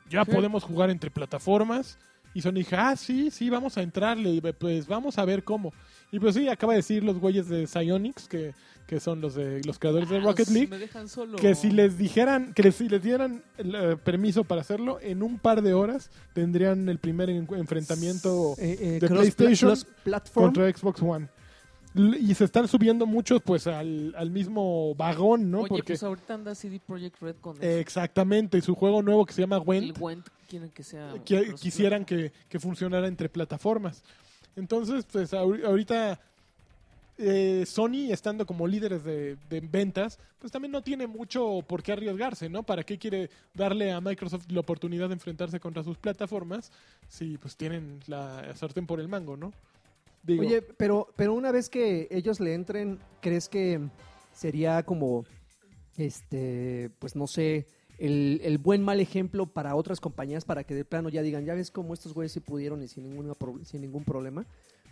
B: ya
A: Sí.
B: podemos jugar entre plataformas. Y Sony dijo, ah, sí, sí, vamos a entrarle, y pues vamos a ver cómo. Y pues sí, acaba de decir los güeyes de Psyonix, que, que son los, de, los creadores de
A: Ah,
B: Rocket
A: los-
B: League,
A: me dejan solo.
B: que si les dijeran, que si les dieran el eh, permiso para hacerlo, en un par de horas tendrían el primer en- enfrentamiento
C: Eh, eh,
B: Oh. ¿De
C: cross-
B: PlayStation
C: cross platform.
B: contra Xbox One. L- Y se están subiendo muchos pues al, al mismo vagón, ¿no?
A: Oye, pues ahorita anda CD Projekt Red con
B: Eh, Exactamente, y su juego nuevo que se llama
A: el
B: Went,
A: Gwent, ah, quieren que sea.
B: que-
A: cross-
B: quisieran que, que funcionara entre plataformas. Entonces, pues ahori- ahorita eh, Sony, estando como líderes de, de ventas, pues también no tiene mucho por qué arriesgarse, ¿no? ¿Para qué quiere darle a Microsoft la oportunidad de enfrentarse contra sus plataformas si pues tienen la sartén por el mango, ¿no? Digo,
C: Oye, pero, pero una vez que ellos le entren, ¿crees que sería como, este, pues no sé, el, el buen mal ejemplo para otras compañías para que de plano ya digan, ya ves cómo estos güeyes sí pudieron y sin, ninguna pro- sin ningún problema?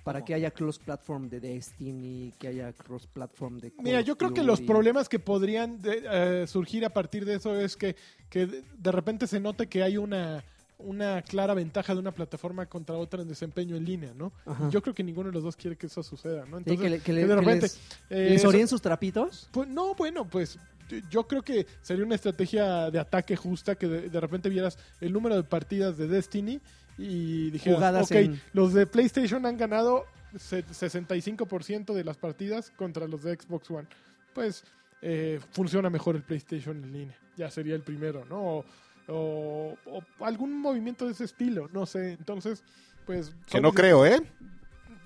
C: Para
A: ¿Cómo?
C: que haya cross platform de Destiny, que haya cross platform de. Call
B: Mira,
C: of
B: yo creo que los
C: Duty.
B: problemas que podrían de- eh, surgir a partir de eso es que, que de- de repente se note que hay una, una clara ventaja de una plataforma contra otra en desempeño en línea, ¿no?
C: Ajá.
B: Yo creo que ninguno de los dos quiere que eso suceda, ¿no?
C: Ah. Sí,
B: Entonces,
C: que, le- que le-
B: que de
C: que
B: repente...
C: les,
B: eh,
C: les
B: eso-
C: orien sus trapitos.
B: pues no, bueno, pues yo- yo creo que sería una estrategia de ataque justa que de, de repente vieras el número de partidas de Destiny y dijeras,
C: Jugadas
B: ok,
C: en-
B: los de PlayStation han ganado se- 65% de las partidas contra los de Xbox One. Pues eh, funciona mejor el PlayStation en línea. Ya sería el primero, ¿no? O, o- o algún movimiento de ese estilo, no sé. Entonces, pues...
D: Que no creo, ¿eh?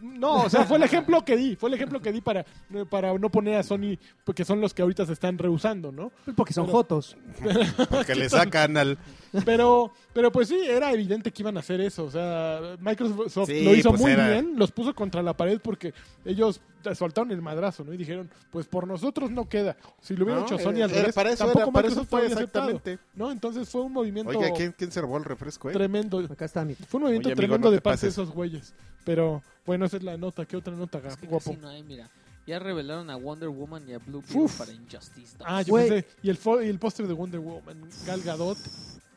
B: No, o sea, fue el ejemplo que di, fue el ejemplo que di para, para no poner a Sony, porque son los que ahorita se están rehusando, ¿no?
C: pues Porque son
B: Pero-
C: jotos.
D: Porque le sacan al...
B: Pero, pero pues sí, era evidente que iban a hacer eso, o sea, Microsoft
D: Sí,
B: lo hizo
D: pues
B: muy
D: era.
B: bien, los puso contra la pared porque ellos soltaron el madrazo, ¿no? Y dijeron, pues por nosotros no queda. Si lo hubiera
D: No, eh,
B: hecho Sony
D: era-
B: al revés,
D: para eso,
B: tampoco
D: era, para eso
B: Microsoft
D: fue
B: había aceptado,
D: exactamente.
B: ¿no? Entonces fue un movimiento
D: Oiga, ¿quién, ¿quién se robó el refresco, eh?
B: tremendo,
C: Acá está mi.
B: fue un movimiento
D: Oye, amigo,
B: tremendo
D: no
B: de
D: te
B: parte de
D: pases.
B: esos güeyes. Pero bueno, esa es la nota, ¿qué otra nota,
A: Es que
B: guapo?
A: casi no hay, mira. Ya revelaron a Wonder Woman y a Blue Beetle
B: Uf.
A: para Injustice 2.
B: Ah, yo
C: Güey.
B: pensé. Y el, fo- y el póster de Wonder Woman, Gal Gadot.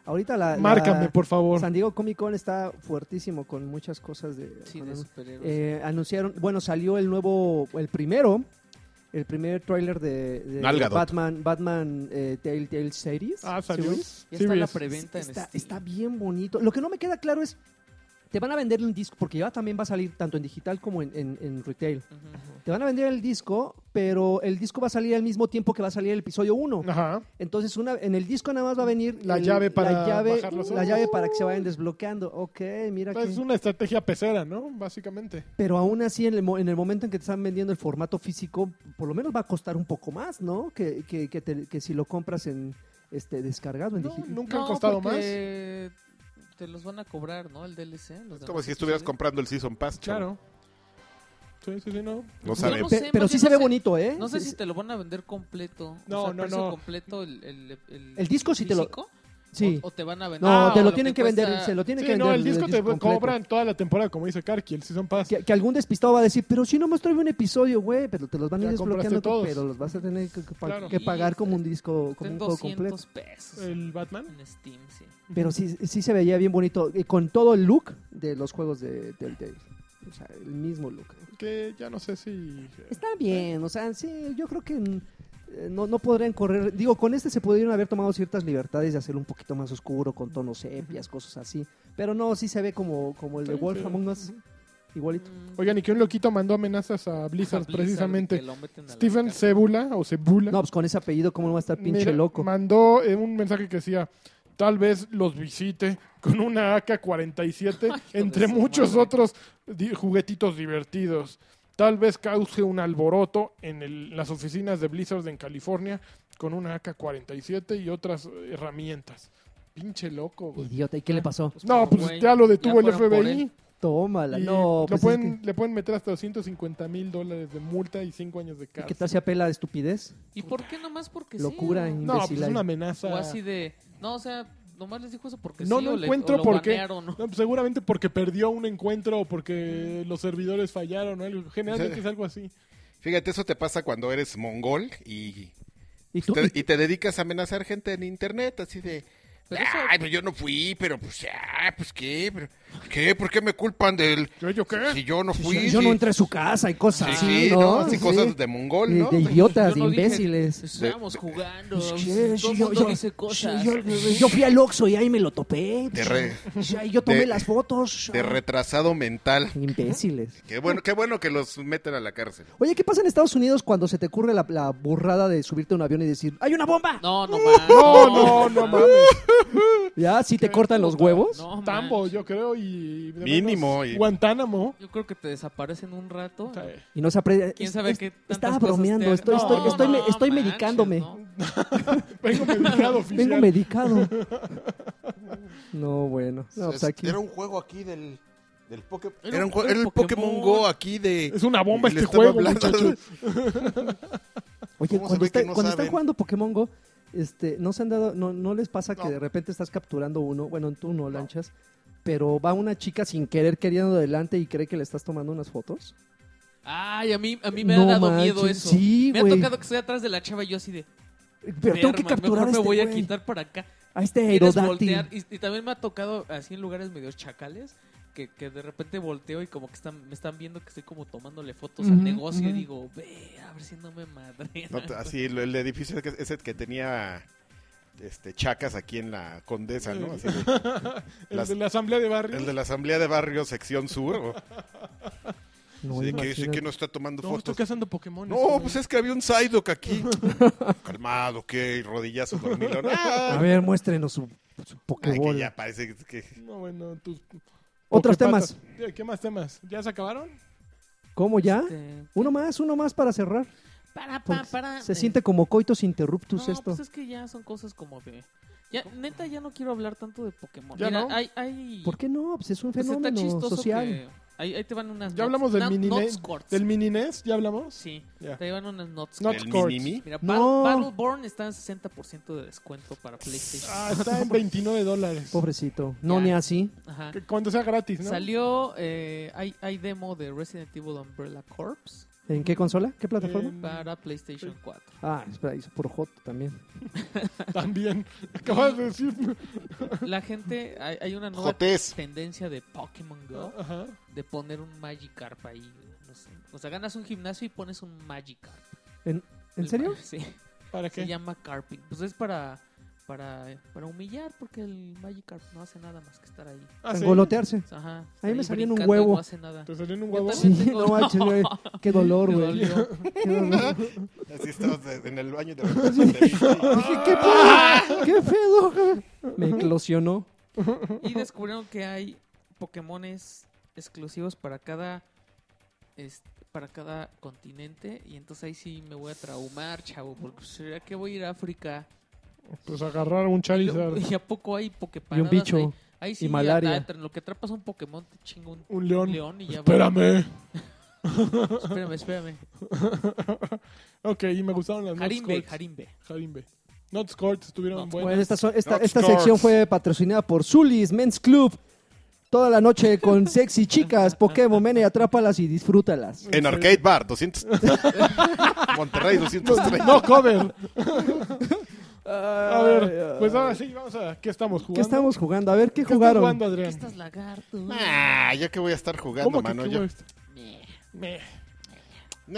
C: Ahorita Ah, la. la-
B: Márcame, por favor.
C: San Diego Comic Con está fuertísimo con muchas cosas de.
A: Sí,
C: con
A: de
C: el-
A: superhéroes.
C: Eh, anunciaron, bueno, salió el nuevo, el primero, el primer tráiler de, de
D: Gal Gadot.
C: Batman, Batman eh, Telltale Series.
B: Ah, salió.
C: Series.
A: ya
B: Sí,
A: está la
B: ves.
A: preventa en
C: Está,
A: Steam.
C: está bien bonito. Lo que no me queda claro es te van a vender un disco, porque ya también va a salir tanto en digital como en, en- en retail. Te van a vender el disco, pero el disco va a salir al mismo tiempo que va a salir el episodio 1.
B: Ajá.
C: Entonces, una, en el disco nada más va a venir
B: Ah. La
C: el-
B: llave para
C: la llave,
B: bajar los
C: la
B: otros.
C: llave para que se vayan desbloqueando. Ok, mira
B: Pues
C: que-
B: es una estrategia pecera, ¿no? Básicamente.
C: Pero aún así, en el, mo- en el momento en que te están vendiendo el formato físico, por lo menos va a costar un poco más, ¿no? Que, que, que, te- que si lo compras en este descargado, en
B: No,
C: digital.
B: nunca han costado más.
A: más? Te los van a cobrar, ¿no? El DLC. los
D: Es como
A: demás
D: si estuvieras
A: episodios.
D: comprando el Season Pass. chavo.
B: Claro. Sí, sí, sí, no.
D: No
A: Yo
D: sabe.
A: no
C: Pe-
A: sé,
C: pero
A: más
C: sí
A: bien
C: se
A: no
C: ve
A: sé-
C: bonito, ¿eh?
A: No sé
C: Sí,
A: si te lo van a vender completo.
B: No,
A: o sea,
B: no,
A: precio
B: no.
A: completo el, el, el,
C: El disco sí te lo-
A: físico,
C: sí.
A: O, o te van a vender.
C: No,
B: Ah,
C: te lo
A: que
C: tienen que vender,
A: cuesta-
C: se lo tienen que
B: Sí,
C: vender.
B: no, el disco te
C: completo.
B: cobran toda la temporada, como dice Karki, el Season Pass.
C: Que, que algún despistado va a decir, pero si no me trae un episodio, güey, pero te los van a ir
B: Ya compraste
C: desbloqueando,
B: todos.
C: pero los vas a tener que, que pa-
B: Claro.
C: que pagar como un disco,
A: cuesta
C: como un juego
A: 200
C: completo.
A: pesos
B: El Batman.
A: en Steam, sí.
C: Pero sí, sí se veía bien bonito, eh, con todo el look de los juegos de Telltale. O sea, el mismo look.
B: Que ya no sé si.
C: Está bien, o sea, sí, yo creo que mm, eh, no, no podrían correr. Digo, con este se pudieron haber tomado ciertas libertades de hacerlo un poquito más oscuro, con tonos sepias, cosas así. Pero no, sí se ve como, como el de
B: Sí,
C: Wolf
B: sí.
C: Among Us, igualito.
A: Mm,
B: Oigan, y que un loquito mandó amenazas
A: a
B: a Blizzard,
A: Blizzard, que
B: precisamente.
A: lo meten a la
B: Stephen
A: cárcel.
B: Cebula o Cebula.
C: No, pues con ese apellido, ¿cómo no va a estar pinche
B: Mira,
C: loco?
B: Mandó eh, un mensaje que decía, tal vez los visite con una AK-47 entre
A: su
B: muchos
A: madre.
B: otros di- juguetitos divertidos. Tal vez cause un alboroto en el- las oficinas de Blizzard en California con una AK-47 y otras eh, herramientas. Pinche loco, güey.
C: Idiota, ¿y qué le pasó?
B: No, pues
A: güey,
B: ya lo detuvo el
A: ya fueron por
B: FBI.
A: él.
C: Tómala,
B: y
C: no,
B: lo
C: pues es
B: pueden,
C: que-
B: Le pueden meter hasta 250 mil dólares de multa y 5 años de
C: ¿y ¿Qué
B: cárcel.
C: tal se apela a estupidez?
A: ¿Y por qué nomás porque
C: Locura,
A: sí? o-
B: No, pues
C: imbécil
B: es
C: ahí?
B: una amenaza.
A: O así de. No, o sea, nomás les dijo eso porque
B: No,
A: sí.
B: no
A: o le- o
B: encuentro
A: lo
B: por qué.
A: banearon, ¿no?
B: No, pues seguramente porque perdió un encuentro o porque los servidores fallaron o algo. Generalmente
D: Sí.
B: es algo así.
D: Fíjate, eso te pasa cuando eres mongol y
C: ¿Y tú?
D: te, y te dedicas a amenazar gente en internet, así de.
A: Pero eso-
D: Ay, pues yo no fui, pero pues ya, pues qué, pero, ¿qué? ¿Por qué me culpan del.
B: ¿Yo, yo qué?
D: Si yo no
C: Yo-
D: fui.
C: yo
D: si-
C: no entré a su casa y cosas
D: Sí,
C: así,
D: sí, ¿no?
C: ¿no?
D: Así
C: Sí.
D: cosas de mongol,
C: De-
D: ¿no?
C: de idiotas,
A: <laughs> Yo
C: de
A: no dije,
C: imbéciles. Pues,
A: Estábamos jugando.
C: Sí,
A: Pues, todo
C: sí,
A: el
C: yo-
A: mundo
C: yo-
A: dice
C: sí,
A: cosas.
C: yo- Yo fui al Oxxo y ahí me lo topé. pues,
D: De re-
C: Sí, ahí yo tomé
D: de-
C: las fotos.
D: de retrasado mental.
C: Imbéciles.
D: Qué bueno, qué bueno que los meten a la cárcel.
C: Oye, ¿qué pasa en Estados Unidos cuando se te ocurre la, la burrada de subirte a un avión y decir, ¡hay una bomba!
A: No, no mames.
B: No, no, no mames.
C: ¿Ya? ¿Sí te cortan los huevos?
A: No,
B: Tambo,
A: manches.
B: yo creo, y. de
D: Mínimo,
B: menos
D: y-
B: Guantánamo.
A: Yo creo que te desaparecen un rato.
B: O sea,
C: Y no se aprende.
A: ¿Quién sabe qué tantas
C: Estaba
A: cosas
C: bromeando,
A: te-
C: estoy, estoy,
B: No,
C: estoy,
B: no,
C: me- estoy
A: manches,
C: medicándome.
A: ¿no?
B: Vengo medicado oficial.
C: Vengo
D: <laughs>
C: medicado. No, bueno. No, pues aquí.
D: Era un juego aquí del, del Pokémon.
A: Era un
D: Era, un jue-
A: juego
D: era el Pokémon.
A: Pokémon.
D: Go aquí de.
B: Es una bomba
D: Le
B: este
D: estaba
B: juego,
D: hablando.
B: muchachos.
C: Oye,
D: ¿Cómo se
C: cuando,
D: ve
C: está-
D: que no
C: cuando están
D: saben?
C: jugando Pokémon Go, este, no se han dado, no, no les pasa que
D: No.
C: de repente estás capturando uno, bueno, tú no, lanchas, pero va una chica sin querer queriendo adelante y cree que le estás tomando unas fotos.
A: Ay, a mí, a mí me
C: No
A: ha dado
C: manches,
A: miedo eso.
C: sí,
A: me
C: güey.
A: ha tocado que estoy atrás de la chava y yo así de.
C: Pero tengo que
A: "Verma,
C: capturar
A: Mejor
C: a
A: me
C: este
A: voy a
C: güey,
A: quitar para acá.
C: a este
A: Quieres
C: aerodáctil.
A: voltear. Y, y también me ha tocado así en lugares medio chacales. Que, que de repente volteo y como que están, me están viendo que estoy como tomándole fotos
C: Ujú,
A: al negocio y
C: ujú.
A: digo, ve, a ver si no me madre.
D: <laughs> No, t- así, lo- el edificio que- ese que tenía este, chacas aquí en la Condesa, ¿no?
B: <laughs>
D: Así de-
B: <laughs> El
D: Las-
B: de la asamblea de barrio.
D: el de la Asamblea de Barrio, sección sur. o-
C: No,
D: así de que, ese
C: imagínate.
D: que no está tomando
B: No, estoy
D: fotos.
B: cazando Pokémon.
D: No, pues es que había un Psyduck aquí. Calmado, ¿qué? Rodillazo dormilón.
C: A
D: Ah,
C: ver, muéstrenos su, su
D: Ay, que
C: Pokéball.
D: ya parece que... que-
B: No, bueno, tus.
C: Otros
B: Poképatas.
C: temas.
B: Eh, ¿Qué más temas? ¿Ya se acabaron?
C: ¿Cómo ya?
A: Este,
C: Uno más, uno más para cerrar.
A: para, para,
C: porque
A: para.
C: Se
A: eh,
C: siente como coitus interruptus
A: no,
C: esto.
A: Pues es que ya son cosas como de. Ya, neta, ya no quiero hablar tanto de Pokémon.
B: Ya
A: Mira,
B: no.
A: hay, hay.
C: ¿Por qué no? Pues es un
A: pues está
C: fenómeno
A: chistoso
C: social.
A: que- Ahí, ahí te van unas.
B: Ya hablamos del mini
A: mini
B: NES. ¿Del mini NES? ¿Ya hablamos?
A: Sí,
B: Ya.
A: te van unas notes.
B: Not-
A: cards.
D: ¿El
B: Courts.
D: mini-mi?
A: Mira,
C: No.
A: Battle- Battleborn está en 60% de descuento para PlayStation.
B: Ah, está en 29 dólares.
C: Pobrecito. No,
A: Ya.
C: ni así.
A: Ajá.
B: Que Cuando sea gratis, ¿no?
A: Salió, eh, hay, hay demo de Resident Evil Umbrella Corps
C: ¿En qué consola? ¿Qué plataforma?
A: <laughs>
B: En-
A: para PlayStation 4.
C: Ah, espera, hizo por Hot también.
B: <laughs> También. Acabas de decir.
A: La
C: <laughs>
A: gente, hay, hay una nueva
D: Jotés.
A: tendencia de Pokémon Go
C: Ah.
B: Ajá.
A: de poner un Magikarp ahí. no sé. O sea, ganas un gimnasio y pones un Magikarp.
C: ¿En, en
A: El-
C: serio?
A: Sí,
B: ¿Para
A: se
B: qué?
A: llama Carping. Pues es para para, para humillar, porque el Magikarp no hace nada más que estar ahí.
B: Ah, sí.
C: Engolotearse.
A: Ajá.
C: A mí me salió en un
A: brincando y
C: huevo.
A: No hace nada.
B: Te salió en un huevo.
A: Yo
C: Sí,
A: también tengo-
C: no manches, güey. Qué
A: <laughs>
C: dolor,
A: Me
C: güey.
A: dolió.
C: Qué dolor.
D: Así estabas de- en el baño y de repente te viste.
C: Dije,
B: <laughs>
C: ¿Qué pedo? ¿Qué pedo? güey? Me eclosionó.
A: Y descubrieron que hay Pokémones exclusivos para cada este, para cada continente y entonces ahí sí me voy a traumar, chavo, porque será que voy a ir a África
B: Pues agarrar un Charizard.
A: <laughs> y a poco hay
C: Y un
A: Poképaradas
C: bicho.
A: ahí? Ahí sí,
C: malaria.
A: malaria. en lo que atrapas un Pokémon te chingo un
B: Un león.
A: león y ya
B: Espérame.
A: va. Espérame, espérame.
B: ok, y me gustaron las
A: Jarimbe,
B: Nuts Courts.
A: Jarimbe.
B: Jarimbe. Nuts Courts estuvieron
A: Nuts
B: buenas.
C: Bueno, esta, so- esta,
D: Doc
C: esta
D: Scores.
C: sección fue patrocinada por Zulis Men's Club. Toda la noche con sexy chicas, Pokémon, ven y atrápalas y disfrútalas.
B: Este,
D: En Arcade Bar, 200. <laughs> Monterrey, 230.
B: No cover. A
C: Ay,
B: ver,
C: ay.
B: pues ahora sí, vamos a. ¿Qué estamos jugando?
C: ¿Qué estamos jugando? A ver, ¿qué
B: ¿Qué estás
C: jugaron?
B: jugando,
A: ¿Qué
B: Adrián?
A: estás lagarto?
D: Ah, yo que voy a estar jugando,
B: ¿Cómo que
D: mano.
B: qué
D: yo-
B: juego es?
A: Meh.
B: Meh.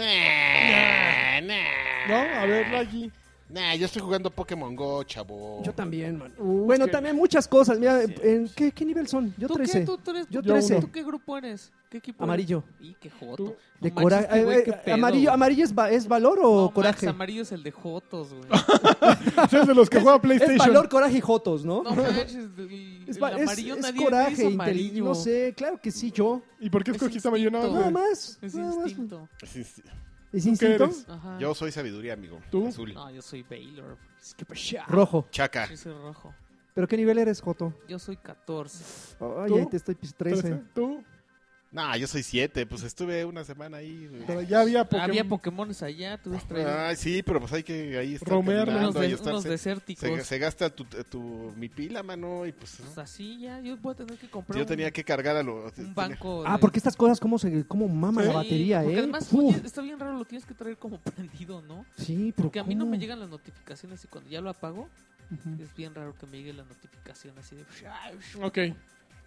D: Nah, nah.
B: No, a ver,
D: Ah.
B: Lagi.
D: Nah, yo estoy jugando Pokémon Go, chavo.
C: Yo también, man. Uh, Bueno, también muchas cosas. Mira, ¿en qué, qué nivel son? Yo
A: ¿Tú qué?
C: 13.
A: ¿Tú, tú eres-
C: Yo
A: tú-
C: 13.
A: ¿Tú qué grupo eres? ¿Qué equipo
C: Amarillo.
A: eres? Y qué joto.
B: Tú.
A: No
C: De
A: manches,
C: coraje.
A: este güey, qué pedo,
C: amarillo,
A: güey.
C: amarillo es, va- es valor o
A: No,
C: coraje.
A: Max, amarillo es el de Jotos,
C: <laughs>
A: güey.
B: Ese es de los que juega PlayStation.
C: es valor, coraje y jotos, ¿no? <laughs>
A: No manches, el,
C: es,
A: el
C: va- es-
A: amarillo
C: es
A: nadie le
C: coraje,
A: dice
C: inteligencia.
A: amarillo.
C: No sé, claro que sí, yo.
B: ¿Y por qué
A: Es
B: escogiste amarillo nada
A: instinto.
B: más?
C: Nada más.
A: Es
C: nada más.
A: instinto.
D: Es inst-
C: ¿Es
B: ¿Tú qué
C: instinto?
B: eres?
A: Ajá.
D: Yo soy sabiduría, amigo.
B: ¿Tú?
D: Azul.
A: No, yo soy Baylor. Es que
B: pues,
C: Rojo.
D: Chaca.
A: Yo soy rojo.
C: ¿Pero qué nivel eres, Joto?
A: Yo soy 14.
C: Ay,
B: ¿Tú?
C: ahí te estoy pis- 13.
B: ¿Tú?
D: Nah, yo soy siete. Pues estuve una semana ahí. güey.
B: Pero ya había Pokémon.
A: Había Pokémones allá, tú has traído
D: Ay, sí, pero pues hay que ahí estar
A: unos,
B: Romearle.
D: caminando,
A: de-
D: ahí estar-
A: unos
D: se-
A: desérticos.
D: se, se gasta tu, tu, mi pila, mano, y pues... ¿no?
A: Pues así ya, yo voy a tener que comprar
D: Yo
A: un-
D: tenía que cargar a los... <laughs>
A: un banco.
C: Ah,
A: de-
C: porque estas cosas, ¿cómo, se, cómo mama
A: Sí,
C: la batería,
A: porque
C: eh?
A: Además,
C: Uf,
A: oye, está bien raro, lo tienes que traer como <laughs> prendido, ¿no?
C: sí, pero
A: Porque a mí no
C: ¿cómo?
A: me llegan las notificaciones y cuando ya lo apago,
B: Ujú.
A: es bien raro que me llegue la notificación así de. "Ah,
B: Ok.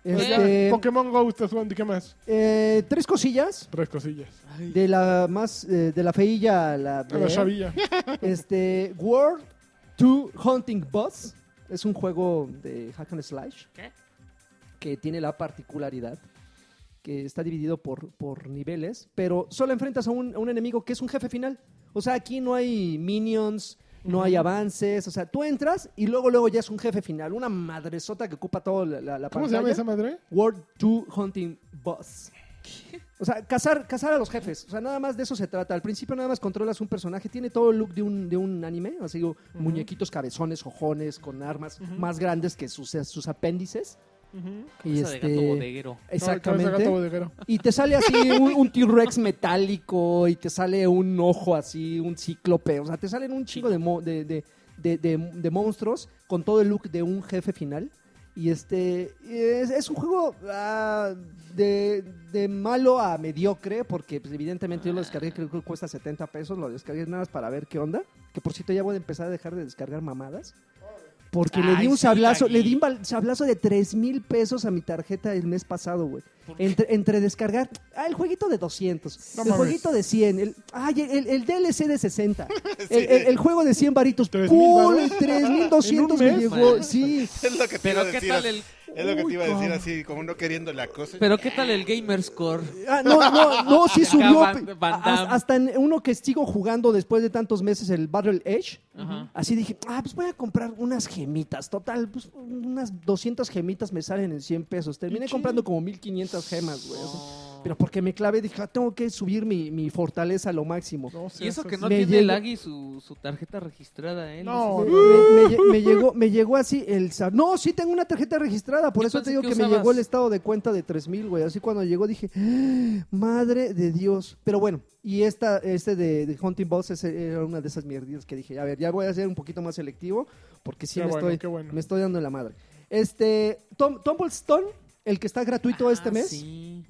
B: Pues ya,
C: Este,
B: Pokémon Go, ¿estás jugando? ¿Y qué más?
C: eh, tres cosillas.
B: Tres cosillas.
A: Ay,
C: De la más, eh, de la feilla a la...
B: A la chavilla.
C: Este, World 2 Hunting Boss. Es un juego de hack and slash.
A: ¿Qué?
C: Que tiene la particularidad que está dividido por, por niveles, pero solo enfrentas a un, a un enemigo que es un jefe final. O sea, aquí no hay minions, no hay avances. O sea, tú entras y luego, luego ya es un jefe final. Una madresota que ocupa toda la, la- la
B: ¿Cómo
C: pantalla.
B: se llama esa madre?
C: World 2 Hunting Boss. O sea, cazar, cazar a los jefes. O sea, nada más de eso se trata. Al principio nada más controlas un personaje. Tiene todo el look de un, de un anime. Así digo, muñequitos, cabezones, ojones, con armas más grandes que sus, sus apéndices. Y
A: cabeza de gato
C: este,
A: bodeguero.
B: Cabeza de gato
C: exactamente.
B: bodeguero.
C: Y te sale así un, un T-Rex metálico y te sale un ojo así, un cíclope. O sea, te salen un chingo de, mo- de, de, de- de- de monstruos con todo el look de un jefe final. Y este es, es un juego ah, de, de malo a mediocre, porque pues, evidentemente yo lo descargué, creo que cuesta 70 pesos, lo descargué nada más para ver qué onda. Que por cierto ya voy a empezar a dejar de descargar mamadas. Porque le di
A: Ay,
C: un
A: sí,
C: sablazo, le
A: Dagui.
C: di un bal- sablazo de 3 mil pesos a mi tarjeta el mes pasado, güey.
A: ¿Por qué?
C: Entre, entre descargar, ah, el jueguito de 200,
B: No
C: el
B: mames.
C: jueguito de 100, el, ay, el, el DLC
A: <laughs>
C: de 60, el, el- el juego de 100 varitos,
B: 3,000
C: cool,
B: varos. <laughs>
C: 3200
B: ¿En
C: me
B: un mes?
C: llegó,
A: Madre.
C: sí.
D: Es lo que te
A: Pero
D: iba a
A: ¿qué
D: decir.
A: tal
D: así- Es lo que te iba a decir así, como no queriendo la cosa.
A: Pero ¿qué tal el gamer score?
C: Ah, no,
A: <laughs>
C: no, no, sí subió.
A: Van-
C: pe-
A: Van
C: a-
A: Damme.
C: hasta en uno que sigo jugando después de tantos meses, el Battle Edge.
A: Ajá.
C: Así dije, ah, pues voy a comprar unas gemitas. Total, pues unas 200 gemitas me salen en 100 pesos. Terminé comprando como 1500 gemas, güey. o sea,
A: Oh.
C: Pero porque me clavé, dije, ah, tengo que subir mi, mi fortaleza a lo máximo.
B: No sé.
A: Y eso que no
C: Me
A: tiene
C: llegó-
A: el Agui su, su tarjeta registrada, ¿eh?
B: No,
C: Me, me- me lle- me llegó, me llegó así el... sab- No, sí tengo una tarjeta registrada, por
A: Yo
C: eso
A: pensé
C: te digo que,
A: que
C: me
A: usabas-
C: llegó el estado de cuenta de 3000, güey. Así cuando llegó dije, "Ah, madre de Dios. Pero bueno, y esta, este de, de Hunting Boss ese era una de esas mierditas que dije, a ver, ya voy a ser un poquito más selectivo, porque sí
B: Qué
C: me,
B: bueno,
C: estoy,
B: qué bueno.
C: me estoy dando la madre. Este, Tom, Tumblestone, el que está gratuito este
A: Ah,
C: mes,
A: Sí.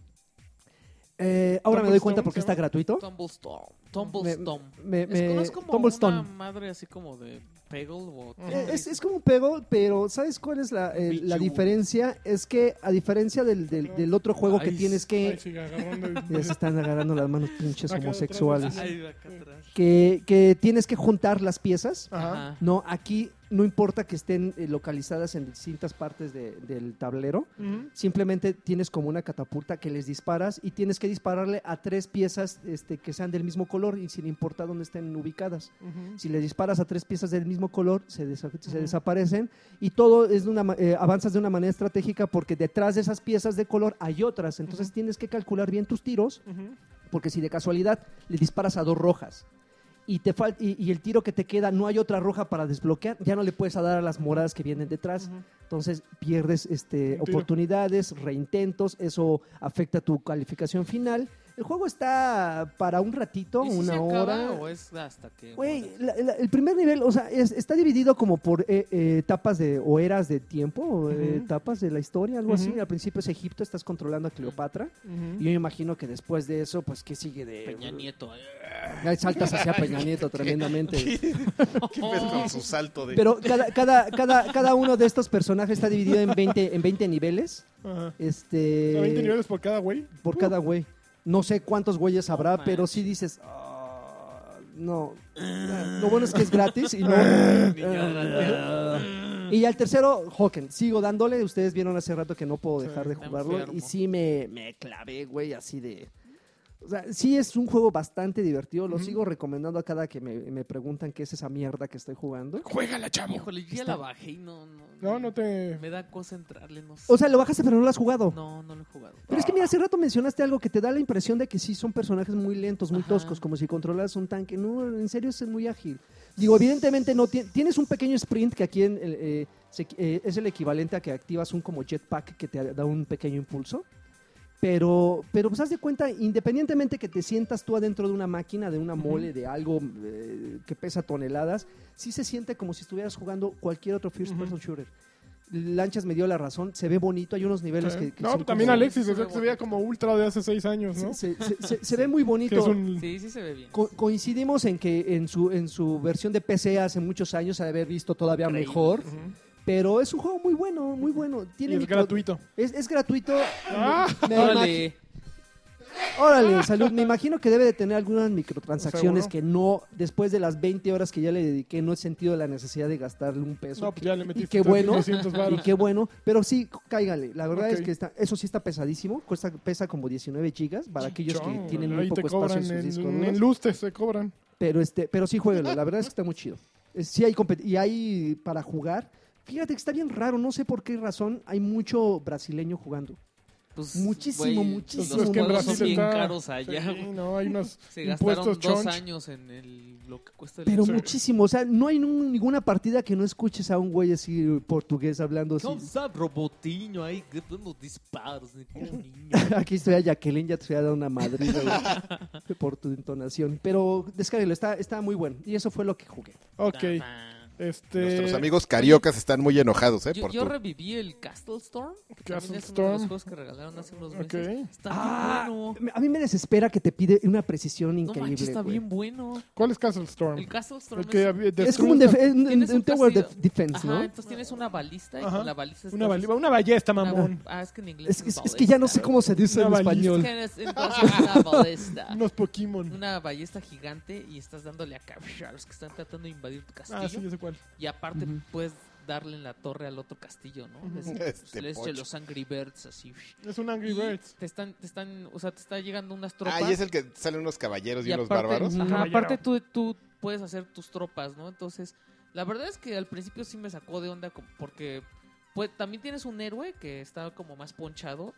C: eh, ahora me doy
B: Tumblestone
C: cuenta porque
B: se
C: está
B: llama.
C: gratuito.
A: Tumblestone. Tumblestomp.
C: me-
A: es,
C: me-
A: es como
C: Tumblestone.
A: una madre así como de Peggle o...
C: Eh, Es, es como un pego, pero ¿sabes cuál es la, eh, la
A: Pichu.
C: diferencia? Es que a diferencia del, del, del otro juego que
A: Ay,
C: tienes
B: Ay,
C: que... este,
B: sí, agarrando el-
C: <laughs> Ya se están agarrando las manos
B: <laughs>
C: pinches
B: Acá atrás,
C: homosexuales.
B: así.
A: Ay, acá atrás.
C: Que, que tienes que juntar las piezas.
B: Ajá.
A: Ajá.
C: No, aquí no importa que estén eh, localizadas en distintas partes de- del tablero.
B: Ujú.
C: Simplemente tienes como una catapulta que les disparas y tienes que dispararle a tres piezas este, que sean del mismo color y sin importar dónde estén ubicadas.
B: Ujú.
C: Si le disparas a tres piezas del mismo color, se, desa- se
B: Ujú.
C: desaparecen y todo es de una, ma- eh, avanzas de una manera estratégica porque detrás de esas piezas de color hay otras. Entonces
B: Ujú.
C: tienes que calcular bien tus tiros
B: Ujú.
C: porque si de casualidad le disparas a dos rojas y, te fal- y, y el tiro que te queda no hay otra roja para desbloquear, ya no le puedes dar a las moradas que vienen detrás.
B: Ujú.
C: Entonces pierdes este,
B: Un tiro.
C: oportunidades, reintentos, eso afecta tu calificación final. El juego está para un ratito,
A: ¿Y si
C: una
A: se acaba
C: hora.
A: o es hasta que...
C: Güey,
A: mueras?
C: la- la- el primer nivel, o sea, es- está dividido como por eh, eh, etapas de, o eras de tiempo, o, eh,
B: Ujú.
C: etapas de la historia, algo así.
B: Ujú.
C: Al principio es Egipto, estás controlando a Cleopatra.
B: Ujú.
C: Y yo imagino que después de eso, pues, ¿qué sigue de...?
A: Peña Nieto.
C: Ahí saltas hacia Peña
B: <laughs>
C: Nieto tremendamente.
D: ¿Qué ves con su salto de...
C: Pero cada, cada, cada, cada uno de estos personajes está dividido en 20, en 20 niveles.
B: Ajá. O
C: Este...
B: sea, 20 niveles por cada güey.
C: Por cada güey. No sé cuántos güeyes habrá,
A: No
C: pero
A: manches. Eh.
C: sí dices... "Ah, no. Lo bueno es que es gratis y no... eh".
A: Ni yo,
C: Y al tercero, Hawken, sigo dándole. Ustedes vieron hace rato que no puedo
B: Sí,
C: dejar de
A: está
C: jugarlo.
A: enfermo.
C: Y sí me, me clavé, güey, así de. O sea, sí es un juego bastante divertido. Lo
B: Ujú.
C: sigo recomendando a cada que me, me preguntan qué es esa mierda que estoy jugando.
B: Juégala, chavo.
A: Híjole, yo ya la bajé y no... No,
B: No, no te.
A: Me da cosa entrarle, no sé.
C: O sea, lo bajaste, pero no lo has jugado.
A: No, no lo he jugado.
C: Pero es que mira, hace rato mencionaste algo que te da la impresión de que sí son personajes muy lentos, muy
A: Ajá.
C: toscos, como si controlaras un tanque. No, en serio es muy ágil. Digo, evidentemente no ti- tienes un pequeño sprint que aquí en el, eh, se- eh, es el equivalente a que activas un como jetpack que te da un pequeño impulso. Pero, pero pues haz de cuenta, independientemente que te sientas tú adentro de una máquina, de una mole, de algo eh, que pesa toneladas, sí se siente como si estuvieras jugando cualquier otro first
B: Ujú.
C: person shooter. Lanchas me dio la razón, se ve bonito, hay unos niveles
B: Sí.
C: que, que
B: no,
C: son
B: también
C: como-
B: Alexis, o sea, que se veía como ultra de hace 6 años, ¿no?
C: se, se- se- se- se ve muy
B: Que
C: bonito.
B: es un.
A: Sí, sí se ve bien.
C: Co- coincidimos en que en su, en su versión de PC hace muchos años se ha de haber visto todavía
A: Increíble.
C: mejor.
B: Ujú.
C: Pero es un juego muy bueno, muy bueno.
B: Y
C: Tiene
B: es
C: micro-
B: gratuito.
C: Es, es gratuito.
B: Ah,
C: Me imagi-
A: Órale.
C: Órale, salud. Me imagino que debe de tener algunas microtransacciones
B: Seguro.
C: que no, después de las 20 horas que ya le dediqué, no he sentido la necesidad de gastarle un peso.
B: no, pues ya le metiste.
C: qué bueno.
B: 300
C: Y
B: varos.
C: qué bueno, pero sí, cáigale. La verdad
B: Ok.
C: es que está, eso sí está pesadísimo. Cuesta, pesa como 19 gigas para aquellos que
B: Chon,
C: tienen muy
B: ahí te
C: poco
B: cobran
C: espacio en sus
B: en-
C: discos
B: En,
C: duros.
B: lustres se cobran.
C: Pero este, pero sí jueguenlo, la verdad es que está muy chido. Eh, Sí hay compet- y hay para jugar. Fíjate que está bien raro, no sé por qué razón hay mucho brasileño jugando.
A: Pues,
C: Muchísimo,
A: güey,
C: muchísimo.
A: Los
C: Es que en
A: juegos son
C: Brasil
A: bien
B: está-
A: caros allá.
B: Sí,
A: güey.
B: no, hay unos
A: <laughs> Se gastaron
B: impuestos
A: dos
B: chonch.
A: años en el, lo que cuesta el...
C: Pero
B: Sí.
C: muchísimo, o sea, no hay nun- ninguna partida que no escuches a un güey así portugués hablando así.
A: ¿Cómo está Robotinho ahí dando disparos? ni como niño?
C: <laughs> Aquí estoy a Jacqueline, ya te voy a dar una madre <laughs> por tu entonación. Pero descárguelo, está, está muy bueno. Y eso fue lo que jugué.
B: <laughs> Ok.
A: Ta-ta.
B: Este.
D: Nuestros amigos cariocas están muy enojados, ¿eh?
A: eh, Yo,
D: por
A: yo
D: tu-
A: reviví el Castle Storm. Que
B: Castle
A: también es uno de los
B: Storm.
A: juegos que regalaron hace unos
B: Ok.
A: meses. Está
C: Ah,
A: bien bueno.
C: me- a mí me desespera que te pide una precisión
A: No
C: increíble.
A: manches, está
C: güey.
A: bien bueno.
B: ¿Cuál es Castle Storm?
A: El Castle Storm
B: El que
A: es...
B: había-
C: Es como
B: destruyes-
C: un, def- un-
A: Tienes
C: un
A: un
C: Tower def-
A: castillo.
C: Defense,
A: Ajá,
C: ¿no?
A: entonces tienes una balista y
B: Ajá.
A: con la balista...
B: una,
A: estás-
B: bali- una ballesta,
A: una-
B: mamón.
A: Ah, es que en inglés
C: Es, que- es- es que ya no sé cómo se dice
B: Una
C: en
B: baliza.
A: Es
C: español.
A: que en- entonces una
C: <laughs>
A: balista.
B: Unos Pokémon. Ah,
A: Una ballesta gigante y estás dándole a cab- a los que están tratando de invadir tu castillo.
B: Ah, sí, ya sé cuál.
A: Y aparte
C: Ujú.
A: puedes darle en la torre al otro castillo, ¿no?
B: Ujú.
A: Les,
D: Este
A: les echa
D: pocho.
A: los Angry Birds así.
B: Es un Angry
A: Y
B: Birds.
A: Te están, te están, o sea, te está llegando unas tropas.
D: Ah, y es el que salen unos caballeros y,
A: y
D: unos
A: aparte,
D: bárbaros.
A: ajá,
B: Caballero.
A: aparte tú, tú puedes hacer tus tropas, ¿no? Entonces, la verdad es que al principio sí me sacó de onda como- porque pues, también tienes un héroe que está como más ponchado.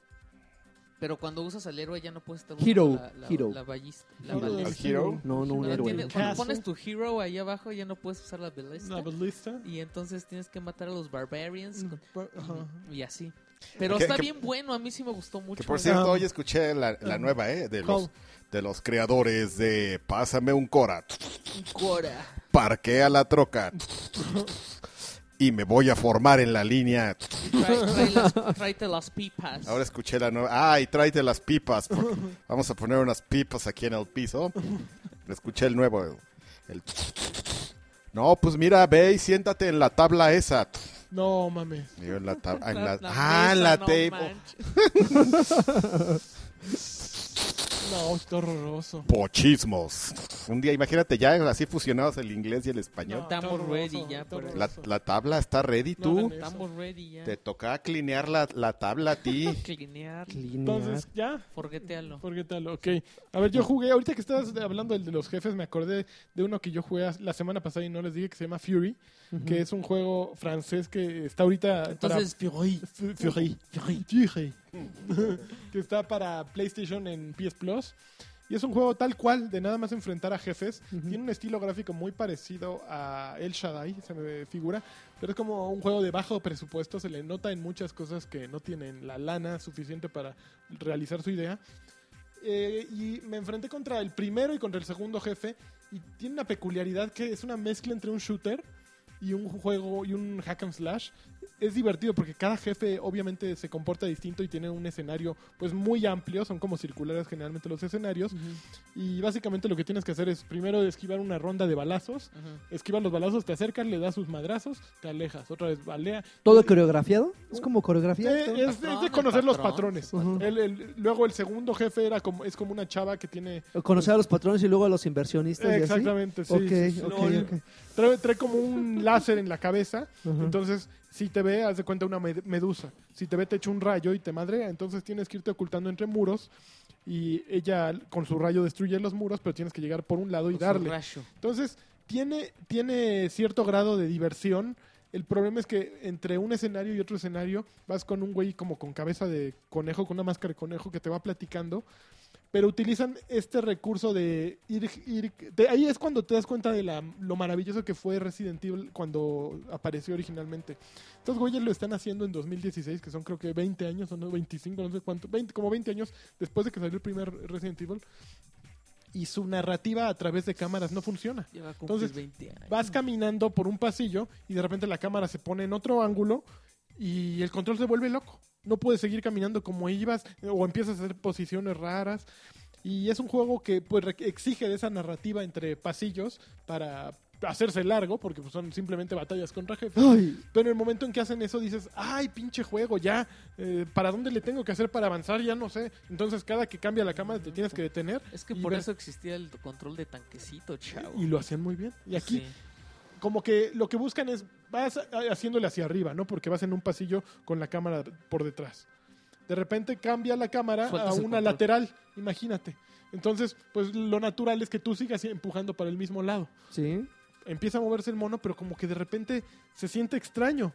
A: Pero cuando usas al héroe ya no puedes estar usando
C: Hero,
A: la, la,
C: hero.
A: la ballista, la
B: Hero.
A: balesta.
D: Al Hero.
C: No, no, un
A: Cuando,
C: héroe.
A: tienes-
B: Un
A: cuando
B: caso. pues.
A: pones tu hero ahí abajo ya no puedes usar la balesta.
B: Una ballista. Mm,
A: Y entonces tienes que matar a los barbarians con-
B: Ajá.
A: y así. Pero
D: Que-
A: está
D: que-
A: bien bueno, a mí sí me gustó mucho.
D: Que por
B: Ah.
D: cierto, hoy escuché la, la
B: Ah.
D: nueva, ¿eh? De
B: ¿Cuál?
D: los, de los creadores de Pásame un Cora,
A: Cora.
D: Parquea la troca y me voy a formar en la línea.
A: Trae- trae las- Tráete las pipas.
D: Ahora escuché la nueva. ¡Ay, tráete las pipas! porque Vamos a poner unas pipas aquí en el piso Escuché el nuevo. el- el- No, pues mira, ve y siéntate en la tabla esa.
B: No mames.
D: Y yo en la tab- ah, en
A: La-
D: la-
A: la
D: ah, en
A: mesa,
D: la
A: no
D: table.
A: manches.
B: No, está horroroso.
D: Pochismos. Un día, imagínate, ya así fusionados el inglés y el español.
B: está
A: estamos
B: horroroso,
A: ready ya
B: está
A: para-
D: La,
B: horroroso.
D: la tabla está ready,
B: No
D: tú.
B: hagan eso.
A: Estamos ready ya.
D: Te toca clinear la, la tabla a
A: <laughs>
D: ti.
A: Clinear.
B: Entonces, ya.
A: Forgetealo.
B: ¿Por qué tal? Ok. A ver, yo jugué, ahorita que estabas hablando del de los jefes, me acordé de uno que yo jugué la semana pasada y no les dije que se llama Fury, que es un juego francés que está ahorita...
A: Entonces, Fury.
B: para- F- Fury. Fury. Fury. <laughs> que está para PlayStation en PS Plus. Y es un juego tal cual, de nada más enfrentar a jefes. Tiene un estilo gráfico muy parecido a El Shaddai, se me figura. Pero es como un juego de bajo presupuesto. Se le nota en muchas cosas que no tienen la lana suficiente para realizar su idea. Eh, y me enfrenté contra el primero y contra el segundo jefe. Y tiene una peculiaridad que es una mezcla entre un shooter y un juego y un hack and slash. Es divertido porque cada jefe obviamente se comporta distinto y tiene un escenario pues muy amplio. Son como circulares generalmente los escenarios. Y básicamente lo que tienes que hacer es primero esquivar una ronda de balazos.
A: Ajá.
B: Esquivas los balazos, te acercas, le das sus madrazos, te alejas. Otra vez balea.
C: ¿Todo coreografiado? ¿Es como coreografía?
B: Eh,
C: esto?
B: es, es de
A: Patrón,
B: conocer los
A: patrón,
B: patrones.
C: patrón.
B: El- el- luego el segundo jefe era como, es como una chava que tiene...
C: Conocer a los patrones y luego a los inversionistas. Pues,
B: eh.
C: y así?
B: Exactamente, sí.
C: Ok,
B: sí, sí.
C: ok,
B: No,
C: ok.
B: Trae, trae como un láser en la cabeza.
C: <laughs> Ajá.
B: Entonces, si te ve, haz de cuenta una med- medusa. Si te ve, te echa un rayo y te madrea. Entonces tienes que irte ocultando entre muros. Y ella con su rayo destruye los muros, pero tienes que llegar por un lado y
A: Con su
B: darle.
A: rayo.
B: Entonces, tiene, tiene cierto grado de diversión. El problema es que entre un escenario y otro escenario vas con un güey como con cabeza de conejo, con una máscara de conejo que te va platicando. Pero utilizan este recurso de ir... ir- de ahí es cuando te das cuenta de la- lo maravilloso que fue Resident Evil cuando apareció originalmente. Estos güeyes lo están haciendo en 2016, que son creo que 20 años o no, 25, no sé cuánto, 20, como 20 años después de que salió el primer Resident Evil. Y su narrativa a través de cámaras no funciona.
A: Ya va a cumplir
B: Entonces,
A: 20 años.
B: Vas caminando por un pasillo y de repente la cámara se pone en otro ángulo y el control se vuelve loco. No puedes seguir caminando como ibas o empiezas a hacer posiciones raras. Y es un juego que pues re- exige de esa narrativa entre pasillos para hacerse largo porque pues, son simplemente batallas contra jefes.
C: Ay,
B: Pero en el momento en que hacen eso dices, ay, pinche juego, ya, eh, ¿para dónde le tengo que hacer para avanzar? Ya no sé. Entonces cada que cambia la cámara te tienes que detener.
A: Es que
B: y
A: por
B: ver-
A: eso existía el control de tanquecito, chavo.
B: Y lo hacían muy bien. Y aquí
A: Sí.
B: como que lo que buscan es vas ah, haciéndole hacia arriba, ¿no? Porque vas en un pasillo con la cámara por detrás. De repente cambia la cámara
A: Sueltas
B: a
A: el
B: una
A: control.
B: lateral, imagínate. Entonces, pues lo natural es que tú sigas empujando para el mismo lado.
C: sí.
B: Empieza a moverse el mono, pero como que de repente se siente extraño.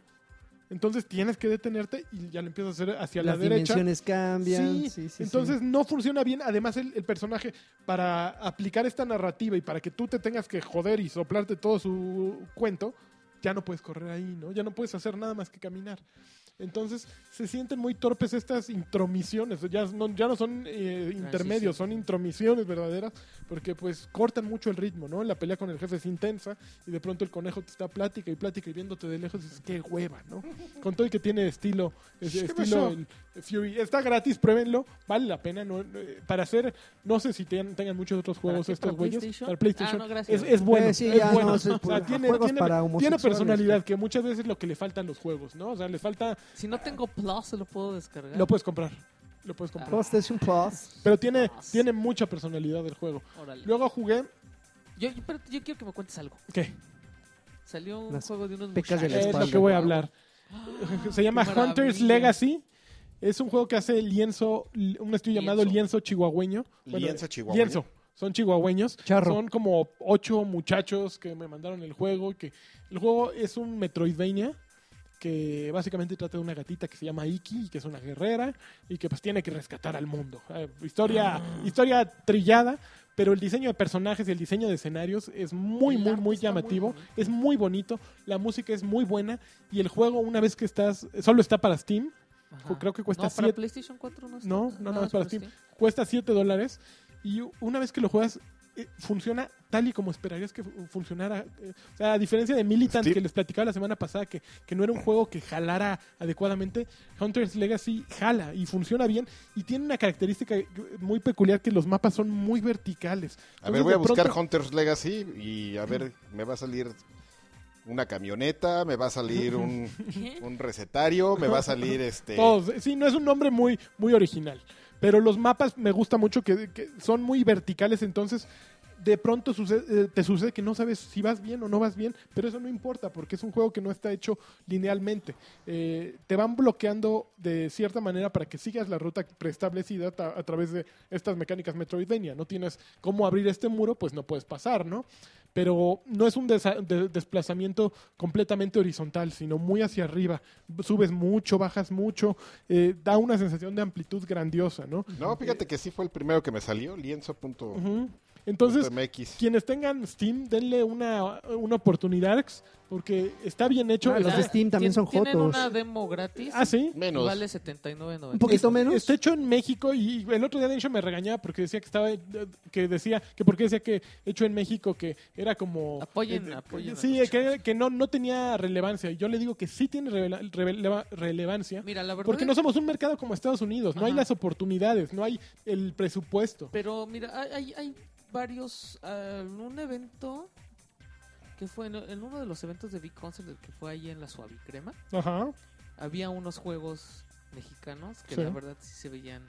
B: Entonces tienes que detenerte y ya lo empiezas a hacer hacia
C: Las
B: la derecha.
C: dimensiones cambian. Sí,
B: Sí,
C: sí, sí.
B: entonces no funciona bien. Además, el, el personaje, para aplicar esta narrativa y para que tú te tengas que joder y soplarte todo su cuento, ya no puedes correr ahí, ¿no? Ya no puedes hacer nada más que caminar. Entonces, se sienten muy torpes estas intromisiones. Ya no, ya no son eh, intermedios, son intromisiones verdaderas, porque pues cortan mucho el ritmo, ¿no? La pelea con el jefe es intensa y de pronto el conejo te está plática y plática y viéndote de lejos y dices, qué hueva,
A: <laughs>
B: ¿no? Con todo y que tiene estilo, es-
D: ¿Qué
B: estilo
D: pasó?
B: el Fury. Está gratis, pruébenlo, vale la pena. No, no, eh, para hacer, no sé si ten- tengan muchos otros juegos
A: qué?
B: estos
A: ¿Para
B: güeyes.
A: PlayStation?
B: Para PlayStation.
A: Ah, no, gracias.
B: Es, es bueno.
C: Eh, sí,
B: es
C: ya,
B: bueno.
C: no, es el-
B: O sea, tiene,
C: juegos
B: tiene-
C: para
B: tiene
C: homosexuales. pues.
B: personalidad, que muchas veces es lo que le faltan los juegos, ¿no? O sea, le falta.
A: Si no tengo Plus, se lo puedo descargar.
B: Lo puedes comprar. Lo puedes comprar.
C: PlayStation Plus.
B: Pero tiene,
A: Plus.
B: tiene mucha personalidad el juego.
A: Órale.
B: Luego jugué.
A: Yo, yo- pero yo quiero que me cuentes algo.
B: ¿Qué?
A: Salió un
C: Las
A: juego de unos
C: pecas de la
A: muchachos.
B: Es lo
C: espalda.
B: que voy a hablar. Se llama
A: qué
B: Hunter's
A: maravilla.
B: Legacy. Es un juego que hace lienzo, un estudio llamado
A: Lienzo.
B: Lienzo Chihuahueño.
D: Lienzo
B: eh,
D: Chihuahueño.
B: Lienzo. Son chihuahueños.
C: Charro.
B: Son como ocho muchachos que me mandaron el juego. Que el juego es un Metroidvania que básicamente trata de una gatita que se llama Iki y que es una guerrera y que pues tiene que rescatar al mundo. Eh, historia, historia trillada, pero el diseño de personajes y el diseño de escenarios es muy,
A: El
B: muy,
A: arte
B: muy
A: está muy
B: llamativo.
A: bonito.
B: es muy bonito, la música es muy buena y el juego una vez que estás, solo está para Steam,
A: Ajá.
B: creo que cuesta
A: No, para
B: siete-
A: PlayStation 4 no Ah, está.
B: no, no, no,
A: Nada
B: es para
A: por
B: Steam. Cuesta 7 dólares. Y una vez que lo juegas, eh, funciona tal y como esperarías que fu- funcionara. eh, o sea, a diferencia de Militant
D: Steve.
B: que les platicaba la semana pasada que, que no era un juego que jalara adecuadamente, Hunter's Legacy jala y funciona bien y tiene una característica eh, muy peculiar que los mapas son muy verticales.
D: A ver,
B: Entonces,
D: voy
B: de
D: a buscar
B: pronto-
D: Hunter's Legacy y a ver, me va a salir una camioneta, me va a salir un, un recetario, me va a
B: <laughs>
D: salir este...
B: Todos. Sí, no es un nombre muy, muy original. Pero los mapas me gusta mucho que, que son muy verticales, entonces de pronto sucede- eh, te sucede que no sabes si vas bien o no vas bien, pero eso no importa porque es un juego que no está hecho linealmente. Eh, te van bloqueando de cierta manera para que sigas la ruta preestablecida ta- a través de estas mecánicas Metroidvania. No tienes cómo abrir este muro, pues no puedes pasar, ¿no? Pero no es un desa- de- desplazamiento completamente horizontal, sino muy hacia arriba. Subes mucho, bajas mucho, eh, da una sensación de amplitud grandiosa, ¿no?
D: No, fíjate que sí fue el primero que me salió, lienzo.mx.
B: Ujú. Entonces, quienes tengan Steam, denle una, una oportunidad, porque está bien hecho.
C: Ah, los
B: Está-
C: de Steam también
A: Tien-
C: son
A: Tienen
C: jotos.
A: una demo gratis.
B: Ah, sí.
D: Menos.
A: Y vale 79.90.
C: Un poquito
B: Es-
C: menos.
B: Está hecho en México y el otro día de hecho me regañaba porque decía que estaba que decía que porque decía que hecho en México que era como
A: Apoyen,
B: eh,
A: apoyen a
B: Sí,
A: los
B: que,
A: chavos.
B: que no no tenía relevancia y yo le digo que sí tiene revela- revela- relevancia
A: Mira, la verdad.
B: porque no
A: es-
B: somos un mercado como Estados Unidos, no hay
A: Ajá.
B: las oportunidades, no hay el presupuesto.
A: Pero mira, hay, hay, hay varios. ah, En un evento que fue en, en uno de los eventos de Big Concert el que fue ahí en la Suavicrema,
B: Ajá.
A: había unos juegos mexicanos que
B: Sí.
A: la verdad sí se veían.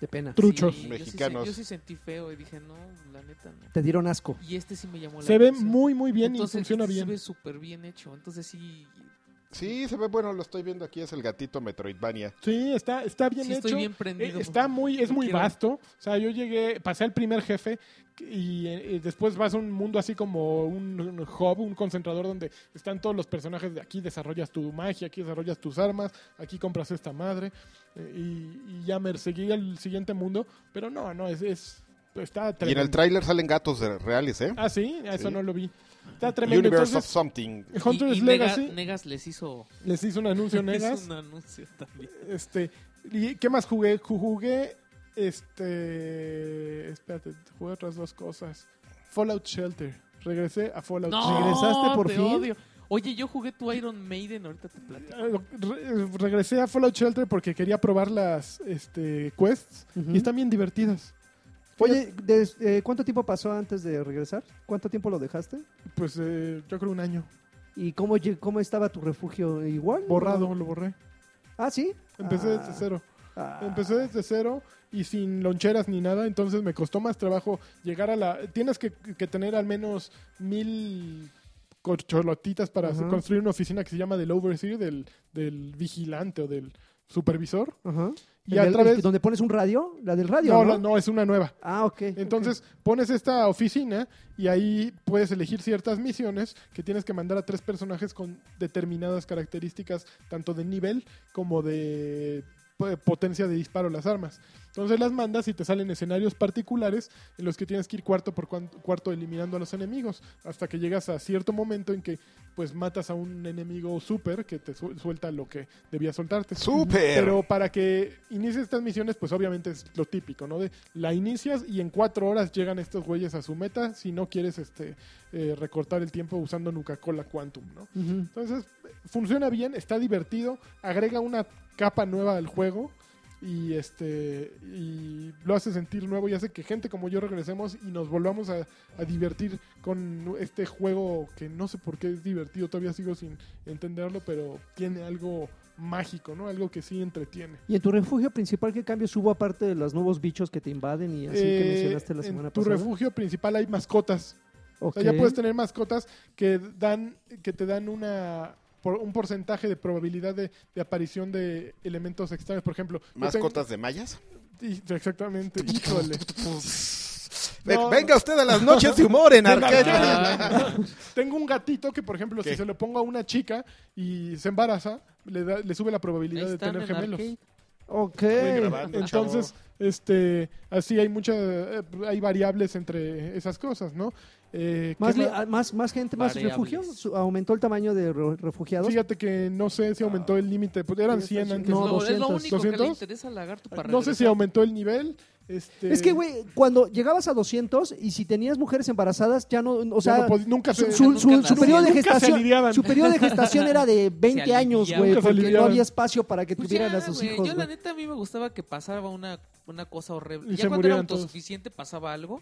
C: De pena.
B: Truchos.
A: Sí, yo sí se-
D: Mexicanos.
A: Yo sí, sentí feo y dije, no, la neta no.
C: Te dieron asco.
A: Y este sí me llamó la
B: Se ve
A: atención.
B: muy muy bien
A: Entonces,
B: y funciona
A: este
B: bien.
A: Se ve súper bien hecho. Entonces sí,
D: Sí, se ve bueno, lo estoy viendo aquí, es el gatito Metroidvania.
B: Sí, está está bien
A: sí
B: hecho.
A: estoy bien
B: Eh,
A: prendido.
B: Está muy, es
A: Lo
B: muy
A: quiero.
B: vasto. O sea, yo llegué, pasé al primer jefe y eh, eh, después vas a un mundo así como un, un hub, un concentrador donde están todos los personajes de aquí, desarrollas tu magia, aquí desarrollas tus armas, aquí compras esta madre eh, y, y ya me seguí al siguiente mundo. Pero no, no, es, es está
D: Y en el
B: tremendo.
D: tráiler salen gatos de- reales, ¿eh?
B: ah, sí, A eso
D: Sí.
B: no lo vi. Está tremendo.
D: Universe of
B: Entonces,
D: Something.
B: Hunter's
A: Y- y Nega-
B: Legacy
A: Negas les
B: <laughs>
A: hizo
B: les hizo
A: <laughs>
B: un anuncio
A: les hizo
B: negas.
A: un anuncio también.
B: Este, ¿y qué más jugué? Ju- Jugué, este, espérate, jugué otras dos cosas. Fallout Shelter. Regresé a Fallout.
A: No,
B: ¿Regresaste por
A: te
B: fin?
A: odio. Oye, yo jugué tu Iron Maiden, ahorita te platico.
B: Eh, re- regresé a Fallout Shelter porque quería probar las este, quests
C: Ujú.
B: y están bien divertidas.
C: Oye, des- eh, ¿cuánto tiempo pasó antes de regresar? ¿Cuánto tiempo lo dejaste?
B: Pues eh, yo creo un año.
C: ¿Y cómo, lle- cómo estaba tu refugio? ¿Igual?
B: Borrado, lo borré.
C: Ah, sí.
B: Empecé
C: Ah,
B: desde cero.
C: ah.
B: Empecé desde cero y sin loncheras ni nada, entonces me costó más trabajo llegar a la... Tienes que, que tener al menos mil corcholotitas para
C: Ajá.
B: construir una oficina que se llama del overseer, del, del vigilante o del supervisor.
C: Ajá.
B: Y
C: El
B: a
C: del-
B: través-
C: el- ¿Donde pones un radio? ¿La del radio?
B: No,
C: Ah, No,
B: no, no, es una nueva.
C: Ah, ok.
B: Entonces pones esta oficina y ahí puedes elegir ciertas misiones que tienes que mandar a tres personajes con determinadas características, tanto de nivel como de po- potencia de disparo las armas. Entonces las mandas y te salen escenarios particulares en los que tienes que ir cuarto por cuan- cuarto eliminando a los enemigos hasta que llegas a cierto momento en que pues matas a un enemigo super que te su- suelta lo que debía soltarte.
D: ¡Súper!
B: Pero para que inicies estas misiones, pues obviamente es lo típico, ¿no? De la inicias y en cuatro horas llegan estos güeyes a su meta si no quieres este eh, recortar el tiempo usando Nuca-Cola Quantum, ¿no?
C: ok. Ujú.
B: Entonces, funciona bien, está divertido, agrega una capa nueva al juego y este y lo hace sentir nuevo y hace que gente como yo regresemos y nos volvamos a, a divertir con este juego que no sé por qué es divertido, todavía sigo sin entenderlo, pero tiene algo mágico, ¿no? Algo que sí entretiene.
C: ¿Y en tu refugio principal qué cambios hubo aparte de los nuevos bichos que te invaden y así que
B: Eh,
C: mencionaste la semana
B: en tu
C: pasada?
B: refugio principal hay mascotas.
C: Ok.
B: O sea, ya puedes tener mascotas que dan, que te dan una por un porcentaje de probabilidad de, de aparición de elementos extraños. Por ejemplo, yo
D: ¿Mascotas de mayas?
B: tengo- y- exactamente.
D: <laughs>
B: Híjole.
D: Ve-
B: No,
D: Venga usted a las noches de humor en Arcadia.
A: Ah,
B: Tengo un gatito que, por ejemplo, si
D: ¿Qué?
B: se lo pongo a una chica y se embaraza, le, da- le sube la probabilidad de
A: están
B: tener
A: en
B: gemelos.
A: arcade.
C: Ok.
D: Estoy grabando, Ah, chavo.
B: Entonces, este, así hay muchas, hay variables entre esas cosas, ¿no? Eh, ¿qué
C: ¿Más, li-
B: más?
C: ah, más, más gente, más
A: Variables.
C: refugio? Su- ¿Aumentó el tamaño de re- refugiados?
B: Fíjate que no sé si aumentó el límite, pues eran
C: Sí, está
B: 100
C: chido.
B: antes.
A: Es
C: No,
A: lo- es lo
C: 200,
A: único que le
B: 200.
A: interesa al lagarto para
B: No sé si
A: regresar.
B: aumentó el nivel, Este,
C: Es que, güey, cuando llegabas a 200 y si tenías mujeres embarazadas, ya no, o sea,
B: ya no pod- nunca
C: su,
B: se...
C: su- su-
A: nunca
C: su periodo de
B: nunca se
C: gestación,
B: aliviaban.
C: su periodo de gestación
A: <laughs>
C: era de 20 años,
A: aliviaban.
C: güey,
B: Nunca se
C: porque no
B: aliviaban.
C: había espacio para que
A: Pues
C: tuvieran
A: ya,
C: a sus
A: güey,
C: hijos,
A: Yo, la
C: güey.
A: neta, a mí me gustaba que pasaba una, una cosa horrible.
B: Y
A: ya
B: se
A: cuando era
B: murieran todos.
A: autosuficiente pasaba algo.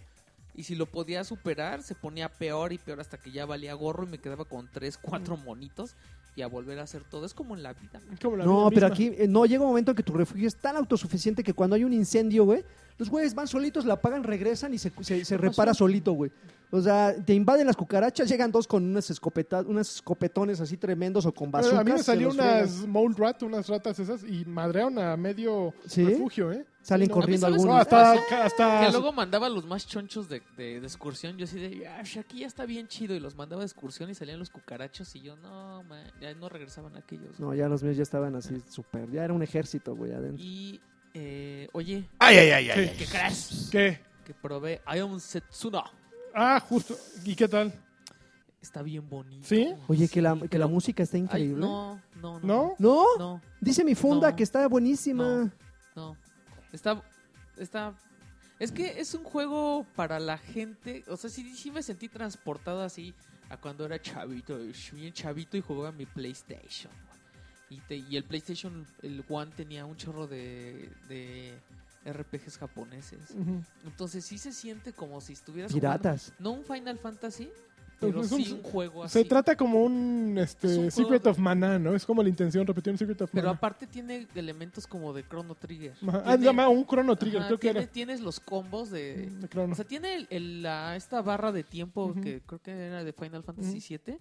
A: Y si lo podía superar, se ponía peor y peor hasta que ya valía gorro y me quedaba con tres, cuatro
C: Mm.
A: monitos y a volver a hacer todo. Es como en la vida.
B: ¿eh? como la vida
C: No, pero
B: misma.
C: aquí, eh, no, llega un momento en que tu refugio es tan autosuficiente que cuando hay un incendio, güey, los güeyes van solitos, la apagan, regresan y se, se- se repara solito, güey. O sea, te invaden las cucarachas, llegan dos con unas escopetas, unas escopetones así tremendos o con
B: Pero
C: bazucas.
B: a mí me
C: se
B: salieron
C: los fregan.
B: unas mole rat, unas ratas esas, y madrearon a medio
C: ¿Sí?
B: refugio, ¿eh?
C: Salen
B: No,
C: corriendo
A: a mí, ¿sabes?
B: No,
C: algunos.
B: hasta...
A: Que
C: Ah,
B: hasta
A: luego mandaba a los más chonchos de, de- de excursión. Yo así de, "Ah, aquí ya está bien chido. Y los mandaba de excursión y salían los cucarachos. Y yo, no, man, ya no regresaban aquellos.
C: No, ya los míos ya estaban así súper. Ya era un ejército, güey, adentro.
A: Y, eh, oye,
D: <laughs> Ay, ay, ay, ay.
B: Sí.
A: ¿qué crees?
B: ¿Qué?
A: Que probé Ion Setsuna.
B: Ah, justo. ¿Y qué tal?
A: Está bien bonito.
B: ¿Sí?
C: Oye, que la,
A: Sí,
C: que la
A: pero-
C: música está
A: Ay,
C: increíble.
A: no, no, no.
B: ¿No?
C: ¿No?
A: No,
C: Dice mi funda
A: No.
C: que está buenísima.
A: No. no. Está, está... Es que es un juego para la gente... O sea, sí, sí me sentí transportado así a cuando era chavito. Bien chavito y jugaba mi PlayStation. güey. Y, te- y el PlayStation, el One, tenía un chorro de, de RPGs japoneses. Entonces sí se siente como si estuvieras... jugando-
C: Piratas.
A: no un Final Fantasy, pero
B: es un-
A: Pues sí un juego así.
B: Se trata como un,
A: Es
B: este,
A: un juego
B: Secret
A: de-
B: of Mana, ¿no? Es como la intención, repetir un Secret of
A: Pero
B: Mana.
A: aparte tiene elementos como de Chrono Trigger.
B: Ajá. Ah,
A: Tiene-
B: llama un Chrono Trigger,
A: Ajá,
B: creo que
A: tiene- eh,
B: era.
A: Tienes los combos de...
B: De Chrono.
A: O sea, tiene el- el- la, esta barra de tiempo
B: Ujú.
A: que creo que era de Final Fantasy
B: Ujú.
A: VII.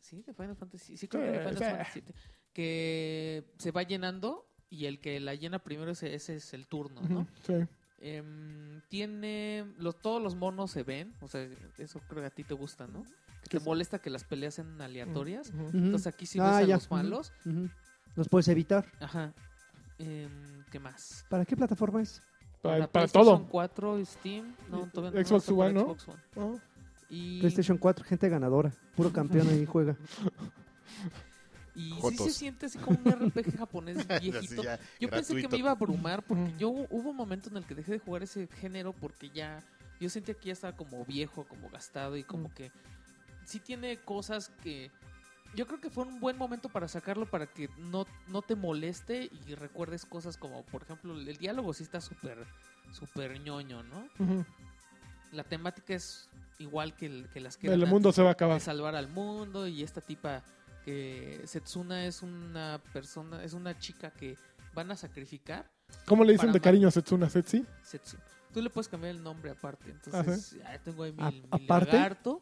A: Sí, de Final Fantasy. Sí, creo que era de
B: Sí,
A: Final
B: sí.
A: Fantasy VII. Que se va llenando y el que la llena primero ese, ese es el turno, ¿no?
B: Ujú, sí.
A: Em, tiene... Los, todos los monos se ven. O sea, eso creo que a ti te gusta, ¿no? Que te
B: Sí.
A: molesta que las peleas sean aleatorias.
B: Ujú.
C: Ujú.
A: Entonces aquí sí ves
C: Ah,
A: a
C: ya.
A: los
C: Ujú.
A: malos.
C: Ujú. Los puedes evitar.
A: Ajá. Em, ¿Qué más?
C: ¿Para qué plataforma es?
B: Para,
A: Para
B: para
A: PlayStation
B: todo. Eh,
A: 4, Steam, no, todavía no,
B: Xbox
A: está para
B: One, ¿no?
A: Xbox One.
B: ¿no?
A: Y,
C: PlayStation 4, gente ganadora. Puro campeón ahí juega.
A: y sí se
D: Jotos.
A: siente así como un RPG japonés
D: <laughs> Así
A: viejito.
D: ya,
A: Yo pensé que
D: gratuito.
A: me iba a abrumar porque
B: Mm.
A: yo hubo un momento en el que dejé de jugar ese género porque ya yo sentía que ya estaba como viejo, como gastado y
B: Mm.
A: como que sí tiene cosas que yo creo que fue un buen momento para sacarlo para que no, no te moleste y recuerdes cosas como por ejemplo el diálogo sí está súper súper ñoño, ¿no?
B: Ujú.
A: La temática es igual que, el- que las que
B: El
A: eran
B: mundo se va a
A: de
B: acabar.
A: salvar al mundo y esta tipa que Setsuna es una persona, es una chica que van a sacrificar.
B: ¿Cómo le dicen
A: para
B: de
A: ma-
B: cariño a Setsuna
A: <laughs>
B: Setsi?
A: Setsu- Tú le puedes cambiar el nombre aparte. Entonces, ah, tengo ahí mi,
C: ¿A-
A: mi
C: aparte?
A: lagarto.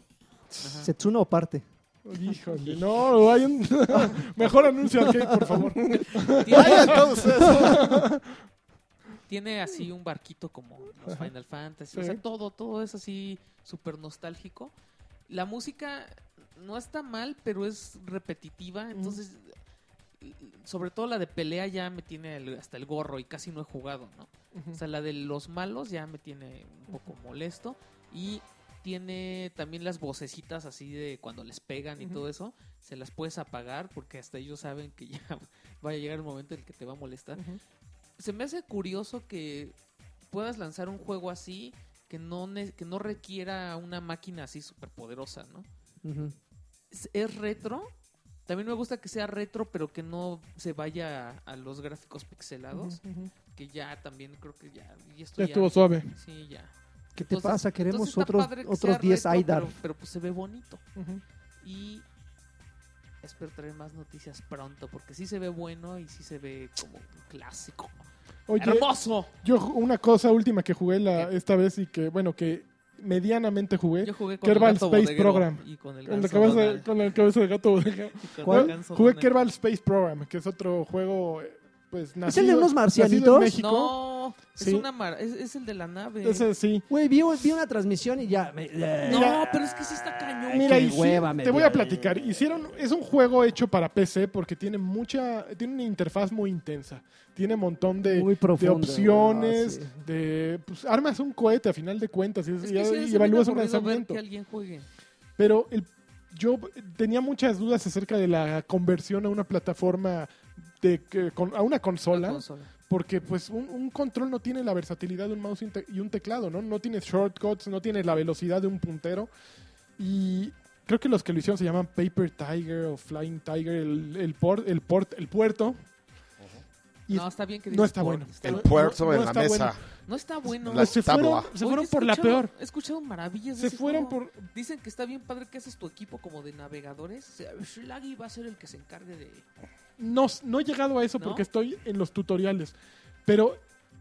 A: Ajá.
C: ¿Setsuna o parte?
B: Híjole, no, hay un... <laughs> Mejor anuncio arcade, por
A: <laughs>
B: favor.
D: Ay,
A: Tiene,
D: entonces.
B: <laughs>
A: tiene así un barquito como los Final Fantasy. O sea,
B: Sí.
A: todo, todo es así súper nostálgico. La música no está mal, pero es repetitiva. Entonces, sobre todo la de pelea ya me tiene el- hasta el gorro y casi no he jugado, ¿no? O sea, la de los malos ya me tiene un poco molesto. Y tiene también las vocecitas así de cuando les pegan y
B: Ujú.
A: todo eso. Se las puedes apagar porque hasta ellos saben que ya <laughs> va a llegar el momento en el que te va a molestar.
B: Ujú.
A: Se me hace curioso que puedas lanzar un juego así que no, ne- que no requiera una máquina así súper poderosa, ¿no?
C: Ujú.
A: es, es retro. También me gusta que sea retro, pero que no se vaya a, a los gráficos pixelados.
B: Ujú.
A: Que ya también creo que ya. y esto
B: Ya
A: ya-
B: estuvo suave.
A: Sí, ya.
C: ¿Qué te
A: Pues, Entonces-
C: pasa?
A: entonces
C: Queremos
A: está
C: otros,
A: padre que sea
C: otros 10
A: retro,
C: AIDAR.
A: Pero, pero pues se ve bonito.
B: Ujú.
A: Y espero traer más noticias pronto, porque sí se ve bueno y sí se ve como un clásico.
B: Oye,
A: ¡Hermoso!
B: yo ju- una cosa última que jugué la, esta vez y que, bueno, que medianamente jugué,
A: Yo jugué con
B: Kerbal
A: el gato
B: Space
A: bodeguero
B: Program.
A: Y con el
B: con la,
A: ganso
B: cabeza,
A: Donald,
B: con la cabeza de gato <laughs> bodega.
A: y con el
C: ¿Cuál?
A: ganso
B: Jugué
A: Donald.
B: Kerbal Space Program, que es otro juego, eh, pues, nacido...
C: el de unos
B: nacido en
C: marcianitos?
B: México.
A: No, es,
B: Sí.
A: una mar- es, es el de la nave.
B: Ese sí.
C: Güey, vi, vi una transmisión y ya. me- eh,
A: No,
B: Mira-
A: pero es que sí está cañón.
B: Mira,
C: qué
B: y sí,
C: hueva me
B: te voy
C: dio. eh.
B: a platicar. Hicieron, es un juego hecho para PC porque tiene mucha, tiene una interfaz muy intensa. Tiene un montón de,
C: Muy
B: de
C: profundo,
B: opciones,
C: ah,
B: de pues, armas un cohete a final de cuentas y,
A: Es
B: y-
A: que sí, es
B: y
A: bien
B: evalúas un
A: aburrido
B: lanzamiento.
A: ver que alguien juegue.
B: Pero el- yo tenía muchas dudas acerca de la conversión a una plataforma de que- con- a una
A: La
B: consola,
A: consola.
B: Porque pues un, un control no tiene la versatilidad de un mouse y un te- y un teclado, ¿no? No tiene shortcuts, no tiene la velocidad de un puntero. Y creo que los que lo hicieron se llaman Paper Tiger o Flying Tiger, el, el, port, el, port, el puerto. Y
A: No, está bien que
B: no
A: digas
B: está
A: por-
B: bueno.
D: El
B: No-
D: puerto
B: no
D: en la
B: está
D: mesa.
B: bueno.
A: No está bueno.
D: La
B: se
D: tabla.
B: fueron, Pues se
A: Oye,
B: fueron
A: he
B: por la
A: escuchado-
B: peor.
A: He escuchado maravillas. de
B: Se
A: ese
B: fueron
A: juego.
B: por...
A: Dicen que está bien padre que haces tu equipo como de navegadores. Schlaggy va a ser el que se encargue de.
B: No, no he llegado a eso
A: ¿No?
B: porque estoy en los tutoriales. Pero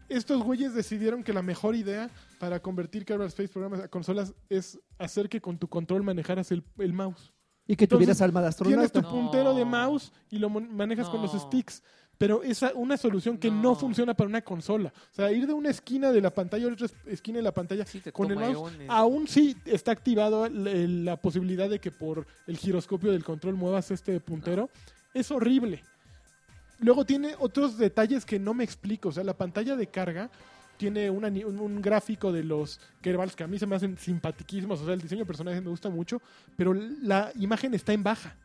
B: estos güeyes decidieron que la mejor idea para convertir Cyberspace programas a consolas es hacer que con tu control manejaras el, el mouse.
C: Y que tuvieras
B: Entonces,
C: alma de
B: Tienes tu
C: astronauta.
A: No.
B: puntero de mouse y lo mon- manejas con los
A: No.
B: sticks. Pero es una solución que no.
A: No.
B: funciona para una consola. O sea, ir de una esquina de la pantalla a otra es- esquina de la pantalla
A: Sí, te
B: con el
A: toma
B: mouse. Ah,
A: eones.
B: Aún sí está activado el- el- la posibilidad de que por el giroscopio del control muevas este puntero.
A: Ah.
B: Es horrible. Luego tiene otros detalles que no me explico. O sea, la pantalla de carga tiene una ni- un, un gráfico de los Kerbals que a mí se me hacen simpatiquísimos. O sea, el diseño de personajes me gusta mucho, pero la imagen está en baja.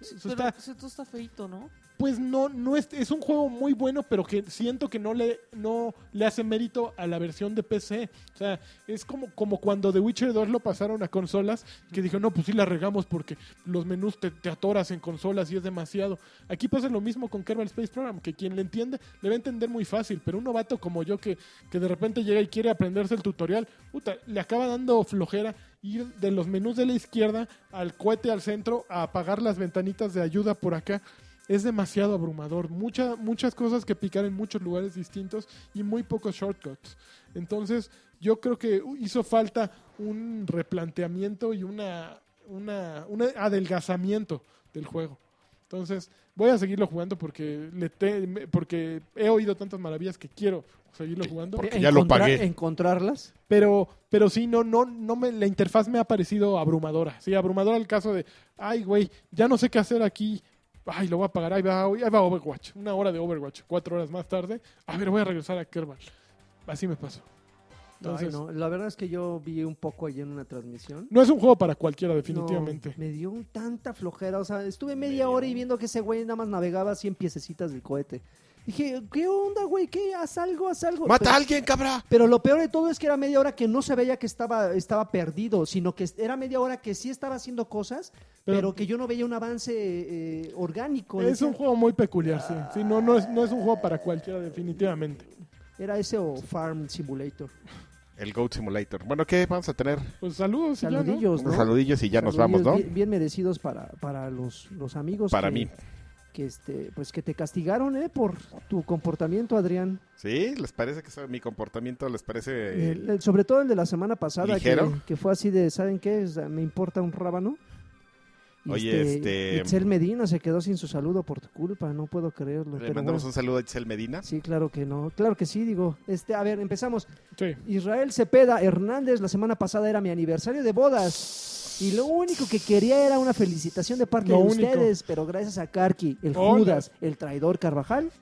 A: Sí,
B: Eso
A: pero
B: está-
A: pues, esto está feito, ¿no?
B: Pues no, no es, es un juego muy bueno, pero que siento que no le, no le hace mérito a la versión de PC. O sea, es como, como cuando The Witcher 2 lo pasaron a consolas, que dijeron, no, pues sí la regamos porque los menús te, te atoras en consolas y es demasiado. Aquí pasa lo mismo con Kerbal Space Program, que quien le entiende, le va a entender muy fácil, pero un novato como yo que, que de repente llega y quiere aprenderse el tutorial, puta, le acaba dando flojera ir de los menús de la izquierda al cohete al centro a apagar las ventanitas de ayuda por acá es demasiado abrumador. Mucha- muchas cosas que picar en muchos lugares distintos y muy pocos shortcuts. Entonces, yo creo que hizo falta un replanteamiento y una, una- un adelgazamiento del juego. Entonces, voy a seguirlo jugando porque, le te- me- porque he oído tantas maravillas que quiero seguirlo jugando.
D: porque ya lo
C: Encontrar-
D: pagué.
C: Encontrarlas.
B: Pero, pero sí, no, no, no me, la interfaz me ha parecido abrumadora. Sí, abrumadora el caso de, ay, güey, ya no sé qué hacer aquí. Ay, lo voy a pagar, ahí va, ahí va Overwatch. Una hora de Overwatch, cuatro horas más tarde. A ver, voy a regresar a Kerbal. Así me pasó. Entonces,
C: Ay,
B: no.
C: no, La verdad es que yo vi un poco ayer en una transmisión.
B: es un juego para cualquiera, definitivamente.
C: No, me dio un tanta flojera. O sea, estuve media hora y viendo que ese güey nada más navegaba 100 piececitas del cohete. Dije, ¿qué onda, güey? ¿Qué? Haz algo, haz
B: Pues,
C: algo.
D: ¡Mata a
C: Pero-
D: alguien, cabra!
C: Pero lo peor de todo es que era media hora que no se veía que estaba, estaba perdido, sino que era media hora que sí estaba haciendo cosas,
B: Pero-
C: pero, que yo no veía un avance eh, orgánico.
B: es
C: Decía,
B: un juego muy peculiar, sí. Sí, no, no, es, no es un juego para cualquiera, definitivamente.
C: Era ese o Farm Simulator.
D: El Goat Simulator. Bueno, ¿qué vamos a tener?
B: Pues saludos y ya, ¿no?
C: Saludillos, ¿no?
D: Unos saludillos y ya nos
C: Saludillos
D: vamos, ¿no?
C: Bien, bien merecidos para, para los, los amigos.
D: Para
C: que-
D: mí.
C: Que, este, pues que te castigaron, ¿eh? Por tu comportamiento, Adrián.
D: ¿Sí? ¿Les parece que eso- mi comportamiento les
B: Eh,
D: parece...
C: El- el- sobre todo el de la semana pasada, que,
D: Eh, ¿ligero?
C: que fue así de, ¿saben qué? O sea, Me importa un rábano. Y
D: Oye, este-
C: Itzel Medina se quedó sin su saludo por tu culpa, no puedo creerlo.
D: Le
C: pero
D: mandamos
C: bueno.
D: un saludo a Giselle Medina.
C: Sí, claro que no. Claro que sí, digo. Este, a ver, empezamos.
B: Sí.
C: Israel Cepeda Hernández, la semana pasada era mi aniversario de bodas. Y lo único que quería era una felicitación de parte
B: Lo
C: de
B: único.
C: ustedes, pero gracias a Karki, el
B: Hola.
C: Judas, el traidor Carvajal,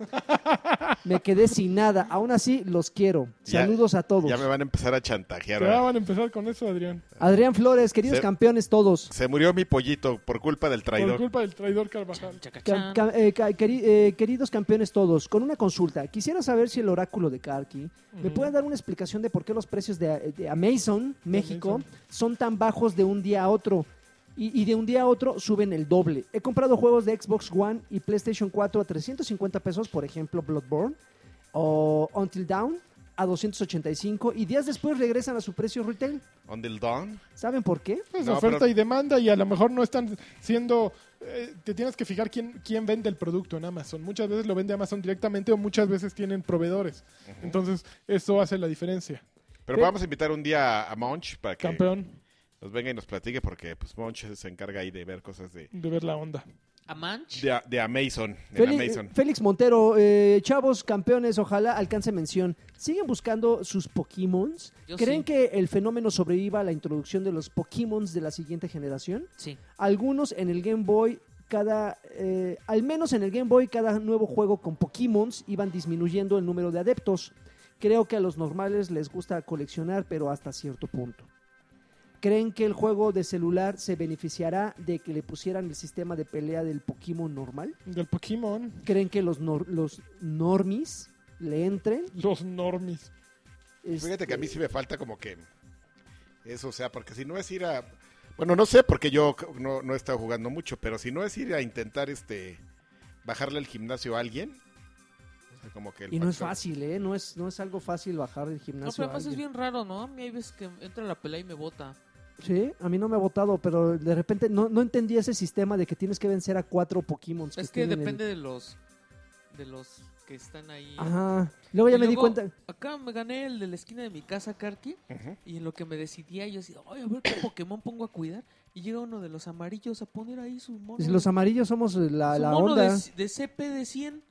C: me quedé sin nada. Aún así, los quiero.
D: Ya-
C: Saludos a todos.
D: Ya me van a empezar a chantajear.
B: Te
D: ¿verdad?
B: van a empezar con eso, Adrián.
C: Adrián Flores, queridos
D: Se-
C: campeones todos.
D: Se murió mi pollito por culpa del
B: Por
D: traidor.
B: culpa del traidor Carvajal.
A: Chacachán.
C: Ca- ca- eh, ca- queri- eh, queridos campeones todos, con una consulta. Quisiera saber si el oráculo de Karki me
B: Ujú.
C: puede dar una explicación de por qué los precios de, de Amazon, México,
B: Amazon.
C: son tan bajos de un día a otro. Y, y de un día a otro suben el doble. He comprado juegos de Xbox One y PlayStation 4 a 350 pesos, por ejemplo Bloodborne o Until Dawn a 285 y días después regresan a su precio retail.
D: Until Dawn.
C: ¿Saben por qué?
B: Pues
D: No,
B: oferta
D: pero-
B: y demanda y a lo mejor no están siendo... eh, te tienes que fijar quién, quién vende el producto en Amazon. Muchas veces lo vende Amazon directamente o muchas veces tienen proveedores. Entonces, eso hace la diferencia.
D: Pero
C: Sí.
D: vamos a invitar un día a Monch para que
B: Campeón
D: nos venga y nos platique porque pues Monch se encarga ahí de ver cosas de,
B: de ver la onda.
A: A Manch.
D: de, a- de Amazon. en
C: Félix,
D: Amazon.
C: eh, Félix Montero, eh, chavos, campeones, ojalá alcance mención. ¿Siguen buscando sus Pokémons?
A: Yo
C: ¿Creen
A: sí.
C: que el fenómeno sobreviva a la introducción de los Pokémons de la siguiente generación?
A: Sí.
C: Algunos en el Game Boy, cada. eh, al menos en el Game Boy, cada nuevo juego con Pokémons iban disminuyendo el número de adeptos. Creo que a los normales les gusta coleccionar, pero hasta cierto punto. ¿Creen que el juego de celular se beneficiará de que le pusieran el sistema de pelea del Pokémon normal?
B: Del Pokémon.
C: ¿Creen que los, nor- los normis le entren.
B: Los normis.
D: Fíjate que a mí sí
C: este,
D: me falta como que eso, o sea, porque si no es ir a... Bueno, no sé, porque yo c- no, no he estado jugando mucho, pero si no es ir a intentar este bajarle al gimnasio a alguien, o sea, como que el
C: Y no es
D: factor-
C: fácil, ¿eh? No es, no es algo fácil bajar del gimnasio.
A: No, pero además
C: a
A: es
C: alguien.
A: bien raro, ¿no? A mí hay veces que entra la pelea y me bota.
C: Sí, a mí no me ha votado, pero de repente no, no entendí ese sistema de que tienes que vencer a cuatro Pokémon.
A: Es que depende de los de los que están ahí.
C: Ajá. Luego
A: Y
C: Oh, ya me di
A: luego,
C: cuenta.
A: Acá me gané el de la esquina de mi casa, Karki.
D: Ujú.
A: Y en lo que me decidía, yo decía, ay, a ver qué Pokémon pongo a cuidar. Y llega uno de los amarillos a poner ahí su mono.
C: Los amarillos somos la,
A: su
C: la
A: mono
C: onda.
A: De, de CP de 100.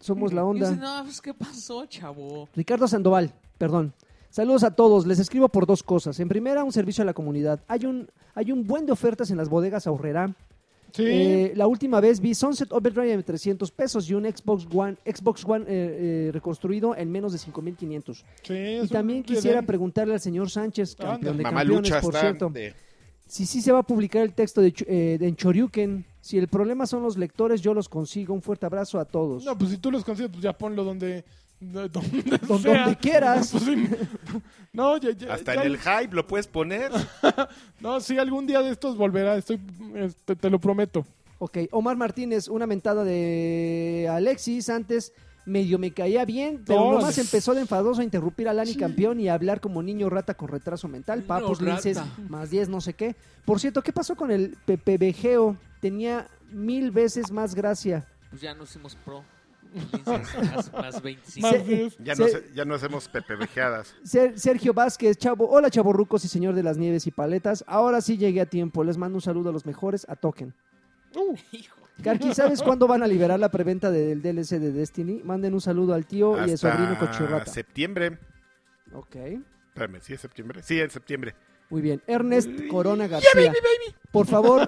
C: Somos la
A: Y dice,
C: onda.
A: no, pues, ¿qué pasó, chavo?
C: Ricardo Sandoval, perdón. Saludos a todos. Les escribo por dos cosas. En primera, un servicio a la comunidad. Hay un, hay un buen de ofertas en las bodegas Aurrera.
B: Sí.
C: Eh, la última vez vi Sunset Overdrive en 300 pesos y un Xbox One, Xbox One eh, eh, reconstruido en menos de 5500.
B: sí
C: Y también quisiera preguntarle al señor Sánchez,
B: Anda.
C: campeón de
D: Mamalucha
C: campeones, por
D: está
C: cierto,
D: de-
C: si sí se va a publicar el texto de, Chu- eh, de Enchoryuken. Si el problema son los lectores, yo los consigo. Un fuerte abrazo a todos.
B: No, pues si tú los consigues, pues ya ponlo donde. <laughs> Donde,
C: Don-
B: sea.
C: donde
B: <laughs>
C: quieras.
B: Pues sí. no, ya, ya-
D: Hasta
B: ya-
D: en el hype lo puedes poner.
B: No, sí, algún día de estos volverá. Estoy, este, te lo prometo.
C: Ok, Omar Martínez, una mentada de Alexis antes. Medio me caía bien, pero
B: Órale.
C: nomás empezó de enfadoso a interrumpir al Lani campeón y a hablar como niño rata con retraso mental,
A: Niño
C: papos,
A: rata.
C: linces, más 10, no sé qué. Por cierto, ¿qué pasó con el PPBGO? Tenía mil veces más gracia.
A: Pues ya nos hicimos pro. más, más 25.
B: Más
C: Sí.
B: diez.
D: Ya,
C: Sí.
D: no, se- ya no hacemos pepevejeadas.
C: Ser- Sergio Vázquez, chavo, hola chavorrucos y señor de las nieves y paletas. Ahora sí llegué a tiempo, les mando un saludo a los mejores, a Token. eh,
B: Uh,
A: Hijo.
C: Karki,
A: <laughs>
C: ¿sabes cuándo van a liberar la preventa del DLC de Destiny? Manden un saludo al tío Oh, y a su sobrino
D: Hasta
C: cochirrata.
D: septiembre.
C: Ok,
D: Espérame, ¿sí es septiembre? Sí, en septiembre.
C: muy bien. Ernest Corona García. Por favor,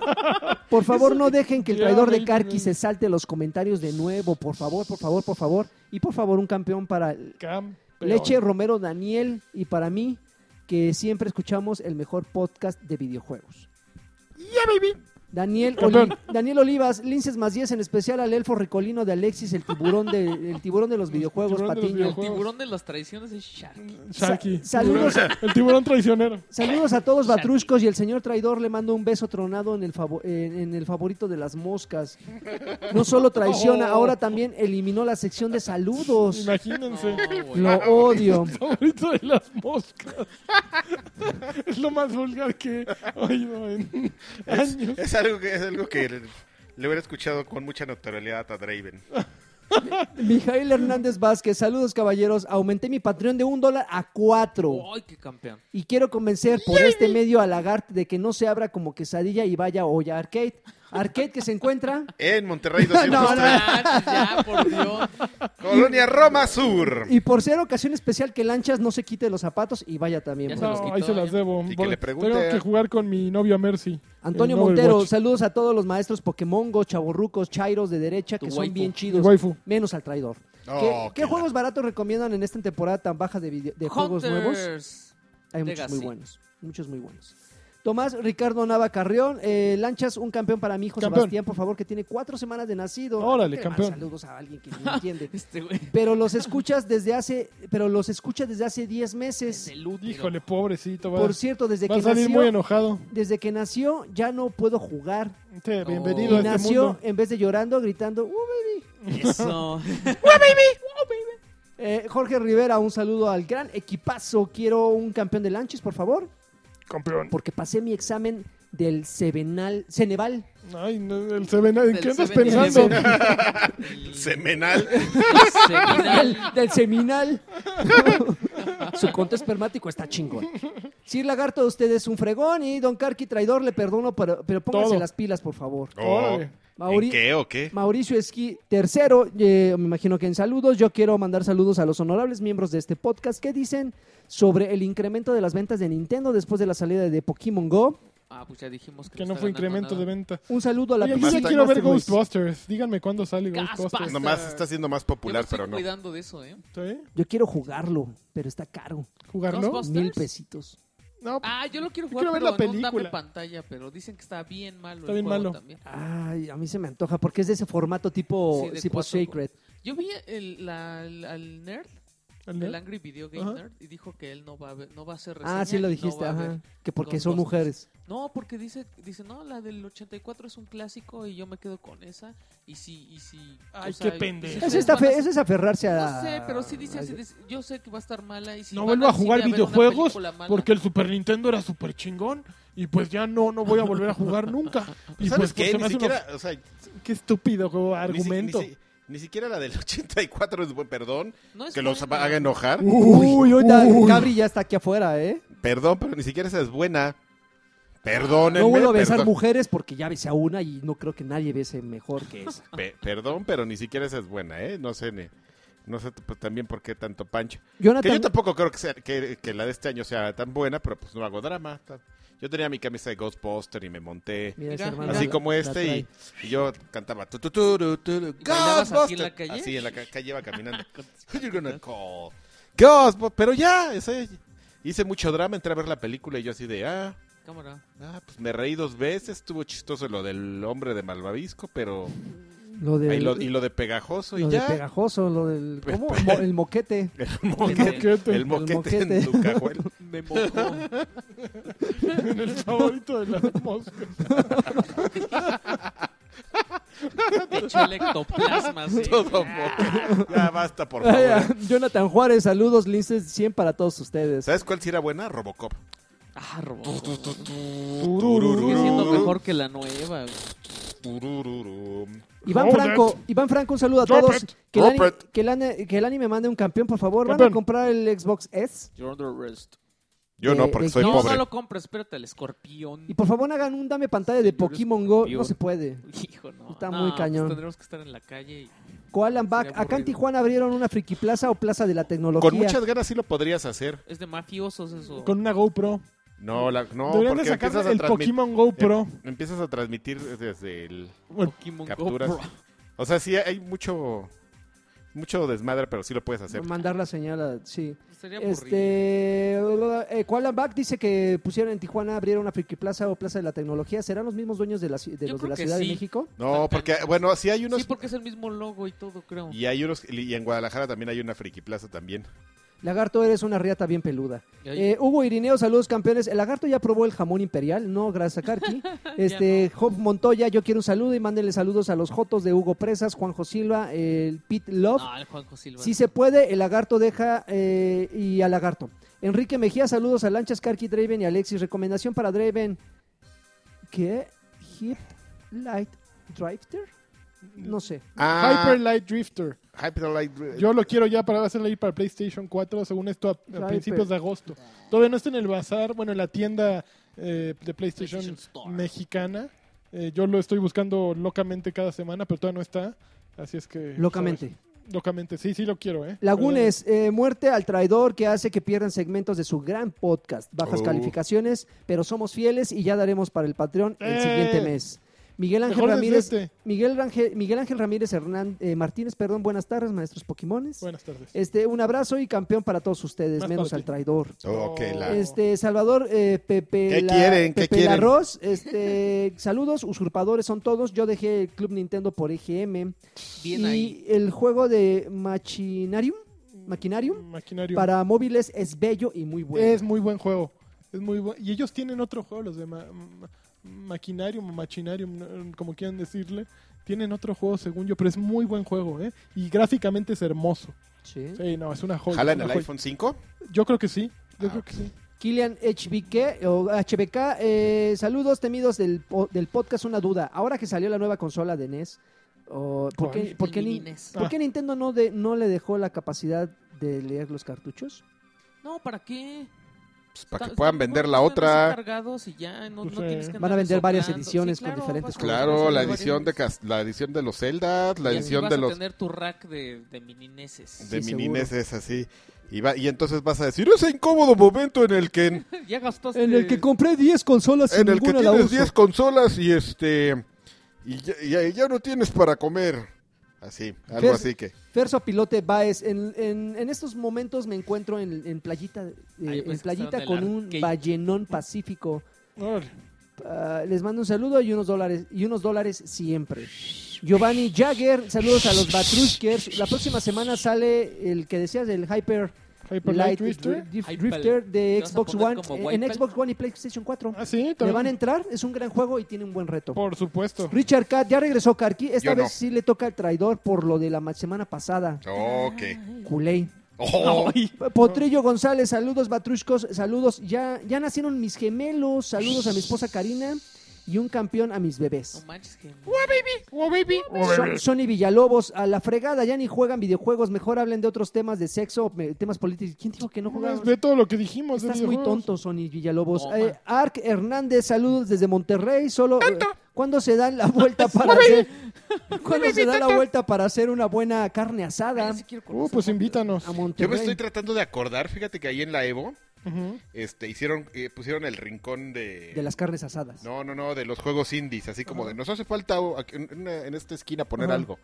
C: por
B: <laughs>
C: favor no dejen que el
B: Ya,
C: traidor de
B: baby,
C: Karki
B: baby.
C: se salte los comentarios de nuevo. Por favor, por favor, por favor. Y por favor, un campeón para
B: campeón.
C: Leche Romero Daniel y para mí, que siempre escuchamos el mejor podcast de videojuegos. Daniel,
B: Campeón.
C: Oli- Daniel Olivas, Linces más 10, en especial al elfo ricolino de Alexis, el tiburón de, el tiburón de los videojuegos,
B: tiburón de los
C: Patiño.
A: El tiburón de las traiciones es Sharky.
B: Sharky.
C: Sa- saludos.
B: El tiburón
C: <laughs>
B: traicionero.
C: Saludos a todos batruscos y el señor traidor le mando un beso tronado en el, favo- en- en el favorito de las moscas. No solo traiciona,
B: Oh.
C: ahora también eliminó la sección de saludos.
A: No,
B: Imagínense.
A: güey.
C: Lo odio.
B: Favorito de las moscas. <laughs> es lo más vulgar que he oído en años.
D: Es algo que, es algo que le, le hubiera escuchado con mucha naturalidad a Draven.
C: Mijail Hernández Vázquez, saludos caballeros. Aumenté mi Patreon de un dólar a cuatro.
A: Ay, qué campeón.
C: Y quiero convencer por este medio a Lagart de que no se abra como quesadilla y vaya hoy a Arcade. Arcade que se encuentra.
D: En Monterrey <laughs>
C: No,
D: 203,
C: no.
A: Ah, ya, por Dios.
D: Colonia Roma Sur.
C: Y por ser ocasión especial que Lanchas no se quite los zapatos y vaya también.
A: Ya
C: por
A: se los
C: favor.
B: No, ahí
A: quitó,
B: se las
A: ya.
B: debo.
D: Y que le pregunte
B: Tengo
D: a-
B: que jugar con mi novio a Mercy.
C: Antonio
B: en Overwatch.
C: Montero, saludos a todos los maestros Pokémon, chaborrucos, chairos de derecha
A: Tu
C: que
A: waifu.
C: son bien
B: Mi
C: chidos,
B: waifu.
C: menos al traidor.
D: Oh,
C: ¿Qué, qué
D: qué
C: juegos baratos recomiendan en esta temporada tan baja de, video- de juegos nuevos?
A: Hunters.
C: Hay muchos muy
A: Legacy.
C: buenos, muchos muy buenos. Tomás Ricardo Nava Carrión, eh, Lanchas, un campeón para mi hijo
B: Campeón.
C: Sebastián, por favor, que tiene cuatro semanas de nacido.
B: Órale,
C: Qué
B: campeón.
C: mal, Saludos a alguien que no entiende.
A: Este güey.
C: Pero los escuchas desde hace, pero los escuchas desde hace 10
A: Es
C: meses.
A: el útero.
B: Híjole, pobrecito. Va,
C: Por cierto, desde
B: va
C: que
B: a salir
C: nació,
B: muy enojado.
C: desde que nació ya no puedo jugar.
B: Sí,
A: Y
B: bienvenido
C: Y
B: a este
C: nació
B: mundo.
C: en vez de llorando, gritando. "Uh, baby".
A: Eso.
C: Eh, Jorge Rivera, un saludo al gran equipazo. Quiero un campeón de lanches, por favor,
B: Campeón.
C: porque pasé mi examen del Cebenal, Ceneval.
B: Ay, no, el Seven, ¿en
A: Del
B: qué andas
A: 7-Eleven.
B: <laughs> pensando?
D: <laughs> Semenal.
A: Seminal.
C: Del, del seminal. <laughs> Su conto espermático está chingón. Sir Lagarto, usted es un fregón y Don Carqui traidor, le perdono, pero, pero póngase
B: Todo.
C: las pilas, por favor.
D: Oh,
B: Órale.
C: Mauri-
D: ¿En qué o qué?
C: Mauricio Esquí, tercero, eh, me imagino que en saludos, yo quiero mandar saludos a los honorables miembros de este podcast que dicen sobre el incremento de las ventas de Nintendo después de la salida de Pokémon Go.
A: Ah, pues ya dijimos que,
B: Que
A: no
B: no fue incremento de
A: venta.
B: venta.
C: Un saludo a la
B: Oye, yo
C: PC
B: ya
D: Hashtag
B: quiero ver
C: Master Race.
B: Ghostbusters. Díganme cuándo sale
A: Gaspas.
B: Ghostbusters.
D: Nomás está siendo más popular, pero no.
A: cuidando de eso, ¿eh?
B: ¿Sí?
C: Yo quiero jugarlo, pero está caro.
B: ¿Jugarlo?
A: Ghostbusters.
C: Mil pesitos.
B: No,
A: Ah, yo lo quiero
B: Yo
A: jugar,
B: quiero ver
A: pero
B: la
A: no dame
B: película.
A: pantalla, pero dicen que está bien malo
B: Está
A: el
B: bien
A: juego
B: malo.
A: también.
C: Ay, a mí se me antoja porque es de ese formato tipo
A: Sí, de
C: tipo
A: cuatro,
C: Sacred.
A: Yo vi el, la- el- al nerd,
B: ¿El
A: el
B: nerd?
A: Angry Video Game
B: Ajá.
A: Nerd, y dijo que él no va a, ver- no va a hacer reseña.
C: Ah, sí lo
A: y no
C: dijiste,
A: va a ver.
C: ajá. Que porque son
A: Ghostbusters.
C: mujeres.
A: No, porque dice, dice, no, la del 84 es un clásico y yo me quedo con esa. Y si, y si.
B: Ay, qué pendejo.
A: si
B: Eso
C: Eso,
A: ustedes
C: está
A: van a
C: fe-
A: hacer-
C: eso es aferrarse a...
A: No sé, pero sí dice, así, dice, yo sé que va a estar mala. Y si
B: No
A: van
B: vuelvo a
A: al cine
B: jugar
A: ver una
B: videojuegos
A: película mala-
B: Porque el Super Nintendo era súper chingón. Y pues ya no, no voy a volver a jugar nunca. Y pues, pues,
D: ¿Sabes qué?
B: se me
D: Ni
B: hace
D: siquiera, o sea, ni
B: una- Qué estúpido como
D: si-
B: argumento.
D: Ni, si- ni siquiera la del <laughs> 84 es buen perdón.
A: No es
D: Que los
A: buena.
D: haga enojar.
C: Uy, ahorita
B: uy.
C: Cabri ya está aquí afuera, ¿eh?
D: Perdón, pero ni siquiera esa es buena. Perdónenme.
C: No vuelvo a besar
D: perdón,
C: mujeres porque ya besé a una y no creo que nadie bese mejor que
D: <laughs>
C: esa.
D: pe- perdón, pero ni siquiera esa es buena, ¿eh? No sé, ni- no sé t- pues, también por qué tanto pancho. Que yo
C: Jonathan,
D: tampoco creo que, sea- que, que la de este año sea tan buena, pero pues no hago drama. Tan- Yo tenía mi camisa de Ghostbuster y me monté.
C: mira, esa
A: Mira,
C: hermana
D: Así
C: la-
D: como
C: la
D: este y,
C: trae.
D: y yo cantaba tu, tu, tu, tu, tu, tu,
A: ¿Y bailabas
D: Ghostbuster.
A: así en la calle?
D: Así en la ca- calle
A: <laughs>
D: iba caminando. Who you gonna call? Ghostbuster. Pero ya, ese- hice mucho drama, entré a ver la película y yo así de, ah,
A: Cámara.
D: ah, pues me reí dos veces, estuvo chistoso lo del hombre de Malvavisco, pero
C: Lo de,
D: ahí lo- y lo de pegajoso y
C: lo de
D: ya. Pues,
C: pegajoso, lo
D: <laughs>
C: del... ¿Cómo? Mo- el moquete.
D: el moquete,
B: moquete.
D: el moquete
C: moquete.
D: en tu cajuela.
A: Me mojó.
B: En <laughs> el favorito de las moscas.
A: Me echó el ectoplasma. sí.
D: Todo moquete. Ya basta,
C: <laughs>
D: por
C: Ay, ah,
D: favor. ¿Eh?
C: Jonathan Juárez, saludos, linces 100 para todos ustedes.
D: ¿Sabes cuál sí era buena? Robocop.
A: Ah, robot.
B: Tururú.
A: Sigue siendo mejor que la nueva. güey.
D: Turururum.
C: Iván
B: Robert.
C: Franco, Iván Franco, un saludo a
B: Robert.
C: todos. Que el, ani-
D: Robert.
C: que el ani- que el anime mande un campeón, por favor. ¿Van a
B: Campeón.
C: comprar el Xbox S?
A: You're under arrest.
D: Yo no,
C: Eh,
D: porque
C: eh,
D: soy
A: no,
D: pobre.
A: no lo compras, espérate el escorpión.
C: Y por favor hagan un dame pantalla de
A: Señores,
C: Pokémon Go. No
A: Dios.
C: se puede.
A: Hijo, no.
C: Está
A: No,
C: muy
A: pues
C: cañón.
A: tendremos que estar en la calle. y-
C: Koalan Back,
A: Sería
C: acá en
A: aburrido.
C: Tijuana abrieron una friki plaza o plaza de la tecnología.
D: Con muchas ganas sí lo podrías hacer.
A: Es de mafiosos eso.
B: Con una GoPro.
D: No, la- no
B: Deberían
D: porque
B: de sacar
D: empiezas a
B: el
D: transmitir.
B: Pokémon GoPro.
D: Empiezas a transmitir desde el.
B: Bueno,
A: Pokémon
D: capturas.
A: Go. Bro.
D: O sea, sí hay mucho. Mucho desmadre, pero sí lo puedes hacer.
C: Mandar la señal, a- sí.
A: Sería aburrido.
C: Este, eh, Koalan Back dice que pusieron en Tijuana, abrieron una friki plaza o plaza de la tecnología. ¿Serán los mismos dueños de, la, ci- de
A: Yo
C: los de
A: creo
C: la
A: que
C: Ciudad de
A: sí.
C: México?
D: No, porque, bueno, sí hay unos.
A: Sí, porque es el mismo logo y todo, creo.
D: Y hay unos. Y en Guadalajara también hay una friki plaza también.
C: Lagarto, eres una riata bien peluda.
A: Y ahí-
C: Eh, Hugo Irineo, saludos campeones. El lagarto ya probó el jamón imperial, no gracias a
A: <laughs>
C: Karki. Este, Job Montoya, yo quiero un saludo y mándenle saludos a los Jotos de Hugo Presas, Juanjo Silva, el Pete Love.
A: No, el Juanjo Silva.
C: si se puede, el lagarto deja eh, y al lagarto. Enrique Mejía, saludos a Lanchas, Karki, Draven y Alexis. Recomendación para Draven. ¿Qué? Hip Light Drifter? No sé.
B: Hyper
D: Ah, eh,
B: Light Drifter.
D: Hyper Light.
B: Yo lo quiero ya para hacerle ir para PlayStation 4, según esto, a, a
C: Hyper.
B: principios de agosto. Todavía no está en el bazar, bueno, en la tienda eh, de PlayStation,
A: PlayStation Store.
B: mexicana. Eh, yo lo estoy buscando locamente cada semana, pero todavía no está. Así es que...
C: Locamente.
B: ¿sabes? Locamente, sí, sí lo quiero, ¿eh?
C: Lagunes, eh, muerte al traidor que hace que pierdan segmentos de su gran podcast. Bajas
D: Oh.
C: calificaciones, pero somos fieles y ya daremos para el Patreon el
B: ¡Eh!
C: siguiente mes. Miguel Ángel
B: Mejor
C: Ramírez,
B: desde este.
C: Miguel Ángel, Miguel Ángel Ramírez Hernán, eh, Martínez, perdón, buenas tardes, maestros Pokémones.
B: Buenas tardes.
C: Este, un abrazo y campeón para todos ustedes,
B: Más
C: menos
B: para ti.
C: al traidor.
D: Oh, que la-
C: Este, Salvador eh, Pepe
D: ¿Qué
C: la-
D: quieren? ¿Qué
C: Pepe
D: quieren?
C: Larroz, este, <laughs> saludos, usurpadores son todos. Yo dejé el Club Nintendo por EGM
A: Bien
C: y
A: ahí.
C: el juego de Machinarium, Maquinarium
B: Maquinario.
C: para móviles es bello y muy bueno.
B: Es muy buen juego. Es muy bu- Y ellos tienen otro juego, los de ma- ma- Maquinarium o Machinarium, no- como quieran decirle. Tienen otro juego, según yo, pero es muy buen juego, ¿eh? Y gráficamente es hermoso.
C: Sí.
B: Sí, no, es una joya.
D: ¿Jala en
B: una
D: el
B: joya.
D: iPhone pues, 5?
B: Yo creo que sí. Yo
D: Ah,
B: creo que sí.
C: Kilian HBK, o HBK eh, saludos temidos del, po- del podcast. Una duda, ahora que salió la nueva consola de NES, o- ¿por, qué,
B: ¿Cuál?
C: por qué ni-
A: Milines.
C: por qué Nintendo no, de- no le dejó la capacidad de leer los cartuchos?
A: No, ¿para qué?
D: Pues, para que
A: Está-
D: puedan
A: está
D: vender
A: mejor
D: la
A: que estén así
D: otra.
A: cargados y ya, no- no
B: Pues, eh,
A: tienes que
C: Van a
A: andar
C: vender varias
A: soplando.
C: ediciones con diferentes
A: vas a
C: colores.
A: poder
D: Claro,
A: hacer
D: la
A: varias-
D: edición, de cas- la edición de los Zeldas, la
A: Y así
D: edición
A: vas
D: de
A: a
D: los
A: tener tu rack de, de minineses.
D: de
C: Sí,
D: mini
C: seguro.
D: NES es así. Y, va, y entonces vas a decir, ese incómodo momento en el
C: <laughs>
D: que en,
A: <laughs> ya gastaste.
C: En el que compré 10 consolas y
D: en el que
C: ninguna la
D: tienes
C: uso.
D: 10 consolas y este y ya, y- y ya no tienes para comer. Así, algo
C: Fer-
D: así que.
C: Verso Pilote Baez, en, en- en estos momentos me encuentro en, en playita, eh,
A: Ay,
C: en
A: pues, que
C: playita
A: estaban
C: con
A: en el
C: un
A: arcade.
C: ballenón pacífico.
B: Órale.
C: Ah, les mando un saludo y unos dólares, y unos dólares siempre. Giovanni Jagger, saludos a los Batrushkers. La próxima semana sale el que decías, el Hyper
B: Hyper Light
C: Light
B: Drifter.
C: Dri-
A: Hyper.
C: Drifter de
A: ¿Te vas a
C: Xbox
A: poner
C: One. eh,
A: como
C: En
A: Whitepel?
C: Xbox One y PlayStation 4.
B: Ah, sí,
C: ¿Le van a
B: también.
C: entrar? Es un gran juego y tiene un buen reto.
B: Por supuesto.
C: Richard Cat, ya regresó Karki. Esta
D: Yo no.
C: vez sí le toca al traidor por lo de la ma- semana pasada.
D: Ok.
C: Culé.
D: Oh,
A: Ay,
C: Potrillo González, saludos Batrushcos, saludos. Ya, ya nacieron mis gemelos, saludos a mi esposa Karina y un campeón a mis
A: no
C: bebés.
A: manches que...
B: Oh, baby.
C: Son- Sony Villalobos, a la fregada, ya ni juegan videojuegos, mejor hablen de otros temas de sexo, me- temas políticos. ¿Quién dijo que no jugaban?
B: Ve todo lo que dijimos. de
C: Estás muy
B: videojuegos.
C: tonto, Sony Villalobos.
A: Toma.
C: Eh, Arc Hernández, saludos desde Monterrey. Solo eh, ¿cuándo se dan la vuelta para hacer ¿Cuándo se da la vuelta para hacer una buena carne
A: Ah,
C: asada
A: sí quiero
B: Uh,
A: conocer
B: pues
A: más.
B: invítanos.
C: a
D: Yo
C: Monterrey?
D: me estoy tratando de acordar, fíjate que ahí en la Evo
B: Ujú.
D: este, hicieron, eh, pusieron el rincón de...
C: de las carnes asadas.
D: No, no, no, de los juegos indies, así como de nos hace falta oh, aquí en, en- en esta esquina poner
C: Ajá.
D: algo.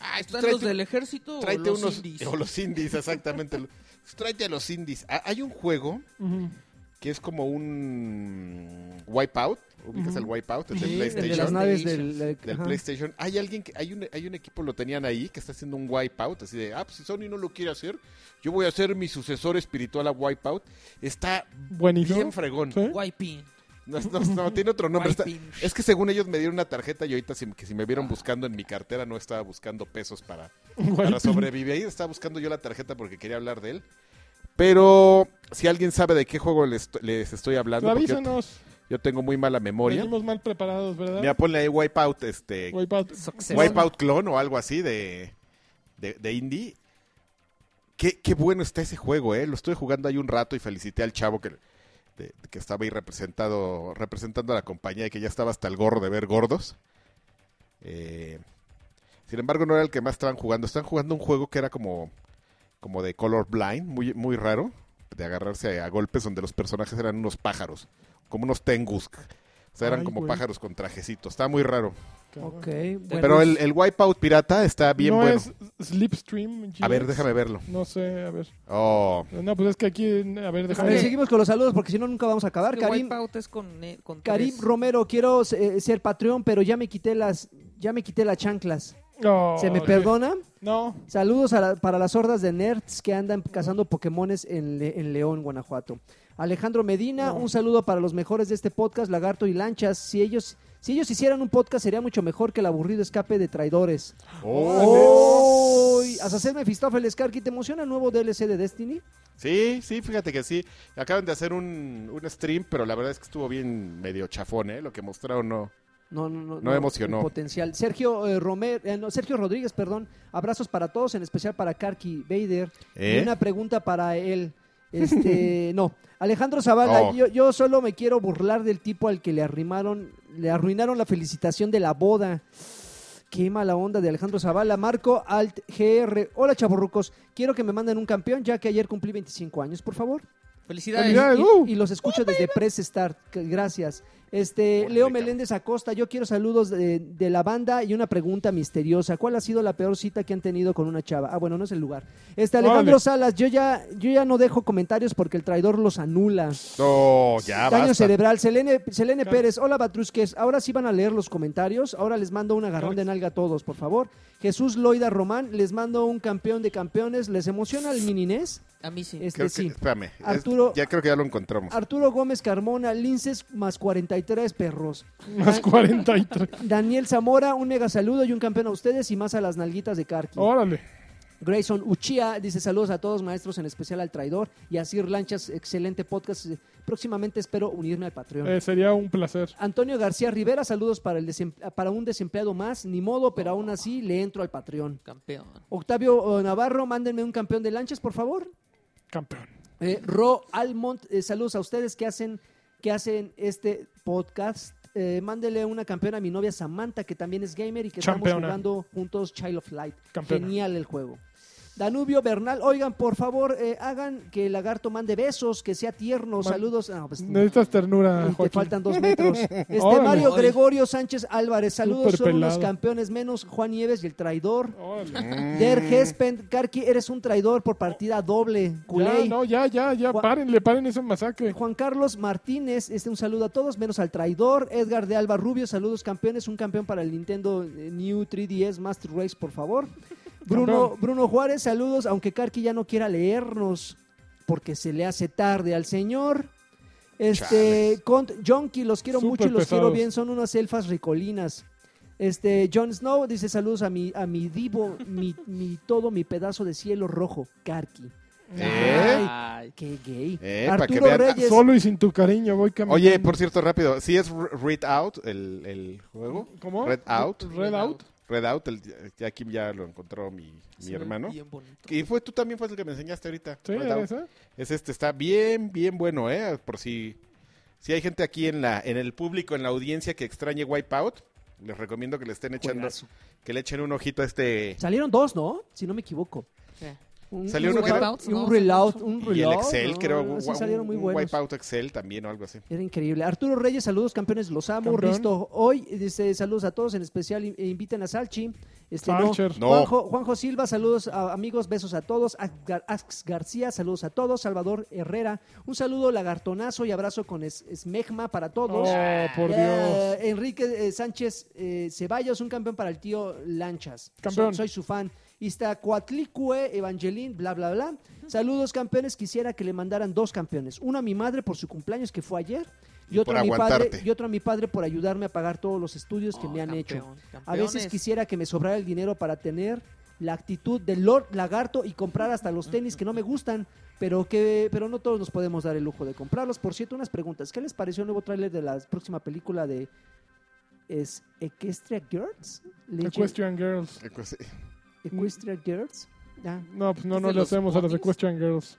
A: Ah, ¿están
D: Tráete-
A: los del ejército o
D: Tráete
A: los
D: unos...
A: indies?
D: <laughs> O los indies, exactamente. <laughs> Lo- Tráete a los indies. Ah, hay un juego
B: Ujú.
D: que es como un Wipeout. ¿Ubicas el Wipeout? El de
A: Sí, el de
C: El de
D: PlayStation.
C: las
A: PlayStation.
C: naves del, del-
D: del
C: ajá.
D: PlayStation. Hay alguien que hay un, hay un equipo lo tenían ahí que está haciendo un wipeout, así de, ah, pues si Sony no lo quiere hacer, yo voy a hacer mi sucesor espiritual a wipeout. Está
B: Buenísimo.
D: bien fregón.
B: Sí.
A: Guaypín.
D: No, no, no, tiene otro nombre. Está-
A: Wiping.
D: es que según ellos me dieron una tarjeta y ahorita si, que si me vieron buscando en mi cartera no estaba buscando pesos para, para
B: Wiping.
D: sobrevivir. Ahí estaba buscando yo la tarjeta porque quería hablar de él. Pero si alguien sabe de qué juego les, esto- les estoy hablando, porque yo,
B: Avísanos.
D: yo tengo muy mala memoria.
B: Venimos mal preparados,
D: Mira,
B: ¿verdad?
D: ponle ahí Wipeout, este,
B: Wipeout.
A: Success.
D: Wipeout Clone o algo así de, de, de indie. Qué, qué bueno está ese juego, ¿eh? Lo estuve jugando ahí un rato y felicité al chavo que, de- que estaba ahí representado, representando a la compañía y que ya estaba hasta el gorro de ver gordos. Eh, sin embargo, no era el que más estaban jugando. Estaban jugando un juego que era como, como de color blind, muy, muy raro, de agarrarse a golpes donde los personajes eran unos pájaros, como unos tengus. O sea, eran
B: Ay,
D: como
B: güey.
D: pájaros con trajecitos. Estaba muy raro.
C: Ok, bueno.
D: Pero el, el Wipeout pirata está bien
B: no
D: bueno.
B: es Slipstream.
D: A
B: GX.
D: ver, déjame verlo.
B: No sé, a ver.
D: Oh,
B: No, pues es que aquí. A ver,
C: A
B: déjame
C: ver,
A: Oye.
C: seguimos con los saludos porque si no nunca vamos a acabar.
A: Que
C: Karim,
A: Wipeout es con, eh, con
C: Karim
A: tres.
C: Romero, quiero eh, ser Patreon, pero ya me quité las ya me quité las chanclas.
B: No,
C: ¿Se me
B: sí.
C: perdona?
B: No.
C: Saludos a la- para las hordas de nerds que andan cazando Pokémones en, Le- en León, Guanajuato. Alejandro Medina,
B: No.
C: un saludo para los mejores de este podcast, Lagarto y Lanchas. Si ellos, si ellos hicieran un podcast sería mucho mejor que el aburrido escape de traidores.
B: Oh.
C: ¡Oy! Azazel Mefistófeles, Karki, ¿te emociona el nuevo DLC de Destiny?
D: sí, sí, fíjate que sí. Acaban de hacer un, un stream, pero la verdad es que estuvo bien medio chafón, ¿eh? Lo que mostraron no.
C: No, no, no.
D: No emocionó.
C: el Potencial. Sergio, eh, Romer- eh, no, Sergio Rodríguez, perdón. Abrazos para todos, en especial para Karki Vader.
D: ¿Eh?
C: Y una pregunta para él. Este, no. Alejandro Zavala,
D: Oh.
C: yo, yo solo me quiero burlar del tipo al que le arrimaron, le arruinaron la felicitación de la boda. Qué mala onda de Alejandro Zavala. Marco Alt GR. Hola, chavorrucos. Quiero que me manden un campeón, ya que ayer cumplí 25 años, por favor.
A: Felicidades.
B: Felicidades.
C: Y-
B: Uh.
C: Y, los escucho desde Press Start. C- Gracias. Este,
D: Órale,
C: Leo
D: cabrón.
C: Meléndez Acosta, yo quiero saludos de, de la banda y una pregunta misteriosa. ¿Cuál ha sido la peor cita que han tenido con una chava? Ah, bueno, no es el lugar. Este, Alejandro
B: Órale.
C: Salas, yo ya, yo ya no dejo comentarios porque el traidor los anula.
D: No, ya
C: Daño
D: basta.
C: cerebral. Selene, Selene
B: Claro.
C: Pérez, hola Batrusques. Ahora sí van a leer los comentarios. Ahora les mando un agarrón de nalga a todos, por favor. Jesús Loida Román, les mando un campeón de campeones. ¿Les emociona el mininés?
A: A mí sí.
C: Este
D: Creo que-
C: sí.
D: Espérame. es-
C: Arturo-
D: ya creo que ya lo encontramos.
C: Arturo Gómez Carmona, linces más 43 perros.
B: Más
C: <laughs>
B: 43.
C: Daniel Zamora, un mega saludo y un campeón a ustedes y más a las nalguitas de Karki.
B: Órale.
C: Grayson Uchía dice saludos a todos maestros, en especial al traidor. Y a Sir Lanchas, excelente podcast. Próximamente espero unirme al Patreon.
B: Eh, sería un placer.
C: Antonio García Rivera, saludos para, el desem- para un desempleado más, ni modo, pero aún así le entro al Patreon.
A: Campeón.
C: Octavio eh, Navarro, mándenme un campeón de lanchas, por favor.
B: Campeón.
C: Eh, Ro Almont, eh, saludos a ustedes que hacen, que hacen este podcast. Eh, mándele una campeona a mi novia Samantha, que también es gamer y que
B: Championa.
C: estamos jugando juntos Child of Light.
B: Campeona.
C: Genial el juego. Danubio Bernal, oigan, por favor, eh, hagan que el lagarto mande besos, que sea tierno.
B: Man-
C: Saludos. No, pues, no.
B: Necesitas ternura,
C: Ay, te
B: Joaquín.
C: faltan
B: <laughs>
C: dos metros. Este
B: Órale.
C: Mario
A: Ay.
C: Gregorio Sánchez Álvarez, saludos.
B: Súper
C: Son unos
B: pelado.
C: campeones menos Juan Nieves y el traidor.
D: Mm.
B: Órale.
C: Der Hespen, Karki, eres un traidor por partida doble.
B: Ya,
C: Culey.
B: no, ya, ya, ya,
C: Gua-
B: párenle, paren ese masacre.
C: Juan Carlos Martínez, este un saludo a todos, menos al traidor. Edgar de Alba Rubio, saludos campeones, un campeón para el Nintendo eh, New 3DS Master Race,
B: <laughs>
C: por favor. Bruno,
B: Campeón.
C: Bruno Juárez, saludos, aunque Karki ya no quiera leernos porque se le hace tarde al señor. Este,
D: Chales.
C: Cont Jonky, los quiero
B: Súper
C: mucho y los quiero
B: pesados.
C: bien, son unas elfas ricolinas. Este, Jon Snow dice saludos a mi, a mi divo, mi, mi todo, mi pedazo de cielo rojo, Karki.
D: ¿Eh?
A: Ay,
C: Qué gay.
D: Eh, pa' que
C: Arturo
D: vean.
C: Reyes.
B: Solo y sin tu cariño voy caminando.
D: Oye, por cierto, rápido, si es Re- Read Out el, el juego,
B: ¿Cómo?
D: Red Out.
B: Red Out.
D: Red Out, el, ya aquí ya lo encontró mi,
A: se
D: mi
A: ve
D: hermano.
A: bien bonito.
D: Y fue tú también fue el que me enseñaste ahorita.
B: Sí,
D: Red Out.
B: esa.
D: Es este, está bien, bien bueno, ¿eh? Por si, si hay gente aquí en la en el público, en la audiencia que extrañe Wipeout, les recomiendo que le estén echando,
C: Juegazo.
D: que le echen un ojito a este
C: Salieron dos, ¿no? Si no me equivoco.
A: Sí.
C: Un,
D: Salió
C: un
D: uno que era-
C: Wipeout y
A: ¿no?
C: un reload, un
D: y el
C: reload,
D: Excel,
C: ¿no?
D: creo,
C: Sí,
D: un-
C: salieron muy
D: un
C: buenos.
D: Wipeout Excel también o algo así.
C: Era increíble. Arturo Reyes, saludos campeones, los amo.
B: Campeón.
C: Risto, hoy dice saludos a todos, en especial in- e inviten a Salchi. Este, no.
B: Salcher.
D: No.
C: Juanjo, Juanjo Silva, saludos a- amigos, besos a todos. Ax Gar- Ax García, saludos a todos. Salvador Herrera, un saludo lagartonazo y abrazo con es- esmegma para todos.
B: Oh, por Dios.
C: Eh, Enrique eh, Sánchez eh, Ceballos, un campeón para el tío Lanchas.
B: Campeón.
C: Soy, soy su fan. Iztacuatlicue, Evangelín, bla, bla, bla. Saludos, campeones. Quisiera que le mandaran dos campeones. Uno a mi madre por su cumpleaños, que fue ayer. Y
D: Y
C: otro,
D: por
C: a mi padre,
D: aguantarte.
C: y otro a mi padre por ayudarme a pagar todos los estudios que
A: Oh,
C: me han hecho.
A: campeón,
C: A veces
A: campeones.
C: quisiera que me sobrara el dinero para tener la actitud del Lord Lagarto y comprar hasta los tenis que no me gustan, pero que pero no todos nos podemos dar el lujo de comprarlos. Por cierto, unas preguntas. ¿Qué les pareció el nuevo tráiler de la próxima película de es Equestria Girls? Legend-
B: Equestrian Girls.
C: Equestria Girls. Ah,
B: No, pues no,
A: ¿Es
B: no
A: de
B: le
A: los
B: hacemos a las
A: ponis?
B: Equestrian Girls.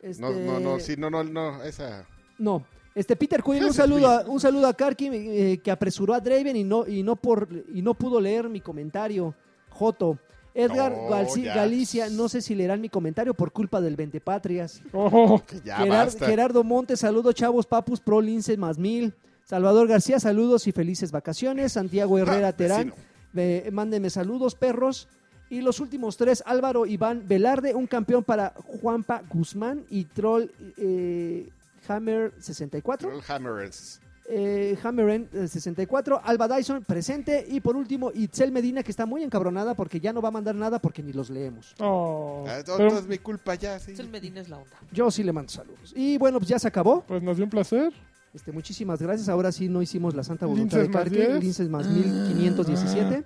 C: este-
D: No, no, no, sí, no, no, no, esa.
C: No. Este Peter Quill, un
D: Ese
C: saludo a, un saludo a Karki eh, que apresuró a Draven y no, y no por y no pudo leer mi comentario. Joto. Edgar
D: No,
C: Galci-
D: ya.
C: Galicia, no sé si leerán mi comentario por culpa del Ventepatrias.
B: Oh,
D: que ya
C: Gerard-
D: basta.
C: Gerardo Montes, saludos chavos, papus, pro lince más mil. Salvador García, saludos y felices vacaciones. Santiago Herrera
D: Ah,
C: Terán,
D: vecino.
C: eh, mándenme saludos, perros. Y los últimos tres, Álvaro Iván Velarde, un campeón para Juanpa Guzmán y Troll eh, Hammer 64.
D: Trollhammers.
C: Eh, Hammeren eh, 64, Alba Dyson presente y por último Itzel Medina que está muy encabronada porque ya no va a mandar nada porque ni los leemos.
B: oh.
D: Ah, no,
B: Pero,
D: no es mi culpa ya, sí.
A: Axel Medina es la onda.
C: Yo sí le mando saludos. Y bueno, pues ya se acabó.
B: pues nos dio un placer.
C: Este, muchísimas gracias. Ahora sí no hicimos la santa voluntad
B: Linces
C: de
B: más
C: Carque,
B: 10.
C: linces más 1517.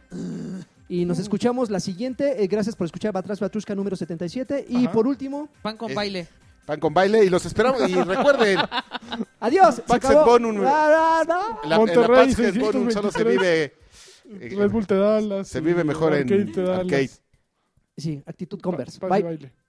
C: Y nos escuchamos la siguiente. Eh, gracias por escuchar Batrás Batrusca número 77. Y
B: Ajá.
C: por último,
A: Pan con
D: Es-
A: baile.
D: Pan con baile y los esperamos. Y recuerden,
C: adiós. Se
D: Pax et
C: acabó.
D: Bonum.
C: Ra, ra, ra.
D: la, en la
B: Monterrey,
D: paz que es Bonum solo se
B: 623.
D: vive. eh,
B: Red Bull te da las.
D: se vive mejor en
B: te da
D: arcade.
B: las-
C: Sí, actitud
B: pa-
C: Converse.
B: pase
C: Bye.
B: baile.